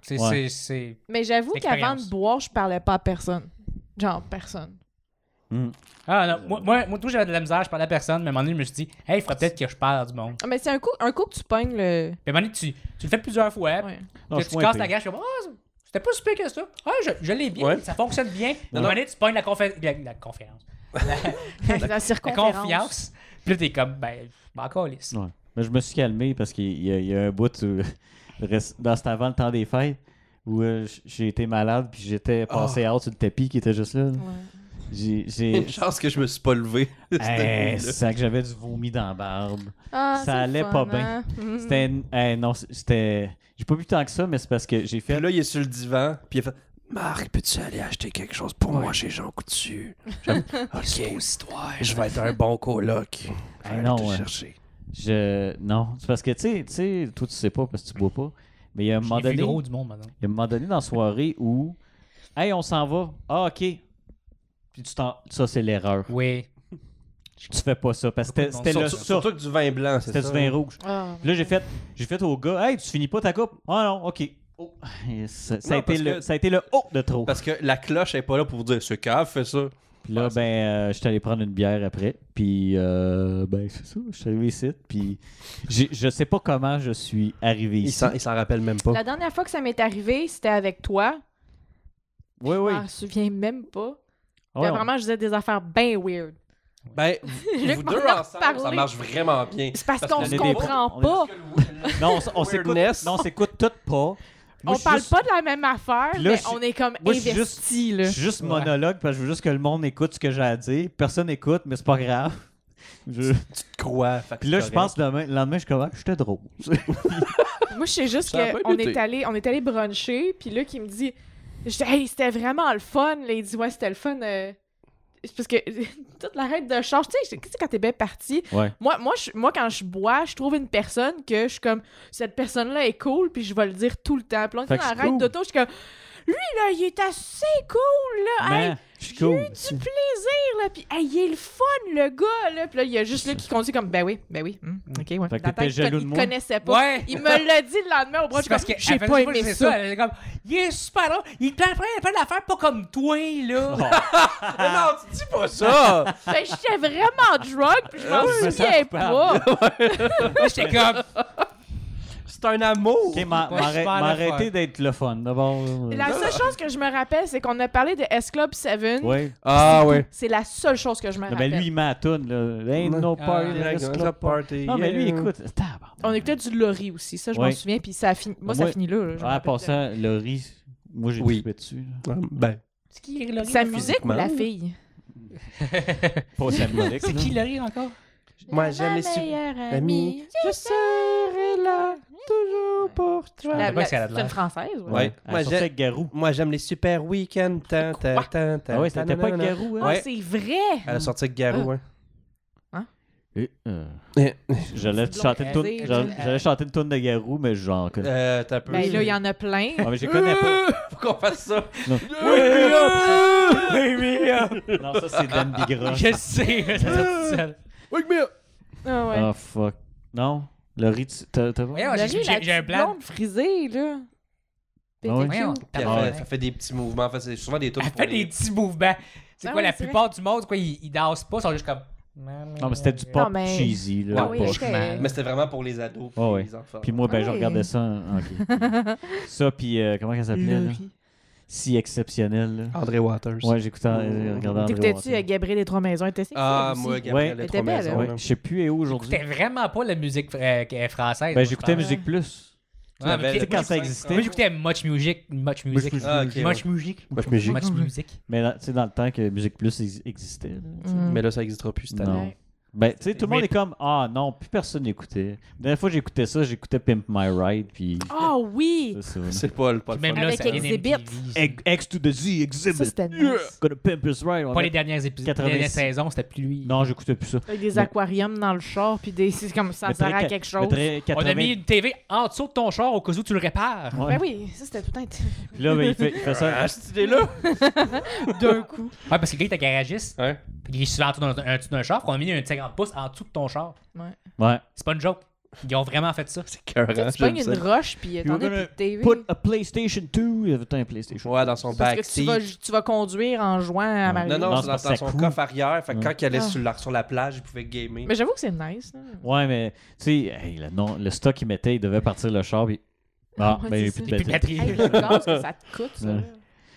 C'est.
Ouais.
c'est- c'est-
Mais j'avoue qu'avant de
L'expérience.
boire, je parlais pas à personne. Genre, personne.
Mm.
Ah non, moi, moi, moi, tout, j'avais de la misère, je parlais à personne, mais à un moment donné, je me suis dit, hey, il faudrait peut-être que je parle du monde.
Ah, Mais c'est un coup, un coup que tu pognes le.
Puis à un moment donné, tu, tu le fais plusieurs fois,
Ouais.
Non,
que
je suis
tu
moins
casses la
pire.
gâche, je suis comme, ah, c'était pas super que ça. Ah, je, je l'ai bien,
Ouais.
ça fonctionne bien. Puis à un
Non,
moment donné, tu pognes la, confé- la, la conférence.
La, la
La
circonférence.
confiance. Puis là, t'es comme, ben, ben encore lisse.
Ouais. Mais je me suis calmé parce qu'il y, a- il y a un bout euh, reste- dans cet avant le temps des fêtes où euh, j- j'ai été malade puis j'étais
Ah.
passé out sur le tapis qui était juste là. là.
Ouais.
J'ai.
Une
j'ai-
chance que je me suis pas levé.
Eh, Hey, c'est ça que j'avais du vomi dans la barbe.
Ah,
Ça
c'est le
allait
fun,
pas bien.
hein? Mhm.
C'était. hey, non, c'était. J'ai pas bu tant que ça, mais c'est parce que j'ai fait.
Puis là, il est sur le divan, puis il a fait Marc, peux-tu aller acheter quelque chose pour moi chez Jean Coutu J'aime- Ok, je vais être un bon coloc. Je vais
Ah
aller
non,
te
ouais.
chercher.
Je... Non, c'est parce que, tu sais- tu sais, toi, tu sais pas parce que tu bois pas. Mais il y a un moment
J'ai vu
donné,
gros du monde maintenant.
il y a un moment donné dans la soirée où, hey, on s'en va. Ah, ok. Puis tu t'en... Ça, c'est l'erreur.
Oui.
Tu fais pas ça parce que c'était,
Beaucoup de
c'était
monde.
le
Surtout,
sur.
surtout que du vin blanc, c'est ça.
C'était du vin rouge.
Ah,
Puis là, j'ai fait, j'ai fait au gars, hey, tu finis pas ta coupe. Ah non, ok. Oh. Et Ça, ça
Non,
a été
parce
le,
que-
ça a été le haut de trop.
Parce que la cloche est pas là pour vous dire ce cave fait ça.
Puis là, ben, je suis allé prendre une bière après. Puis, euh, ben, c'est ça. Je suis arrivé ici. Puis, j'ai- je sais pas comment je suis arrivé
Il
ici.
s'en, il s'en rappelle même pas.
La dernière fois que ça m'est arrivé, c'était avec toi.
Oui, oui.
Ah,
Ah
Je m'en souviens même pas.
Ouais,
Puis
on-
Vraiment, je disais des affaires bien weird.
Ben,
Luc
vous
m'en
deux
a
ensemble, ça
reparlé.
marche vraiment bien.
C'est parce,
Parce
qu'on
que
se
le débat,
comprend
on est
pas.
Non, on s- on s'écoute.
Weirdness.
Non, on s'écoute toutes pas. Moi,
on
je suis
parle
juste-
pas de la même affaire,
Puis là,
mais
je-
on est comme
moi, je suis
investis,
Je
là.
suis juste
Ouais.
monologue parce que je veux juste que le monde écoute ce que j'ai à dire. Personne n'écoute, mais c'est pas grave. Je-
Quoi fait que
Puis là,
c'est
je pense le lendemain, le lendemain, je suis comme, Ah, j'étais drôle.
Moi, je sais juste
Ça a bien
qu'on
été.
est allé, on est allé bruncher, puis là, qui me dit, je dis, hey, c'était vraiment le fun. Là, il dit, ouais, c'était le fun. euh, C'est parce que toute la règle de charge, tu sais, tu sais, quand t'es bien parti,
Ouais.
moi, moi, je- moi, quand je bois, je trouve une personne que je suis comme, cette personne-là est cool, puis je vais le dire tout le temps. Puis là, on
Fait
était
que
dans la
c'est
règle
cool.
d'auto, je suis comme, Lui, là, il est assez cool, là. Hey,
Mais je suis cool.
du plaisir, là. Puis, hey, il est le fun, le gars, là. Puis là, il y a juste là qui conduit comme, ben oui, ben oui. hmm, OK, ouais.
Fait que
Dans la
t'étais
tête, il con-
jaloux de
il
moi?
connaissait pas.
Ouais.
Il me l'a dit le lendemain au bras.
C'est
Je
parce
suis
que
comme, j'ai
elle
pas
faisait- moi,
aimé
c'est
ça.
Elle était comme, il est super là. Il plein plein plein d'affaires pas comme toi là.
Oh. non, tu dis pas ça!
Fait que Ben, j'étais vraiment drunk, puis je m'en
Je me sens
souviens pas.
coupable.
Moi, j'étais comme
C'est un amour!
Ok, m'a-
Ouais,
m'arrête-
je suis pas à la
m'arrêter
fois.
d'être le fun. D'abord.
La seule chose que je me rappelle, c'est qu'on a parlé de S-Club 7.
Ouais.
Ah ouais.
C'est la seule chose que je me
Non,
rappelle.
ben lui, il m'attoune, là. Ain't no
Ah,
party,
yeah,
let's
guys,
club
a party,
Non, mais lui,
yeah.
écoute, tabarnak.
On écoutait du Lori aussi, ça, je m'en
Ouais.
souviens. Puis ça a fini... moi, ça
Moi-
finit là. là, je me
Ah,
rappelle
pour
de-
ça, le riz, moi, j'ai
Oui.
oui. dessus. là.
Ah, Ben,
C'est qui le rire
Sa
encore?
musique ou la
Physiquement.
fille?
Pas au salmonique,
C'est
là.
qui le rire encore
moi j'aime les super
meilleure
amis. Je serai là, toujours pour toi.
La,
Je sais pas
la-
si elle a de
c'est une
l'air.
française, ouais.
Ouais.
Elle
Moi,
sortait
j'ai-
avec Garou.
Moi j'aime les super week-ends. Tan, tan,
Quoi?
tan, tan,
Ah ouais, c'était
tan,
pas avec
nanana.
Garou, hein?
Ah,
Ouais.
c'est vrai!
Elle a sorti avec
Ah.
Garou, hein.
Et, euh,
Eh,
J'allais
C'est
chanter une
long,
toune-
plaisir.
j'allais- j'allais chanter une toune de Garou, mais j'en connais.
Euh, t'as un peu.
Ben là, il y en a plein.
Ah, mais je les connais pas.
Faut qu'on fasse ça.
Non.
Wake me up!
Non, ça, c'est Dan Bigra.
Je sais, ça sort tout seul.
Wake me up!
Ah ouais.
Ah, fuck. Non? Le riz, tu- t'as t'as pas?
Voyons,
Laurie,
j'ai-
la
j'ai j'ai un
petite
plan.
blonde frisée,
Ah
là.
ouais?
Pikachu.
Voyons,
Puis elle
tabarnak.
fait- elle fait des petits mouvements. En fait, c'est souvent des trucs.
Elle fait des petits mouvements. C'est
Ah
quoi,
oui,
la
c'est
plupart du monde, c'est quoi, ils, ils dansent pas, ils sont juste comme.
Non, mais c'était du
Non,
pop
mais-
cheesy, là.
Ah oui,
pas-
ok.
Mais c'était vraiment pour les ados puis
Ah ouais.
les enfants.
Puis moi, ben, je
Ouais.
regardais ça. en- ok. ça, puis euh, comment elle s'appelait, là?
Laurie.
Si exceptionnel, là.
André Waters.
Ouais, j'écoutais, euh, regardais André
Ah, T'écoutais-tu
Waters.
euh, Gabriel des Trois Maisons? Elle était sexy,
Ah,
elle aussi.
moi, Gabriel,
Elle
les
était
trois
belle, hein.
maisons.
Ouais,
là.
je sais plus et où aujourd'hui.
C'était vraiment pas la musique euh, qui est française. moi,
Ben,
je
hein?
j'écoutais
pense.
Musique Plus.
Tu
Ouais, mais
l'avais-
tu sais,
quand ça
Oui,
existait.
Moi, j'écoutais Much Music. Much Music.
Much
Ah, ok, ouais. Ah,
Much Music.
Moi, je me gicle.
Much Music.
Mais là, tu sais, dans le temps que Musique Plus ex- existait. là, tu sais.
Mm.
Mais là, ça n'existera plus cette année.
Non. Ben, tu sais, tout le monde
Mais-
est comme Ah non, plus personne n'écoutait. La dernière fois que j'écoutais ça, j'écoutais Pimp My Ride, puis.
Ah oui!
Ça, c'est-
C'est pas le pas le
Même
fun.
là,
Avec
ça vient
Exhibit.
d'MTV.
Egg- X to the Z, Exhibit.
Ça, c'était nice.
Gonna pimp his ride. On
Pas
a-
les dernières épisodes. Les
86.
dernières saisons, c'était plus lui.
Non, j'écoutais plus ça.
Avec des
Mais-
aquariums dans le char, puis des... c'est comme ça
Mais
sert
très-
à quelque chose.
mais très
On
80.
a mis une TV en dessous de ton char au cas où tu le répares.
Ouais.
Ben oui, ça c'était tout un
Puis là, ben, il, fait, il fait ça.
Ah, cette idée-là!
d'un coup.
Ouais, parce que le gars, il était garagiste.
Hein?
puis Il est souvent en dessous d'un- en dessous d'un char. puis On a mis un 50 pouces en dessous de ton char.
Ouais.
C'est pas une joke. Ils ont vraiment fait ça. C'est
Tu sais,
Cœurant,
tu
j'aime
pognes une
ça.
roche, puis euh,
You're
t'en as
gonna
plus de TV.
Put a PlayStation 2. Il avait un PlayStation.
Ouais, dans son
Parce que tu
backseat.
vas, tu vas conduire en jouant à Mario.
Non, non,
Non,
c'est
c'est
dans,
parce
dans
que
son
ça coule.
coffre arrière. Fait que quand il allait
Ah.
sur, la, sur la plage, il pouvait gamer.
Mais j'avoue que c'est nice. là.
Ouais, mais tu sais, hey, le, nom- le stock qu'il mettait, il devait partir le char. Puis... Ah,
Ouais,
ben, il y a
c'est
plus de
ça.
plus de
batterie.
batterie.
Hey, le gaz que ça te coûte, ça.
Ouais.
là.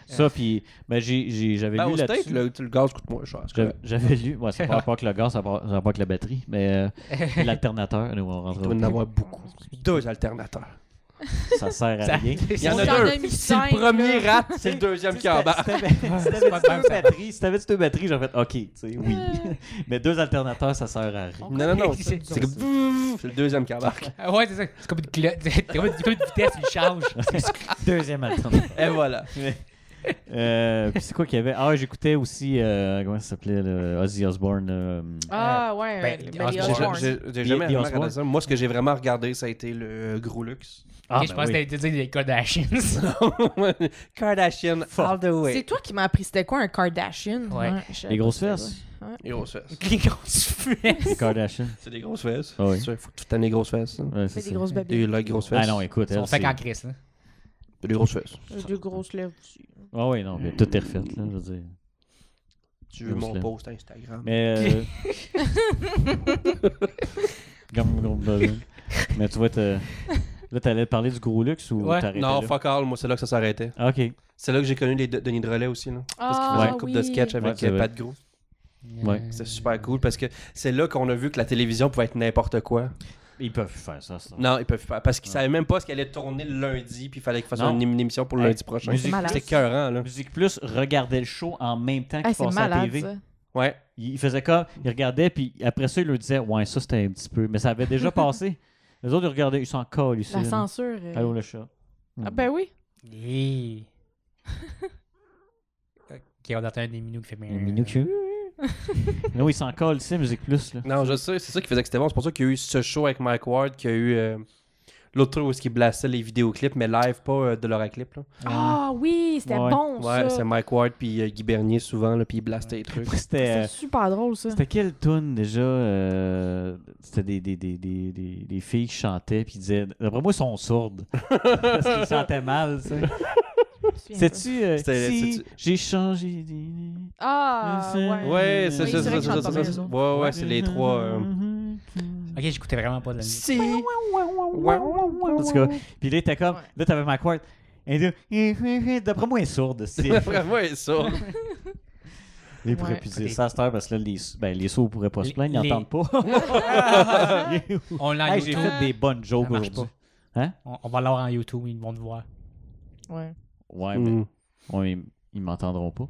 Ça, puis ben, j'ai- j'ai- j'avais
Ben,
lu
au
là-dessus.
steak, le, le gaz coûte moins cher. c'est
J'avais-
correct.
J'avais lu. Ouais, ça part pas que le gaz, ça part, ça part que la batterie. Mais euh, l'alternateur, nous, on
Il
rentre
doit en avoir beaucoup. Deux alternateurs.
Ça sert à
Ça-
rien.
Il y en
On
a
s'en
deux.
a mis
Si le
cinq,
premier
là.
rate, c'est le deuxième qui embarque.
Si t'avais- si t'avais
pas
dit
grave,
deux
ça.
batteries, si t'avais dit deux batteries, j'aurais fait OK, tu sais, oui. Mais deux alternateurs, ça sert à rien.
Non, non, non. C'est
C'est-
comme- c'est le deuxième qui embarque.
Ah Ouais, c'est ça. C'est comme une cloche. C'est comme une comme une vitesse, une charge.
Deuxième alternateur.
Et voilà.
Euh, puis c'est quoi qu'il y avait Ah, j'écoutais aussi, euh, comment ça s'appelait, le Ozzy Osbourne. euh,
Ah ouais,
Ben,
euh,
les
mais les
J'ai-
Osborne.
Osborne.
j'ai-
Les-
J'ai jamais
les
vraiment regardé
Osborne.
ça. Moi, ce que j'ai vraiment regardé, ça a été le euh, gros luxe.
Ah,
Ok, je
ben
pense
oui.
que t'allais dire les Kardashians.
Kardashian all the
C'est toi qui m'as appris c'était quoi un Kardashian?
Ouais.
je savais
Les
pas
grosses
c'était
fesses.
Les grosses fesses.
Les grosses fesses.
Les Kardashian.
C'est des grosses fesses.
Ah oui.
C'est sûr, faut que tu t'aimes les grosses fesses. hein.
Ouais,
quoi.
c'est
Fait
ça.
des grosses
Des
babines.
like, grosses fesses.
Ah non, écoute,
On
elle,
fait
c'est...
qu'en hein. Chris, là.
Des grosses fesses.
Deux grosses lèvres aussi.
Ah oui, non, mais tout est refait, là, je veux dire.
Tu veux
Grosses
mon
lèvres.
post Instagram.
Mais. euh, Gomme, gomme, gomme. Mais tu vois, t'as- là, t'allais parler du gros luxe ou
Ouais.
t'arrêtais
Non,
là?
fuck all, moi c'est là que ça s'arrêtait.
Ah, Ok.
C'est là que j'ai connu les de- Denis Drolet aussi. Là, parce qu'il
Ah,
faisait une coupe de sketch
Ouais,
avec
c'est
euh,
vrai.
Pat Gros.
Ouais.
C'était super cool parce que c'est là qu'on a vu que la télévision pouvait être n'importe quoi.
Ils peuvent faire ça, ça.
Non, ils peuvent pas. Parce qu'ils savaient même pas ce qu'elle allait tourner le lundi, puis il fallait qu'ils fassent
Non.
une, une émission pour le
Hey,
lundi prochain.
musique-
C'est malade.
C'était cœurant, là.
Musique Plus regardait le show en même temps
Ah,
qu'il
c'est
passait à la
malade,
TV.
ça.
Ouais.
Ils faisaient comme, ils regardaient, puis après ça, ils leur disaient, ouais, ça c'était un petit peu, mais ça avait déjà passé. Les autres, ils regardaient, ils s'en collent ici.
La
là.
censure. euh.
Allô le chat.
Ah, ben oui.
Yeah. ok, on entend un des minous qui fait.
Un minou qui- Non, ils s'en collent ici, Musique Plus. Là.
Non, je sais, c'est ça qui faisait que c'était bon. C'est pour ça qu'il y a eu ce show avec Mike Ward, qu'il y a eu euh, L'autre truc où est-ce qu'ils blassaient les vidéoclips, mais live, pas euh, de leur clip. Là.
Ah oui, c'était
Ouais.
bon,
Ouais, c'est
ça.
Mike Ward puis euh, Guy Bernier souvent, là, puis ils blastaient les trucs.
C'était.
euh,
C'était super drôle, ça.
C'était quelle tune déjà euh, C'était des, des, des, des, des, des filles qui chantaient puis disaient D'après moi, ils sont sourdes. Parce qu'ils chantaient mal, tu sais. Sais-tu euh,
C'était-
si
c'est-tu-
j'ai changé d'idée?
Ah, ouais.
Ouais, c'est
Oui,
ça,
c'est vrai
ça,
qu'ils
ça,
chantent
ça,
pas
ça, ça.
mal,
Ah Ouais, ouais, c'est les trois. euh,
Ok, j'écoutais vraiment pas de la musique.
Si!
En tout cas, puis là, t'es comme,
Ouais.
là, t'avais ma quarte. Et là, d'après moi, elle est sourde. C'est
Vraiment, ils sont.
les prépucés. Ça, c'est parce que là, les, ben, les sourds pourraient pas se
Les-
plaindre, ils
les-
n'entendent pas.
On l'a en
Hey, j'ai
YouTube.
fait des bonnes jokes
Ça marche
aujourd'hui. Hein?
On, on va l'avoir en YouTube, ils vont te voir.
Ouais.
Ouais, mais
Mm.
ouais, ils- ils m'entendront pas.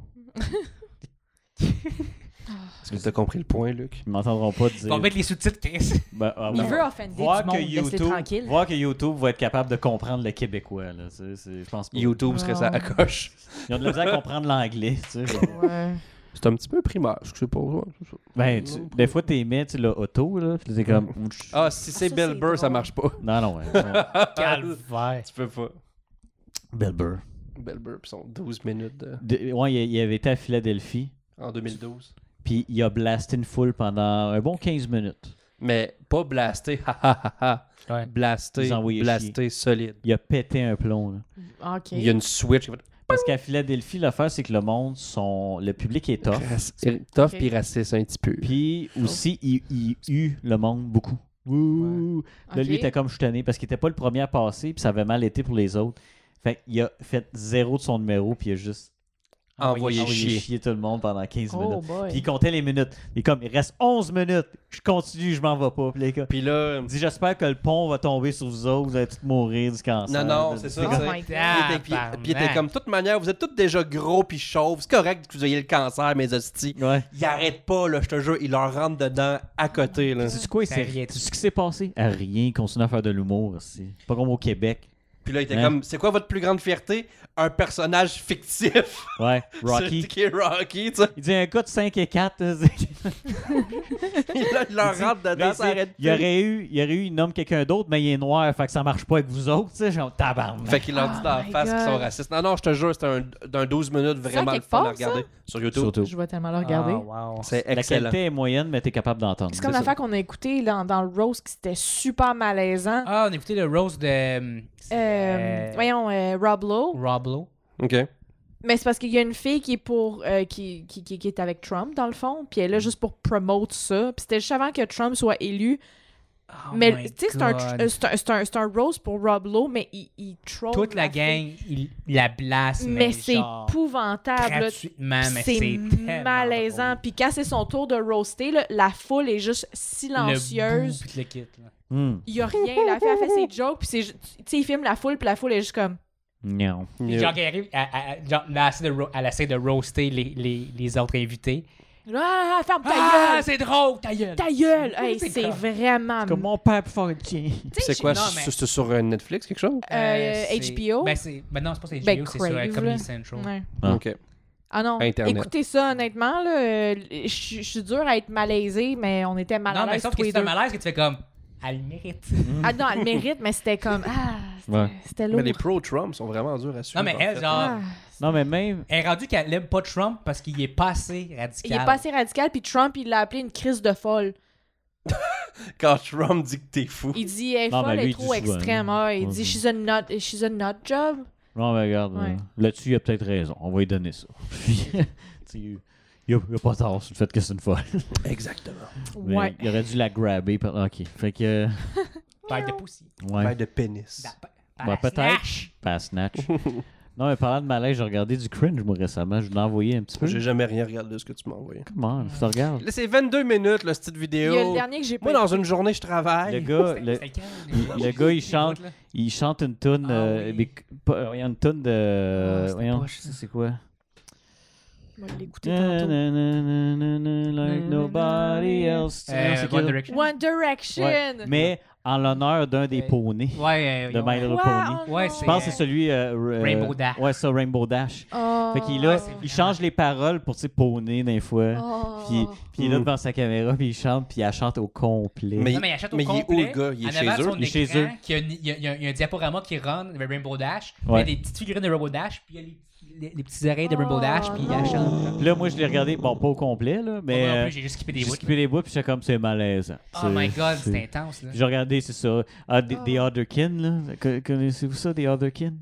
Est-ce que t'as compris le point, Luc?
Ils m'entendront pas
On va
dire.
mettre les sous-titres, Chris.
Ben, ah,
Il
ouais.
veut offender
voir
du
que,
monde, laissez
YouTube,
tranquille.
voir que YouTube va être capable de comprendre le québécois. Là, tu sais, c'est- je pense pas.
YouTube serait ça à coche.
Ils ont de la misère à comprendre l'anglais. Tu sais.
Ouais.
C'est un petit peu primaire, je sais pas. ouais, c'est ça.
ben, tu- des fois, t'émets tu le auto. Là, puis t'es comme.
Ah, si c'est
ça,
Bill
c'est
Burr, ça
drôle.
marche pas.
Non, non, ouais. non.
Calvaire.
Tu peux pas.
Bill Burr.
Bill Burr, pis son 12 minutes de-
De- ouais, il, il avait été à Philadelphie,
en 2012.
puis il a blasté une foule pendant un bon 15 minutes.
Mais pas blasté, ha ha ha ha.
Ouais.
Blasté,
Ils ont envoyé
blasté solide.
Il a pété un plomb. là.
OK.
Il y a une switch.
Parce qu'à Philadelphie, l'affaire, c'est que le monde, sont... le public est tough.
Rac- Tough
Ok.
pis raciste un petit peu.
Puis
Oh.
aussi, il, il eut le monde beaucoup. Ouh. Là, lui, il était comme je suis tanné parce qu'il était pas le premier à passer, puis ça avait mal été pour les autres. Fait qu'il a fait zéro de son numéro, puis il a juste
Envoyé
envoyé
chier.
chier tout le monde pendant 15
Oh
minutes.
boy.
Puis il comptait les minutes. Il est comme, il reste 11 minutes, je continue, je m'en vais pas. Puis les gars,
Puis là,
il dit, j'espère que le pont va tomber sur vous autres, vous allez tous mourir du cancer.
non, non, c'est ça.
Oh
c'est-
my God.
Puis il était- puis- Puis il était
Tabarnak.
comme, de toute manière, vous êtes tous déjà gros pis chauves. C'est correct que vous ayez le cancer, mes hosties.
Ouais.
Ils arrêtent pas, là, je te jure. Ils leur rentrent dedans à côté, là.
Tu sais quoi,
Ça
Ben,
c'est
rien.
rien. Tu sais ce qui s'est passé? Ah, rien, il continue à faire de l'humour. C'est pas comme au Québec.
Puis là, il était
Hein?
comme, c'est quoi votre plus grande fierté? Un personnage fictif.
Ouais,
C'est
Rocky.
qui est Rocky, tu sais.
Il dit un gars de 5 et 4. là, c'est-
Puis là, il leur rentre
Mais
dedans, ça
c'est-
arrête
il y aurait eu, il y aurait eu, il nomme quelqu'un d'autre, mais il est noir, fait que ça marche pas avec vous autres, tu sais, genre tabarnak.
Fait qu'il leur dit
Oh
dans la
my
face qu'ils sont
God.
racistes. Non, non, je te jure, c'était un, d'un 12 minutes vraiment
quelque
le fun à
part, ça?
regarder sur YouTube.
Surtout.
Je vais tellement le regarder.
Ah, wow.
C'est
La
excellent.
qualité est moyenne, mais t'es capable d'entendre.
C'est comme
ça.
l'affaire qu'on a écoutée là, dans le roast qui c'était super malaisant.
Ah, on écoutait le Rose de. hum,
Euh, Voyons, euh, Rob Lowe.
Roblo.
OK.
Mais c'est parce qu'il y a une fille qui est pour euh, qui, qui, qui, qui est avec Trump, dans le fond, puis elle est là juste pour promote ça. Puis c'était juste avant que Trump soit élu.
Oh
mais tu sais, c'est un, tr- euh, c'est un, c'est un, c'est un roast pour Rob Lowe, mais il, il troll.
Toute la
Oh, fille.
gang, il la blasse.
Mais c'est
genre,
épouvantable. là.
gratuitement, Ah, mais c'est
C'est
tellement
malaisant.
drôle.
Puis quand c'est son tour de roaster, là, la foule est juste
Le
silencieuse.
bout, pis le kit. là.
Hmm.
Il y a rien. La fille a fait ses jokes, puis c'est ju- tu sais, il filme la foule, puis la foule est juste comme.
Non.
Puis Genre, elle arrive, elle- elle- genre, là, elle essaie de ro- elle essaie de roaster les, les, les autres invités.
Ah, ferme ta
ah,
gueule!
c'est drôle, ta gueule!
Ta gueule! Hey,
C'est
c'est
comme-
vraiment.
C'est Comme mon père peut faire le tien.
Tu sais,
C'est quoi,
non,
c'est-
mais-
c'est sur euh, Netflix, quelque chose?
Euh,
c'est-
HBO?
Ben, c'est... ben non, c'est pas sur HBO,
Ben,
c'est sur euh,
Crave,
Comedy
là.
Central.
Ouais.
Ah.
OK.
Ah non,
Internet.
écoutez ça honnêtement, là, euh, je je suis dure à être malaisée, mais on était mal
Non,
à
mais
l'aise
sauf
tous
que
les
c'est un
deux.
malaise que tu fais comme. Elle le mérite.
Ah non, elle mérite, mais c'était comme, ah, c'était-
Ouais.
c'était lourd.
Mais les pro-Trump sont vraiment durs à suivre.
Non, mais
en
elle,
fait.
genre.
Ah.
Non, mais même.
Elle est rendue qu'elle aime pas Trump parce qu'il est pas assez radical.
Il est pas assez radical, puis Trump, il l'a appelé une crise de folle.
Quand Trump dit que t'es fou.
Il dit, elle est
Non, mais
folle,
lui,
elle est
il dit
trop
souvent,
extrême.
hein.
Ah, il
Ouais.
dit, she's a nut, she's a nut job.
Non, mais regarde,
Ouais.
euh, là-dessus, il a peut-être raison. On va lui donner ça. Puis, tu sais, il il a, il a pas tort sur le fait que c'est une folle.
Exactement.
Mais
Ouais.
Il aurait dû la grabber. par- Ok. Fait que. euh,
Bête de pussy.
Ouais.
Bête de pénis.
Bah.
Da- pa-
Ouais, Ben,
pa-
peut-être.
snatch.
Pas snatch. non, mais parlant de malaise, j'ai regardé du cringe, moi, récemment. Je vous l'ai envoyé un petit peu.
J'ai jamais rien regardé de ce que tu m'as envoyé.
Comment? Tu regardes.
Là, c'est 22 minutes, là, cette petite
Mmh. Il
vidéo.
y a le dernier que j'ai pas
Moi, dans une journée, je travaille.
Ah, Le gars, le-
C'était quand,
le
les-
gars, il
les
chante. euh,
bouts, là?
il chante une tune.
Ah
euh,
oui.
mais c- pas- euh, voyons, une tune
Ah,
de.
c'était
voyons,
poche, ça.
c'est c'est quoi?
écouté. Je vais l'écouter
Na,
tantôt.
na, na, na, na, na, Like
Na, na,
nobody
na.
else. Non,
Euh,
c'est
One
quoi?
Direction.
One Direction!
Ouais. Mais en l'honneur d'un des
Euh,
poneys
Ouais, euh,
de
ils ont-
My Little
Quoi?
Pony.
Oh
Ouais,
non.
Je
c'est-
pense que c'est celui. euh, euh,
Rainbow Dash.
Ouais, ça, Rainbow Dash.
Oh.
Fait qu'il là,
c'est
il
vraiment-
change les paroles pour, tu sais, poney, des fois.
Oh.
Puis, puis il est là
Mm.
devant sa caméra, puis il chante, puis elle chante au complet.
Mais-
Non, mais il achète au
mais il est où,
complet,
le gars? Il est
en
chez
avant de
eux?
son
Il est chez
écran,
eux.
qu'il y a une- Il y a, il y a- il y a un diaporama qui run, le Rainbow Dash.
Ouais.
Il y a des petites figurines de Rainbow Dash, puis il y a les, petits- les, les petites oreilles de Rainbow
Oh,
Dash, puis il
non.
achète.
Puis là, moi, je l'ai regardé, bon, pas au complet, là, mais.
Moi non plus,
euh,
j'ai juste skippé des
J'ai
bouts.
skippé les bouts, puis j'étais comme, c'est malaisant.
Oh
C'est-
my god,
c'est-
c'est intense. Là.
Puis J'ai regardé, c'est ça. Ah, The, The Otherkin, là. Co- Connaissez-vous ça, The Otherkin?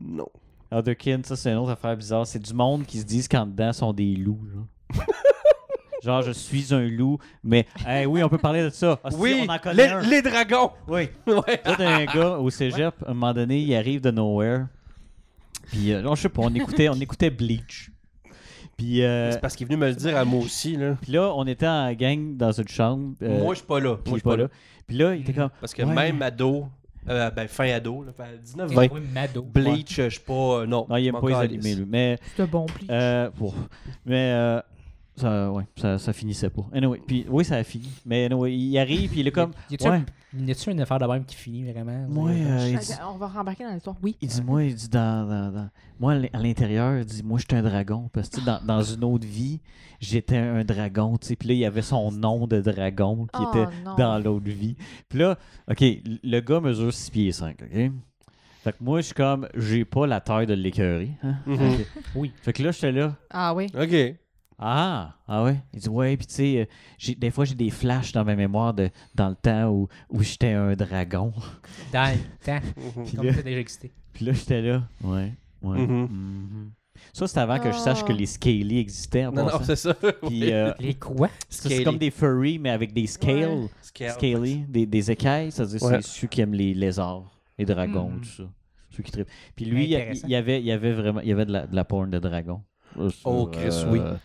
Non.
Otherkin, ça, c'est une autre affaire bizarre. C'est du monde qui se disent qu'en dedans sont des loups, là. Genre, je suis un loup, mais hey, oui, on peut parler de ça. Ah, si, on en connaît un.
dragons!
Oui.
Ouais.
Là, t'as un gars au cégep, à un moment donné, il arrive de nowhere. Puis, euh, non, je sais pas, on écoutait, on écoutait Bleach. Puis, euh,
C'est parce qu'il est venu me le dire à moi aussi, là.
puis là, on était en gang dans une chambre. euh,
Euh, moi, je suis pas là.
puis
Moi, je
il
suis pas là. Mhm.
Puis là, il était comme.
Parce que
ouais.
même ado, euh, ben, fin ado, là, ben, 19,
Et
20,
oui, Mado.
Bleach, je suis pas. euh, non.
Non, il aime
m'en
pas les
calisse.
animés, lui. Mais,
C'est un bon pli.
euh, pour- mais euh, ça, ouais, ça, ça finissait pas. Anyway, puis, oui, ça a fini. Mais anyway, il arrive, puis il est comme.
Y a-tu
Ouais,
un- y a-tu une affaire de même qui finit vraiment?
moi, euh, il dit,
Attends, On va rembarquer dans l'histoire. Oui.
il dit, moi, il dit, dans, dans- dans- moi, à l'in- à l'intérieur, il dit, moi, j'étais un dragon. Parce que, tu sais, dans, dans une autre vie, j'étais un dragon, tu sais. Puis là, il y avait son nom de dragon qui
Oh,
était
non.
dans l'autre vie. Puis là, OK, le gars mesure 6 pieds 5, OK? Fait que moi, je suis comme, j'ai pas la taille de l'écœuré. hein.
Mhm.
OK.
Oui.
Fait que là, j'étais là.
Ah oui.
Ok.
Ah, ah ouais. Il dit ouais, puis tu sais, euh, j'ai- des fois j'ai des flashs dans ma mémoire de dans le temps où, où j'étais un dragon. euh,
Dans le temps,
Mhm.
comme
là-
ça déjà existé.
Puis là j'étais là, ouais, ouais.
Mhm.
mhm. Ça c'est avant que je sache que
Ah.
les scaly existaient. En
Non, non,
passant.
c'est ça.
Puis euh,
Les quoi?
ça, c'est comme des furries mais avec des scales, scaly, des, des écailles. Ça veut dire
Ouais.
c'est ceux qui aiment les lézards, les dragons,
Mhm.
tout ça, ceux qui trippent. Puis lui, il y a-
Intéressant.
il y avait, il y avait vraiment, il y avait de la, de la porn de Euh, dragon. Euh, sur,
Oh, Chris, oui.
sur-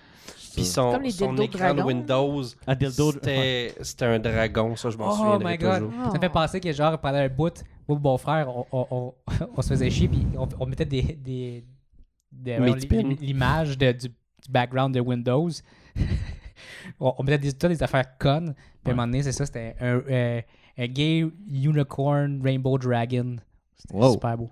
Puis son,
Comme les
son
dildos
écran de
dragons.
Windows,
Ah, dildo-
c'était c'était un dragon, ça, je m'en
Oh
souviendrai
my god.
toujours.
Ça me fait penser que genre pendant un bout, moi et mon frère, on, on- on- on se faisait chier puis on, on mettait des, des, des-
Mais
on-
tu pines.
l'image de- du, du background de Windows. on, on mettait des, toutes des affaires connes. Puis à un moment donné, c'est ça, c'était un, euh, un gay unicorn rainbow dragon. C'était
Wow.
super beau.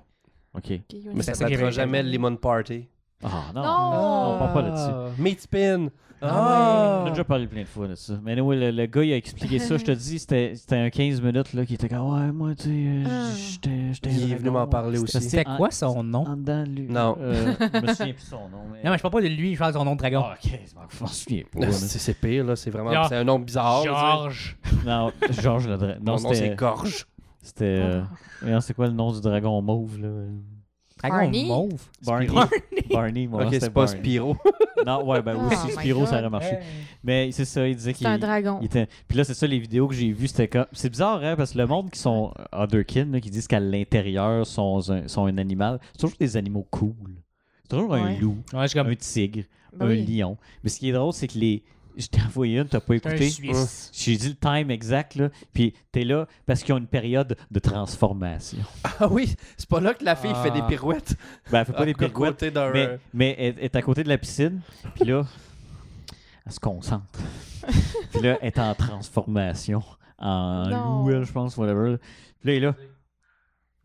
Ok.
Mais ça
C'est ça qui
s'appellera
est-
jamais le Lemon Party.
Ah non.
Non.
On parle pas là-dessus.
Ah.
Meat Ah. Pin!
On a déjà parlé plein de fois de ça. Mais anyway, le, le gars, il a expliqué ça. Je te dis, c'était c'était un 15 minutes là, qui était comme Ouais, moi, tu sais, euh,
Ah.
j'étais. j'étais un
Il est venu
dragon.
m'en parler
C'était-
aussi.
C'était
en-
quoi son nom?
En dedans, lui.
Non.
Euh, je me souviens plus son nom. Mais...
Non, mais je parle pas de lui, je parle de son nom de dragon.
Ah, ok, je m'en- je m'en souviens pas.
Ah,
là.
C'est c'est pire, là. C'est vraiment.
Genre-
C'est un nom
Ah,
bizarre. là,
Georges.
non, Georges le dragon.
tu sais.
Non,
Mon nom, c'est
c'était.
Gorge.
C'était. euh,
Ah.
voyons, C'est quoi le nom du dragon mauve, là
Dragon
Barney.
mauve.
Barney. Barney, moi.
Ok,
c'était
c'est pas
Barney.
Spiro.
Non, ouais, ben
Oh
aussi,
my
Spiro, ça
God.
aurait marché.
Ouais.
Mais c'est ça, il disait qu'il.
C'est un dragon.
Il était- Puis là, c'est ça, les vidéos que j'ai vues, c'était comme. C'est bizarre, hein, parce que le monde qui sont otherkin, là, qui disent qu'à l'intérieur sont un, sont un animal, c'est toujours des animaux cool. C'est toujours un
Ouais.
loup,
Ouais, je suis comme
un tigre,
Ben
un
oui.
lion. Mais ce qui est drôle, c'est que les. Je t'ai envoyé une, t'as pas
un
écouté.
Suisse.
J'ai dit le time exact, là, puis t'es là parce qu'ils ont une période de transformation.
Ah oui, c'est pas là que la fille fait des
Ah.
pirouettes.
Ben, elle fait
Ah,
pas des
côté
pirouettes,
d'un-
mais, mais elle elle est à côté de la piscine, puis là, elle se concentre. puis là, elle est en transformation, en
Non.
loup, elle, je pense, whatever. Puis là, elle est là,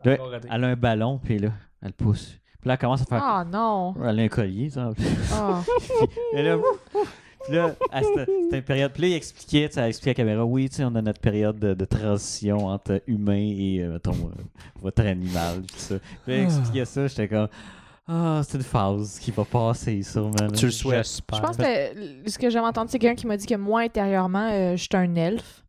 Ouais. elle a un ballon, puis là, elle pousse. Puis là, elle commence à faire...
Ah non.
Elle a un collier, ça.
Ah.
Et là, puis là, à cette- c'était une période. Puis là, il expliquait, tu sais, il expliquait à la caméra, oui, tu sais, on a notre période de, de transition entre humain et, euh, mettons, euh, votre animal, puis tout ça. Puis
Ah.
là, il expliquait ça, j'étais comme, ah, c'est une phase qui va passer, sûrement. là.
Tu le souhaites.
Je pense que le- ce que j'avais entendu, c'est quelqu'un qui m'a dit que moi, intérieurement, euh, je suis un elfe.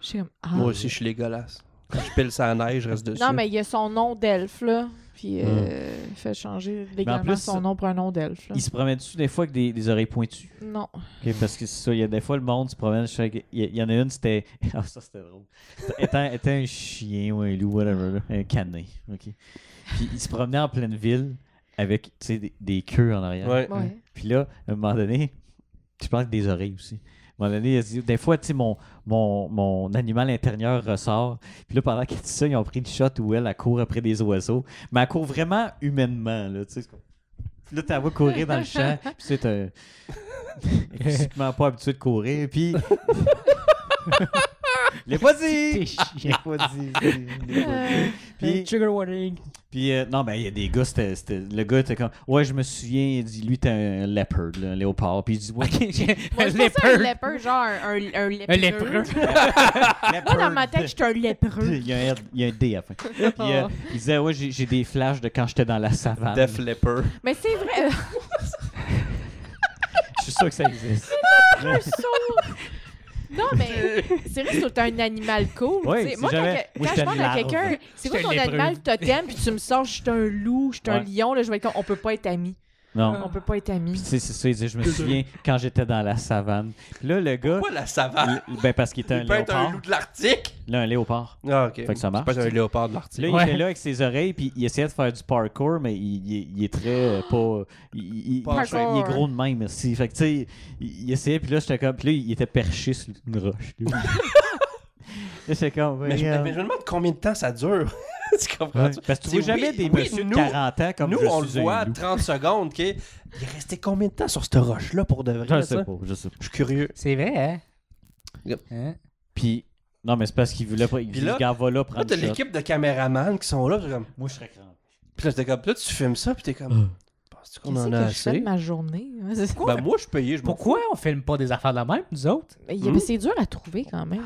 Je suis comme. Ah.
Moi aussi, je suis dégueulasse. Quand je pile sa neige, je reste dessus. Hmm.
non, mais il y a son nom d'elfe, là. Puis, euh, il fait changer légalement
plus,
son nom pour un nom d'elfe. là.
Il se promène dessus des fois avec des, des oreilles pointues.
Non.
Ok, parce que c'est ça, il y a des fois le monde se promène. je sais que- Il y, il y en a une, c'était. Ah, ça c'était drôle. Étant, étant un chien ou un loup, whatever, là, un canin. ok. Puis il se promenait en pleine ville avec tu sais, des, des queues en arrière.
Ouais.
Ouais.
Puis là, à un moment donné, je pense que des oreilles aussi. À un moment donné, il a dit, des fois, tu sais, mon, mon, mon animal intérieur ressort. Puis là, pendant qu'elle dit ça, ils ont pris une shot où elle, elle court après des oiseaux. Mais elle court vraiment humainement, là, tu sais. c'est comme- Puis là, t'as vu courir dans le champ. Puis c'est un... Physiquement pas habitué de courir. Puis... l'ai pas dit! Je l'ai
chiant.
pas dit. je l'ai- je l'ai pas dit.
Euh,
Puis-
Trigger warning.
Puis, euh, non, ben, il y a des gars, c'était, c'était- le gars était comme, ouais, je me souviens, il dit, lui, t'es un leopard, là, un léopard. Puis il dit, ouais,
Ok, j'ai-
Moi,
un
je pensais à un
leopard.
lépreux, genre un, un lépreux.
Un lépreux.
Moi,
leopard.
dans ma tête, j'étais un Oh. lépreux.
il y, a un, R- il y a un D à la fin. Puis, euh, il disait, ouais, j'ai, j'ai des flashs de quand j'étais dans la savane.
Def Leppard.
Mais c'est vrai,
Je suis sûr que ça existe.
un sourd. Non, mais c'est vrai que t'es un animal cool.
Ouais,
tu sais.
c'est
moi, quand,
jamais-
que-
moi,
quand
j'étais
je parle
une
à
larve.
quelqu'un, c'est quoi
J'étais
ton
un lépreux.
animal totem, puis tu me sors, je suis un loup, je suis un
Ouais.
lion, là, je vais être comme, on peut pas être amis.
Non.
On peut pas être
Puis,
amis.
tu sais, c'est ça, il dit, je me souviens, quand j'étais dans la savane. Puis là, le gars,
Pourquoi la savane?
il- ben, parce qu'il était un
Il peut être un
léopard.
loup de l'Arctique.
Là, un léopard.
Ah, ok.
que ça
C'est
marche.
pas un léopard de
Là,
l'Arctique.
il
Ouais.
était là avec ses oreilles, puis il essayait de faire du parkour, mais il, il- il est très euh, pas. Il, il-
Parkour.
il est gros de même, aussi. Fait que, tu sais, il, il essayait, puis là, j'étais comme. Puis là, il était perché sur une roche. lui. là, j'étais comme.
Mais je,
regarde.
mais je me demande combien de temps ça dure. tu
Ouais,
comprends-tu?
Parce que tu
C'est
vois jamais
oui,
des
oui,
messieurs de
nous-
40 ans comme
Nous,
je
on le
suis un
voit à
loup.
30 secondes. ok? Il est resté combien de temps sur cette roche-là pour de vrai?
Je
ça?
sais pas, je sais pas.
Je suis curieux.
C'est vrai, hein?
Yep.
Hein?
Puis. Non, mais c'est parce qu'il voulait pas. Il
Puis
dit,
là-
le gars va là
Là,
prendre
t'as
le shot.
l'équipe de caméramans qui sont là. Puis comme...
Moi, je serais crampé.
Puis là, t'es comme... là, tu filmes ça. Puis t'es comme. Penses-tu qu'on
Qu'est-ce
en
que
a
je fais
assez?
de ma journée? C'est quoi?
Ben, moi, je suis payé. Je m'en
Pourquoi on filme pas des affaires de la même, nous autres?
Il y a-
Hmm?
C'est dur à trouver quand même.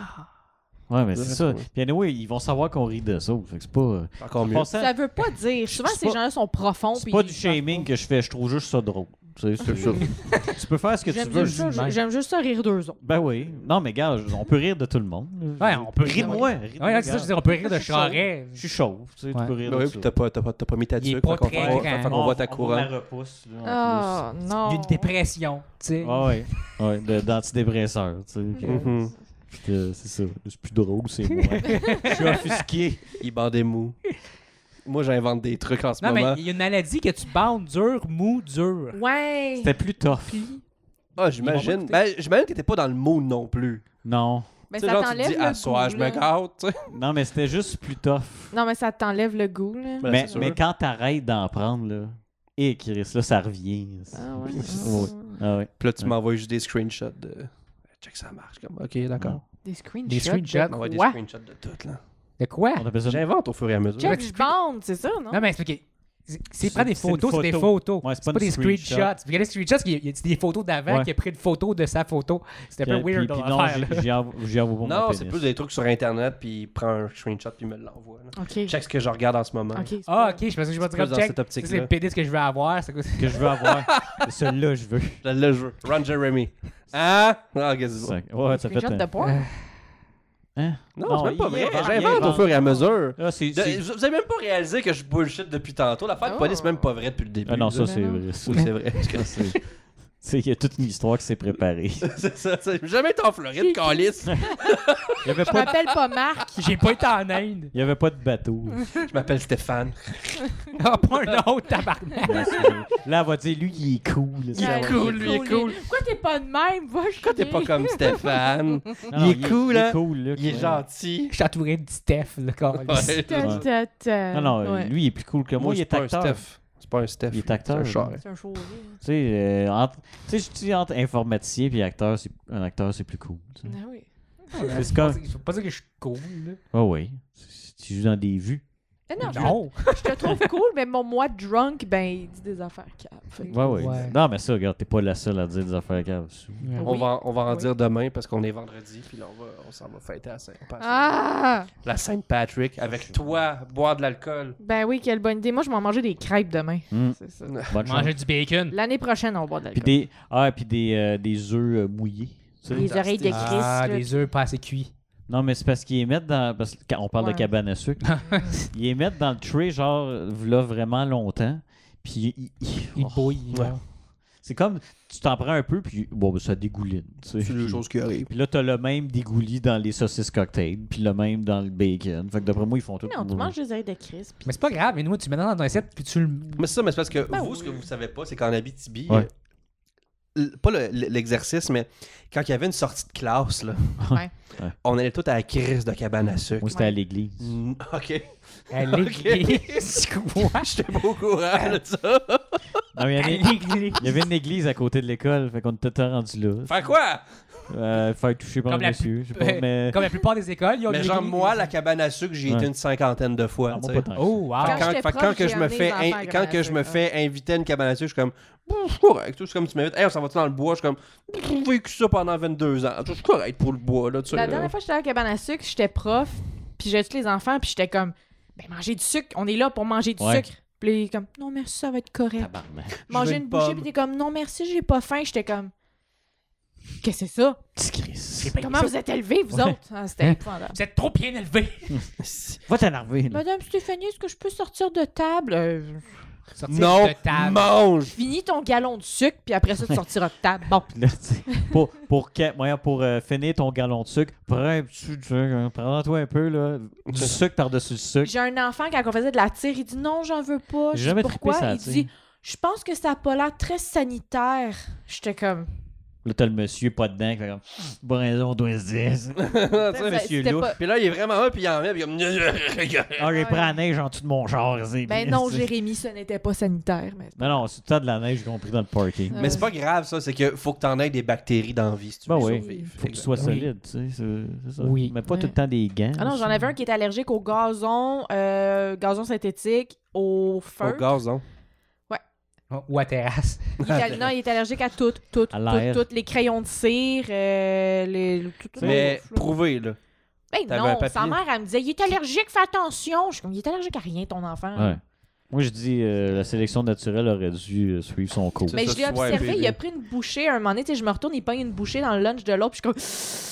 Ouais, mais c'est
Ouais,
ça.
ouais.
Puis anyway, ils vont savoir qu'on rit de ça. Fait que c'est pas.
fous. Encore mieux.
Passant-
Ça veut pas dire. Souvent,
C'est
ces
pas-
gens-là sont profonds.
C'est
puis
pas
ils
du
savent
shaming
pas.
que je fais, je trouve juste ça drôle. Tu sais, c'est ça. tu peux faire ce que tu
J'aime
veux.
juste ça-
je dis même.
J'aime juste ça rire d'eux autres.
Ben oui. Non, mais gars, je- on peut rire de tout le monde.
Ouais, on peut
rire
rire.
de moi.
Ouais, c'est ça, je veux dire, on peut rire de charret.
Je suis chauve, tu sais, tu
Ouais.
peux rire
Ben
de
oui,
ça.
puis t'as pas, t'as pas, t'as pas mis ta
Il est
tuque,
pas
fait qu'on
très
voit-
grand.
fait qu'on voit ta couronne.
la repousse, là, en
Ah, non.
D'une dépression, tu sais.
plus. Ah ouais, ouais, de- d'antidépresseur, tu sais. que-
Mhm.
puis que c'est ça, c'est plus drôle, c'est moi. je suis offusqué.
Il bat des mous. Moi, j'invente des trucs en ce
Non,
moment.
mais il y a une maladie que tu bandes dur, mou, dur.
Ouais.
C'était plus tough.
Ah,
Ils
j'imagine.
vont
Ben, j'imagine que t'es pas dans le mood non plus.
Non,
Mais
tu sais,
Ben, ça
genre, tu te
t'enlève
dis,
le
ah,
goût.
soir, je me
là.
gâte, tu sais.
non, mais c'était juste plus tough.
Non, mais ça t'enlève le goût, là.
Ben,
mais,
c'est sûr.
mais quand t'arrêtes d'en prendre, là, et Chris, là, ça revient.
Ah ouais.
Ouais. Ah ouais.
Puis là, tu
Ouais.
m'envoies juste des screenshots de. Check, ça marche. Comme, ok, d'accord.
Des screenshots.
Des screenshots.
On envoie des
Quoi?
screenshots de tout, là.
De quoi?
On appelle ça une-
J'invente au fur et à mesure.
Check, je bande, c'est ça, non?
Non, mais expliquez. C'est- C'est
C'est-
prendre des
c'est une
photos, c'est des
photo.
photos.
Ouais,
c'est pas, des screenshots. Parce qu'il y a des screenshots, c'est qu'il y a- c'est des photos d'avant
Ouais.
qui a pris une photo de sa photo. C'était un peu
Puis-
weird
puis
dans
non,
l'affaire. là.
j'y- j'y envoie j'y envoie pas mon
Non, c'est
pénis.
plus des trucs sur Internet, puis il prend un screenshot, puis il me l'envoie. là.
OK.
Check ce que je regarde en ce moment.
OK. c'est
Ah,
pas-
ok, je pensais que je vais
C'est
dire
plus dans
comme check.
cette
ça,
optique-là.
C'est le pénis que je veux avoir. c'est quoi-
que je veux avoir. C'est Celui-là, je veux.
Là, le jeu. Ron Jeremy. Hein? Ah, qu'est-ce que
Cinq. Ouais, ça fait.
Screenshot
un-
de porn?
Hein?
Non, non c'est même pas
il
vrai.
invente, il
J'invente au
invente.
fur et à mesure.
Ah, c'est.
De-
c'est-
vous vous avez même pas réalisé que je bullshit depuis tantôt. L'affaire de
Oh.
police, c'est même pas vrai depuis le début.
Ah non, ça
là.
c'est
Non, non.
vrai. ça,
Oui, c'est vrai.
c'est- c'est- C'est qu'il y a toute une histoire qui s'est préparée.
c'est ça. ça. J'ai jamais été en Floride,
Il
Calice.
n'y avait,
Je
pas de-
m'appelle pas Marc.
J'ai pas été en Inde.
il y avait pas de bateau.
Je m'appelle Stéphane.
Ah, pas un autre tabarnak.
Ouais, c'est vrai. Là, elle va dire, lui, il est cool. là, tu
Ouais,
sais,
cool, lui, il est cool.
Pourquoi t'es pas de même? Va, je
Pourquoi t'es pas comme Stéphane?
elle va- Non,
Il est cool, hein?
Il est cool, là,
Il est
ouais.
gentil.
Je suis entouré de Steph, le câlisse.
Ouais.
Ta, ta, ta.
Non, non,
Ouais.
lui, il est plus cool que moi.
Moi,
Il
c'est
est
pas un
acteur.
Steph. C'est pas un Steph.
Il est acteur.
C'est un char.
C'est un hein. show.
Tu sais, euh, entre- tu sais, je dis entre informaticien et acteur, c'est- un acteur, c'est plus cool. tu sais.
Ah oui.
Ouais,
C'est comme-
faut pas- Faut pas dire que je suis cool. là.
Ah oui. Si Tu joues dans des vues.
Eh non,
Non.
Je, je te trouve cool, mais mon moi drunk, ben, il dit des affaires caves. Fait que-
Ouais, ouais.
Ouais.
Non, mais ça, regarde, t'es pas la seule à dire des affaires graves.
On
Oui.
va, on va en
Oui.
dire demain parce qu'on est vendredi, puis là, on, va, on s'en va fêter à saint patrick
Ah!
La Saint-Patrick, avec toi, boire de l'alcool.
Ben oui, quelle bonne idée. Moi, je vais en manger des crêpes demain.
Mm.
C'est ça.
Bonne chance.
Manger du bacon.
L'année prochaine, on va boire de
Puis
l'alcool.
des, ah, puis des, euh, des œufs euh, mouillés. tu sais.
Les oreilles de Christ.
Ah,
là.
des œufs pas assez cuits.
Non, mais c'est parce qu'ils les mettent dans. Parce que quand on parle
Ouais.
de cabane à sucre, ils les mettent dans le tray, genre, là, vraiment longtemps. Puis ils- ils-
Ils
oh.
bouillent.
Ouais.
là.
c'est comme, tu t'en prends un peu, puis bon, ben, ça dégouline. tu sais.
C'est
Puis-
les choses qui arrivent.
Puis là, t'as le même dégoulis dans les saucisses cocktails, puis le même dans le bacon. Fait que d'après moi, ils font tout.
Non, tu manges des oreilles de Christ. puis-
Mais c'est pas grave, mais nous, tu mets dans ton assiette puis tu le.
Mais c'est ça, mais c'est parce que
Ben
vous,
oui.
ce que vous savez pas, c'est qu'en Abitibi,
Ouais.
euh, l- pas le- l- l'exercice, mais quand il y avait une sortie de classe, là,
Ouais.
Ouais.
on allait tout à la crise de cabane à sucre.
Moi, c'était à l'église.
Mm, Ok.
À
Ok.
l'église. Quoi?
J'étais pas au courant de ça.
Non, mais Ah il y
À
avait-
l'église.
il y avait une église à côté de l'école, fait qu'on était tout rendu là.
Faire quoi?
Euh, faire toucher par
Comme
le
la-
monsieur. Je sais pas, mais.
Comme la plupart des écoles, ils ont
Mais
des-
genre, moi, la cabane à sucre, j'y ai été
Ouais.
une cinquantaine de fois.
Ah, moi,
tu sais.
pas tant.
Oh, wow.
Fait que
Quand
quand,
j'étais
fait que
proche,
quand que
j'ai
je me
amené
fais
les enfants à
in-
la
quand que
cabane
je
à
me
sucre,
fais inviter à une cabane à sucre, je suis comme Bon, c'est correct, tout c'est comme tu m'invites. Hey, on s'en va dans le bois, je suis comme J'ai vécu ça pendant 22 ans. C'est correct pour le bois là, tu sais.
La
là.
dernière fois que j'étais à la cabane à sucre, j'étais prof, puis j'ai tous les enfants, puis j'étais comme, ben mangez du sucre, on est là pour manger du
Ouais. Ah,
sucre. Puis il est comme, non merci, ça va être correct.
Tabarnak.
Je
Manger
veux
une
une
bouchée,
pomme.
puis t'es comme, non merci, j'ai pas faim. J'étais comme, qu'est-ce que c'est ça?
Petit Chris.
Ben,
Comment vous êtes élevés, vous
Ouais.
autres? Ah, C'était
Hein?
épouvantable.
Vous êtes trop bien élevé.
Va t'énerver, là.
Madame Stéphanie, est-ce que je peux sortir de table? Euh,
Non,
de table.
mange.
finis ton galon de sucre, puis après ça, tu sortiras de table. Bon.
Puis là, tu sais, pour, pour, que- moyen pour euh, finir ton galon de sucre, prends un petit sucre, hein, prends-toi un peu, là, du sucre par-dessus le sucre.
J'ai un enfant, quand on faisait de la tire, il dit non, j'en veux pas.
J'ai
Je dis
jamais trippé
pourquoi?
sur la
Il
tire.
dit, je pense que ça a pas l'air très sanitaire. J'étais comme,
Là, t'as le monsieur pas dedans qui fait comme, bon, raison, 12-10.
Tu sais.
Ça,
monsieur
ben, c'était
louche.
pas-
Puis là, il est vraiment là, puis il en met, puis il est comme
Ah, j'ai
Ouais.
pris la neige en dessous de mon char, c'est
Ben
bien,
non,
c'est-
Jérémy, ce n'était pas sanitaire. Mais...
Non, non, c'est tout le temps de la neige, j'ai compris, dans le parking.
Mais c'est pas grave ça, c'est que faut que t'en aies des bactéries dans la vie si tu veux
Ben oui.
survivre.
Faut que tu sois
euh, Oui.
solide, tu sais, c'est c'est ça.
Oui.
Mais pas
Ouais.
tout le temps des gants.
Ah non, j'en
aussi.
avais un qui était allergique au gazon, euh, gazon synthétique, au
Au hein.
feu.
gazon.
Oh, Ou à terrasse.
Il était- non, il est allergique à tout, tout,
À
tout,
l'air.
tout, les crayons de cire, euh, les, le- tout, tout.
Mais
tout.
prouvé là.
Ben
t'avais un
non,
papier.
sa mère, elle me disait, il est allergique, fais attention. Je suis comme, il est allergique à rien, ton enfant.
Ouais. Moi, je dis, euh, la sélection naturelle aurait dû euh, suivre son cours.
Mais
Ça,
je l'ai
ça, ouais,
observé,
bébé.
il a pris une bouchée à un moment donné, tu sais, je me retourne, il pogne une bouchée dans le lunch de l'autre, puis je suis comme,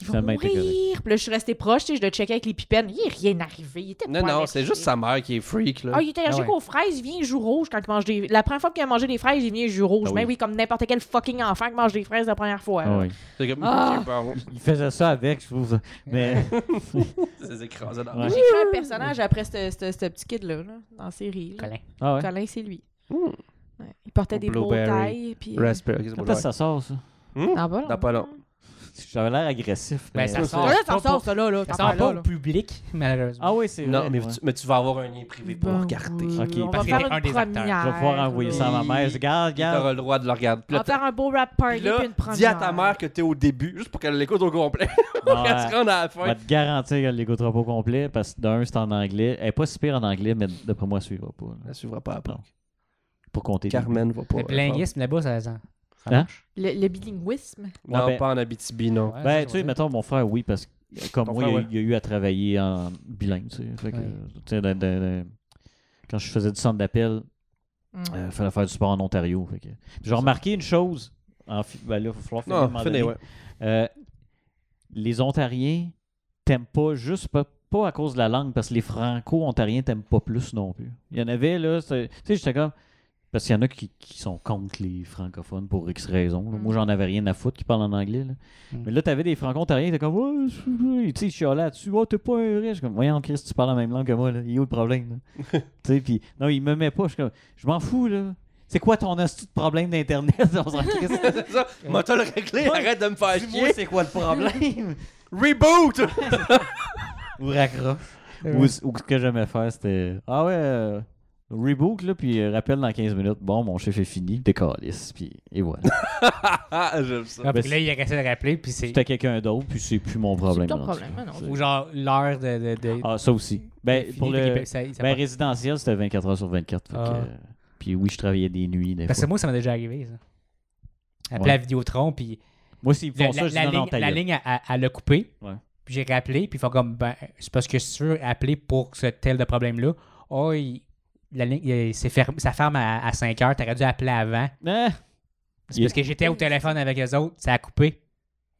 il va
Finalement, il était
mourir. Puis là, je suis restée proche, tu sais, je le checkais avec les pipennes, il est rien arrivé, il était
Non
pas
non, c'est
allergique.
juste sa mère qui est freak là.
Ah, il était allergique
Ah ouais.
aux fraises, il vient joue rouge quand il mange des. La première fois qu'il a mangé des fraises, il vient joue rouge.
Ah
Mais
oui.
oui, comme n'importe quel fucking enfant qui mange des fraises la première fois.
Ah
là.
oui.
C'est comme
Ah.
Ok, bon.
Il faisait ça avec, je trouve. Mais
C'est écrasé dans
Ouais.
J'ai créé un personnage après ce ce- ce petit kid-là, là, dans la série. là.
Colin.
ah ouais.
Colin, c'est lui.
Hmm.
Ouais. Il portait des beaux
Blueberry.
tailles. Puis... euh,
Raspberry.
Quand est-ce que Mm. ça sort ça
Ah, bah,
Dans pas long.
J'avais l'air agressif.
Ben,
Mais...
ça sort.
Ah, Là, ça
pas
sort,
pour-
ça, là. là
Ça
t'en
sort
parles,
pas
là,
au
là.
public, malheureusement.
Ah oui, c'est
Non,
vrai,
mais,
ouais.
tu, mais tu vas avoir un lien privé pour le
Ben
regarder.
oui,
Ok,
on va
parce
qu'il
faire
est un
une
des acteurs.
première.
Je vais pouvoir envoyer ça à ma mère. Je dis, Regarde,
Tu
regarde.
auras le droit de le regarder. Puis
On
là,
va faire un beau rap
Puis
party,
là,
puis une première.
dis à ta mère que t'es au début, juste pour qu'elle l'écoute au complet.
Non,
Quand
elle-
tu rentres à la
Je
fin.
vais te garantir qu'elle l'écoutera pas au complet parce que d'un, c'est en anglais. Elle est pas si pire en anglais, mais d'après moi, elle suivra pas. là.
Elle suivra pas après.
Non. Pour compter.
Carmen va pas.
Le bilinguisme là-bas, ça, ça, ça
Hein?
marche.
Le, le bilinguisme.
Non,
Ouais, ben-
pas en Abitibi, non.
Ouais,
Ben,
ça,
tu
ouais.
sais, mettons, mon frère, oui, parce que euh, comme
Ton
moi,
frère,
il, a,
ouais.
il a eu à travailler en bilingue, tu sais. Fait que,
Ouais.
euh, tu sais, dans- dans- dans- quand je faisais du centre d'appel,
Mm.
il fallait faire Euh, du sport en Ontario. Fait que... Puis J'ai remarqué une chose. En... fi- Ben là, il va falloir finir à un
Non,
moment
finis,
donné.
ouais.
Euh, les Ontariens t'aiment pas juste pas, pas à cause de la langue, parce que les Franco-Ontariens t'aiment pas plus non plus. Il y en avait, là, c'est- tu sais, j'étais comme. Parce qu'il y en a qui, qui sont contre les francophones pour X raisons. là.
Mm.
Moi, j'en avais rien à foutre qui parlent en anglais. là.
Mm.
Mais là, t'avais des franco-ontariens, t'es comme, ouais, c'est- ouais. tu sais, je suis là-dessus, oh, t'es pas un riche. Comme, voyons, Chris, tu parles la même langue que moi, là. Il est où le problème, là? tu sais, puis, non, il me met pas. Je suis comme, je m'en fous, là. C'est quoi ton astuce de problème d'Internet? On s'en crisse.
C'est ça. Moi, t'as le réglé,
Ouais.
arrête de me faire
Dis-moi,
chier.
c'est quoi le problème?
Reboot!
ou raccroche. Ou, ou ce que j'aimais faire, c'était Ah ouais, euh, rebook, là, puis euh, rappel dans 15 minutes. Bon, mon chef est fini, décalisse, puis et voilà.
Ah, j'aime ça.
Ah,
Ben,
puis là, il essaie de rappeler, puis c'est.
C'était quelqu'un d'autre, puis c'est plus mon
C'est
problème.
ton
là,
problème,
tu sais.
non.
C'est-
Ou genre l'heure de. de, de-
Ah, ça aussi. Ben,
hein, fini,
pour
fait
le
qu'il- ça- ça
ben,
part-
résidentiel, c'était 24 heures sur 24. fait que,
Ah.
euh, puis oui, je travaillais des nuits. Des
Parce que
fois.
moi, ça m'est déjà arrivé, ça. Après
Ouais.
la Vidéotron, puis
Moi, s'ils
la,
font ça,
la-
je dis
la
non, non,
ligne,
ta
la
gueule.
ligne, elle- elle elle l'a coupé.
Ouais.
Puis j'ai rappelé, puis ils font comme, ben, c'est parce que si tu veux appeler pour ce tel de problème-là, oh, il- la ligne, il- c'est fermé- ça ferme à, à 5 heures, t'aurais dû appeler avant.
Ah!
C'est parce que j'étais au téléphone avec les autres, ça a coupé.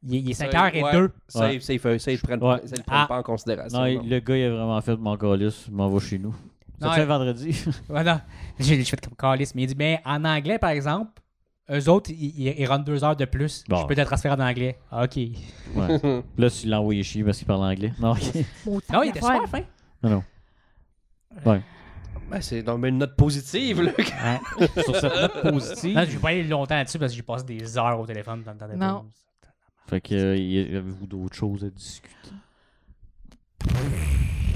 Il, il est 5
Ouais.
heures et 2.
Save, save, euh, save, prenne
Ouais.
prenne
Ah.
pas en considération.
Non,
non.
il- le gars, il a vraiment fait mon calice, je m'en vais chez nous.
Non,
Ça fait
il-
vendredi.
Voilà. J'ai j'ai fait comme calice. Mais il dit, ben, en anglais, par exemple, eux autres, ils, ils, ils runnent deux heures de plus.
Bon.
Je peux te transférer en anglais. Ah, OK.
Ouais. Là, tu l'as envoyé chier parce qu'il parle anglais. Non, ok.
Mon
Non, il était hein.
téléphone.
super fin.
non, non.
Ben, c'est non, mais une note positive, là.
Sur cette note positive.
Non, je vais pas aller longtemps là-dessus parce que j'ai passé des heures au téléphone dans le temps de
Non.
pause.
Fait que, euh, y- avez-vous d'autres choses à discuter?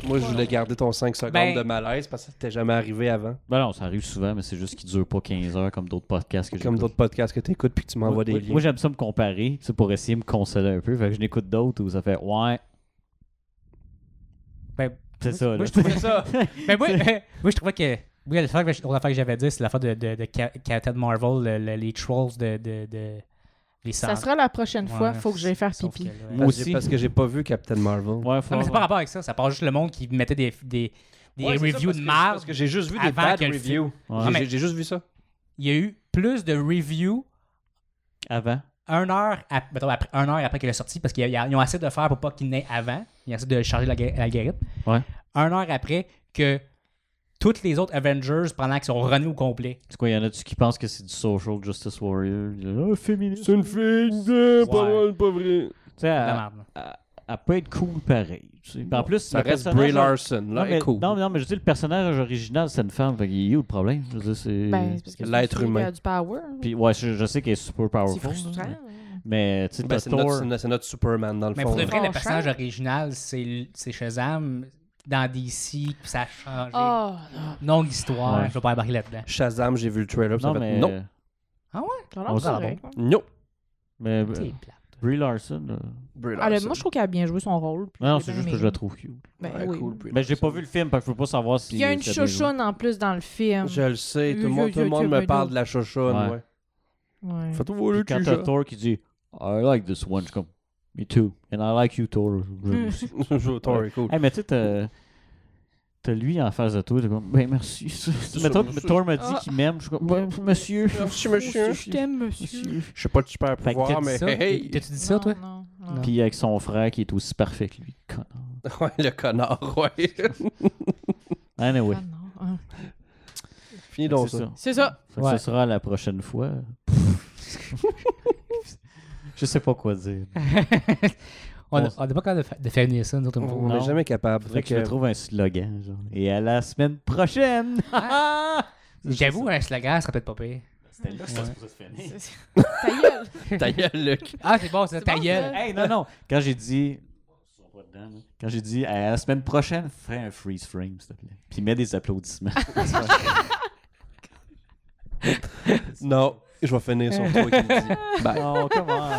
Moi, je voulais garder ton 5 secondes
Ben-
de malaise parce que ça t'était jamais arrivé avant.
Ben non, ça arrive souvent, mais c'est juste qu'il dure pas 15 heures comme d'autres podcasts que
Comme
j'écoute.
d'autres podcasts que t'écoutes puis que tu m'envoies
Moi,
des
moi-
liens.
moi, j'aime ça me comparer, tu sais, pour essayer de me consoler un peu. Fait que je n'écoute d'autres où ça fait ouais.
Ben,
C'est ça, là.
Moi, je trouvais ça. Mais moi, euh, moi, je trouvais que. Oui, la fois que, l'autre affaire que j'avais dit, c'est l'affaire de, de, de Ca- Captain Marvel, le- le- les trolls de. de, de- les
Ça
sans-
sera la prochaine fois,
Ouais,
faut que j'aille faire
sauf
pipi.
que là,
Parce que j'ai-
aussi.
Parce que j'ai pas vu Captain Marvel.
Ouais, faut
Non, mais c'est pas
avoir-
rapport avec ça. Ça part juste le monde qui mettait des, des, des
Ouais, c'est ça,
reviews
parce
de
que-
marge.
Parce que j'ai juste vu des
avant
bad
que le film-
reviews.
Ouais.
J'ai-
mais-
J'ai j'ai juste vu ça.
Il y a eu plus de reviews
avant.
un heure, ap- mettons, après, un heure après qu'il est sorti, parce qu'ils ils ont assez de faire pour pas qu'il n'ait avant. Ils ont essayé de charger l'alg- l'algorithme.
Ouais.
Un heure après que toutes les autres Avengers, pendant qu'ils sont runnés au complet.
C'est quoi, il y en a-tu qui pensent que c'est du social justice warrior? Ils disent, Ah, féministe.
une fille, c'est
pas Ouais.
pas vrai.
Tu sais,
de la
elle,
merde.
elle- elle peut être cool pareil. tu sais. Puis En plus,
Ça
le
reste
personnage-
Bray Larson.
Non
Là,
mais,
est cool.
non, mais- non, mais je dis, le personnage original, c'est une femme. Fait qu'il est où le problème? Je veux dire, c'est...
Ben, c'est parce que c'est
L'être
une fille
humain.
qui a du power. hein.
Puis, ouais, je, je sais qu'elle est super
C'est
powerful.
frustrant.
là, Mais, tu sais,
Ben,
t'as
c'est notre,
Thor...
c'est notre- c'est notre Superman dans le
Mais
fond.
pour de
là.
vrai,
Oh,
le personnage
Shazam.
original, c'est l- c'est Shazam. Dans DC, ça a changé.
Oh, non.
Longue histoire,
Ouais.
je vais pas embarquer là-dedans.
Shazam, j'ai vu le trailer. puis ça
Non,
fait,
mais...
Non,
t'as
On
l'air
s'en
correct.
non.
Mais
T'es
euh,
plate.
Brie Larson... là.
Bray
Ah, le-
Larson.
Moi, je trouve qu'elle a bien joué son rôle. puis
Non, non,
j'ai
c'est
bien
juste que
aimé.
je la trouve cute.
Ben
Ouais,
oui.
cool, Brie
Mais j'ai
Larson.
pas vu le film, fait que je peux pas savoir si...
Puis il y a une
c'était bien joué.
chouchoune en plus dans le film.
Je le sais, tout le
Yo,
monde,
yo,
tout le
yo,
monde
yo,
me
yo.
parle de la chochonne.
Ouais.
Ouais.
Ouais.
Faut tout
Puis
voler,
quand
tu
t'as Thor qui dit « I like this one », je suis comme « Me too, and I like you, Thor ». J'aime aussi.
Thor est cool.
Hey, mais tu sais, t'as- t'as lui en face de toi, t'es comme, ben merci. Mettons que
monsieur.
Thor me dit
Ah.
qu'il m'aime, je suis comme, ben, monsieur.
Merci, monsieur.
Je t'aime, monsieur.
Je sais pas de super
Fait que
pouvoir,
t'as dit
mais
Ça,
hey, hey!
T'as-tu dit ça, toi?
Non, non,
Non.
non.
Puis avec son frère qui est aussi parfait que lui, connard.
Ouais, le connard, ouais.
Anyway,
Ah, non, hein.
Fini
c'est
donc ça.
ça.
C'est ça.
Fait que
Ouais.
Ce sera la prochaine fois. je sais pas quoi dire.
on n'est pas capable de, fa- de faire venir ça, nous autres.
On
Non.
n'est jamais capable.
Faudrait que
Fait
je me
que,
trouve un slogan, genre. Et à la semaine prochaine!
Ah!
J'avoue, un slogan serait peut-être pas pire.
C'était là que
ça se
C'est- c'est- Ta gueule.
ta gueule, Luc.
Ah, c'est bon, c'est
C'est
ta
bon,
gueule.
ça.
Hey, non, non. Quand j'ai dit. Ils sont pas dedans, là. Quand j'ai dit à la semaine prochaine, fais un freeze frame, s'il te plaît. Puis mets des applaudissements.
Non, je vais finir sur toi qui le dit. Bye.
Ben, oh, comment?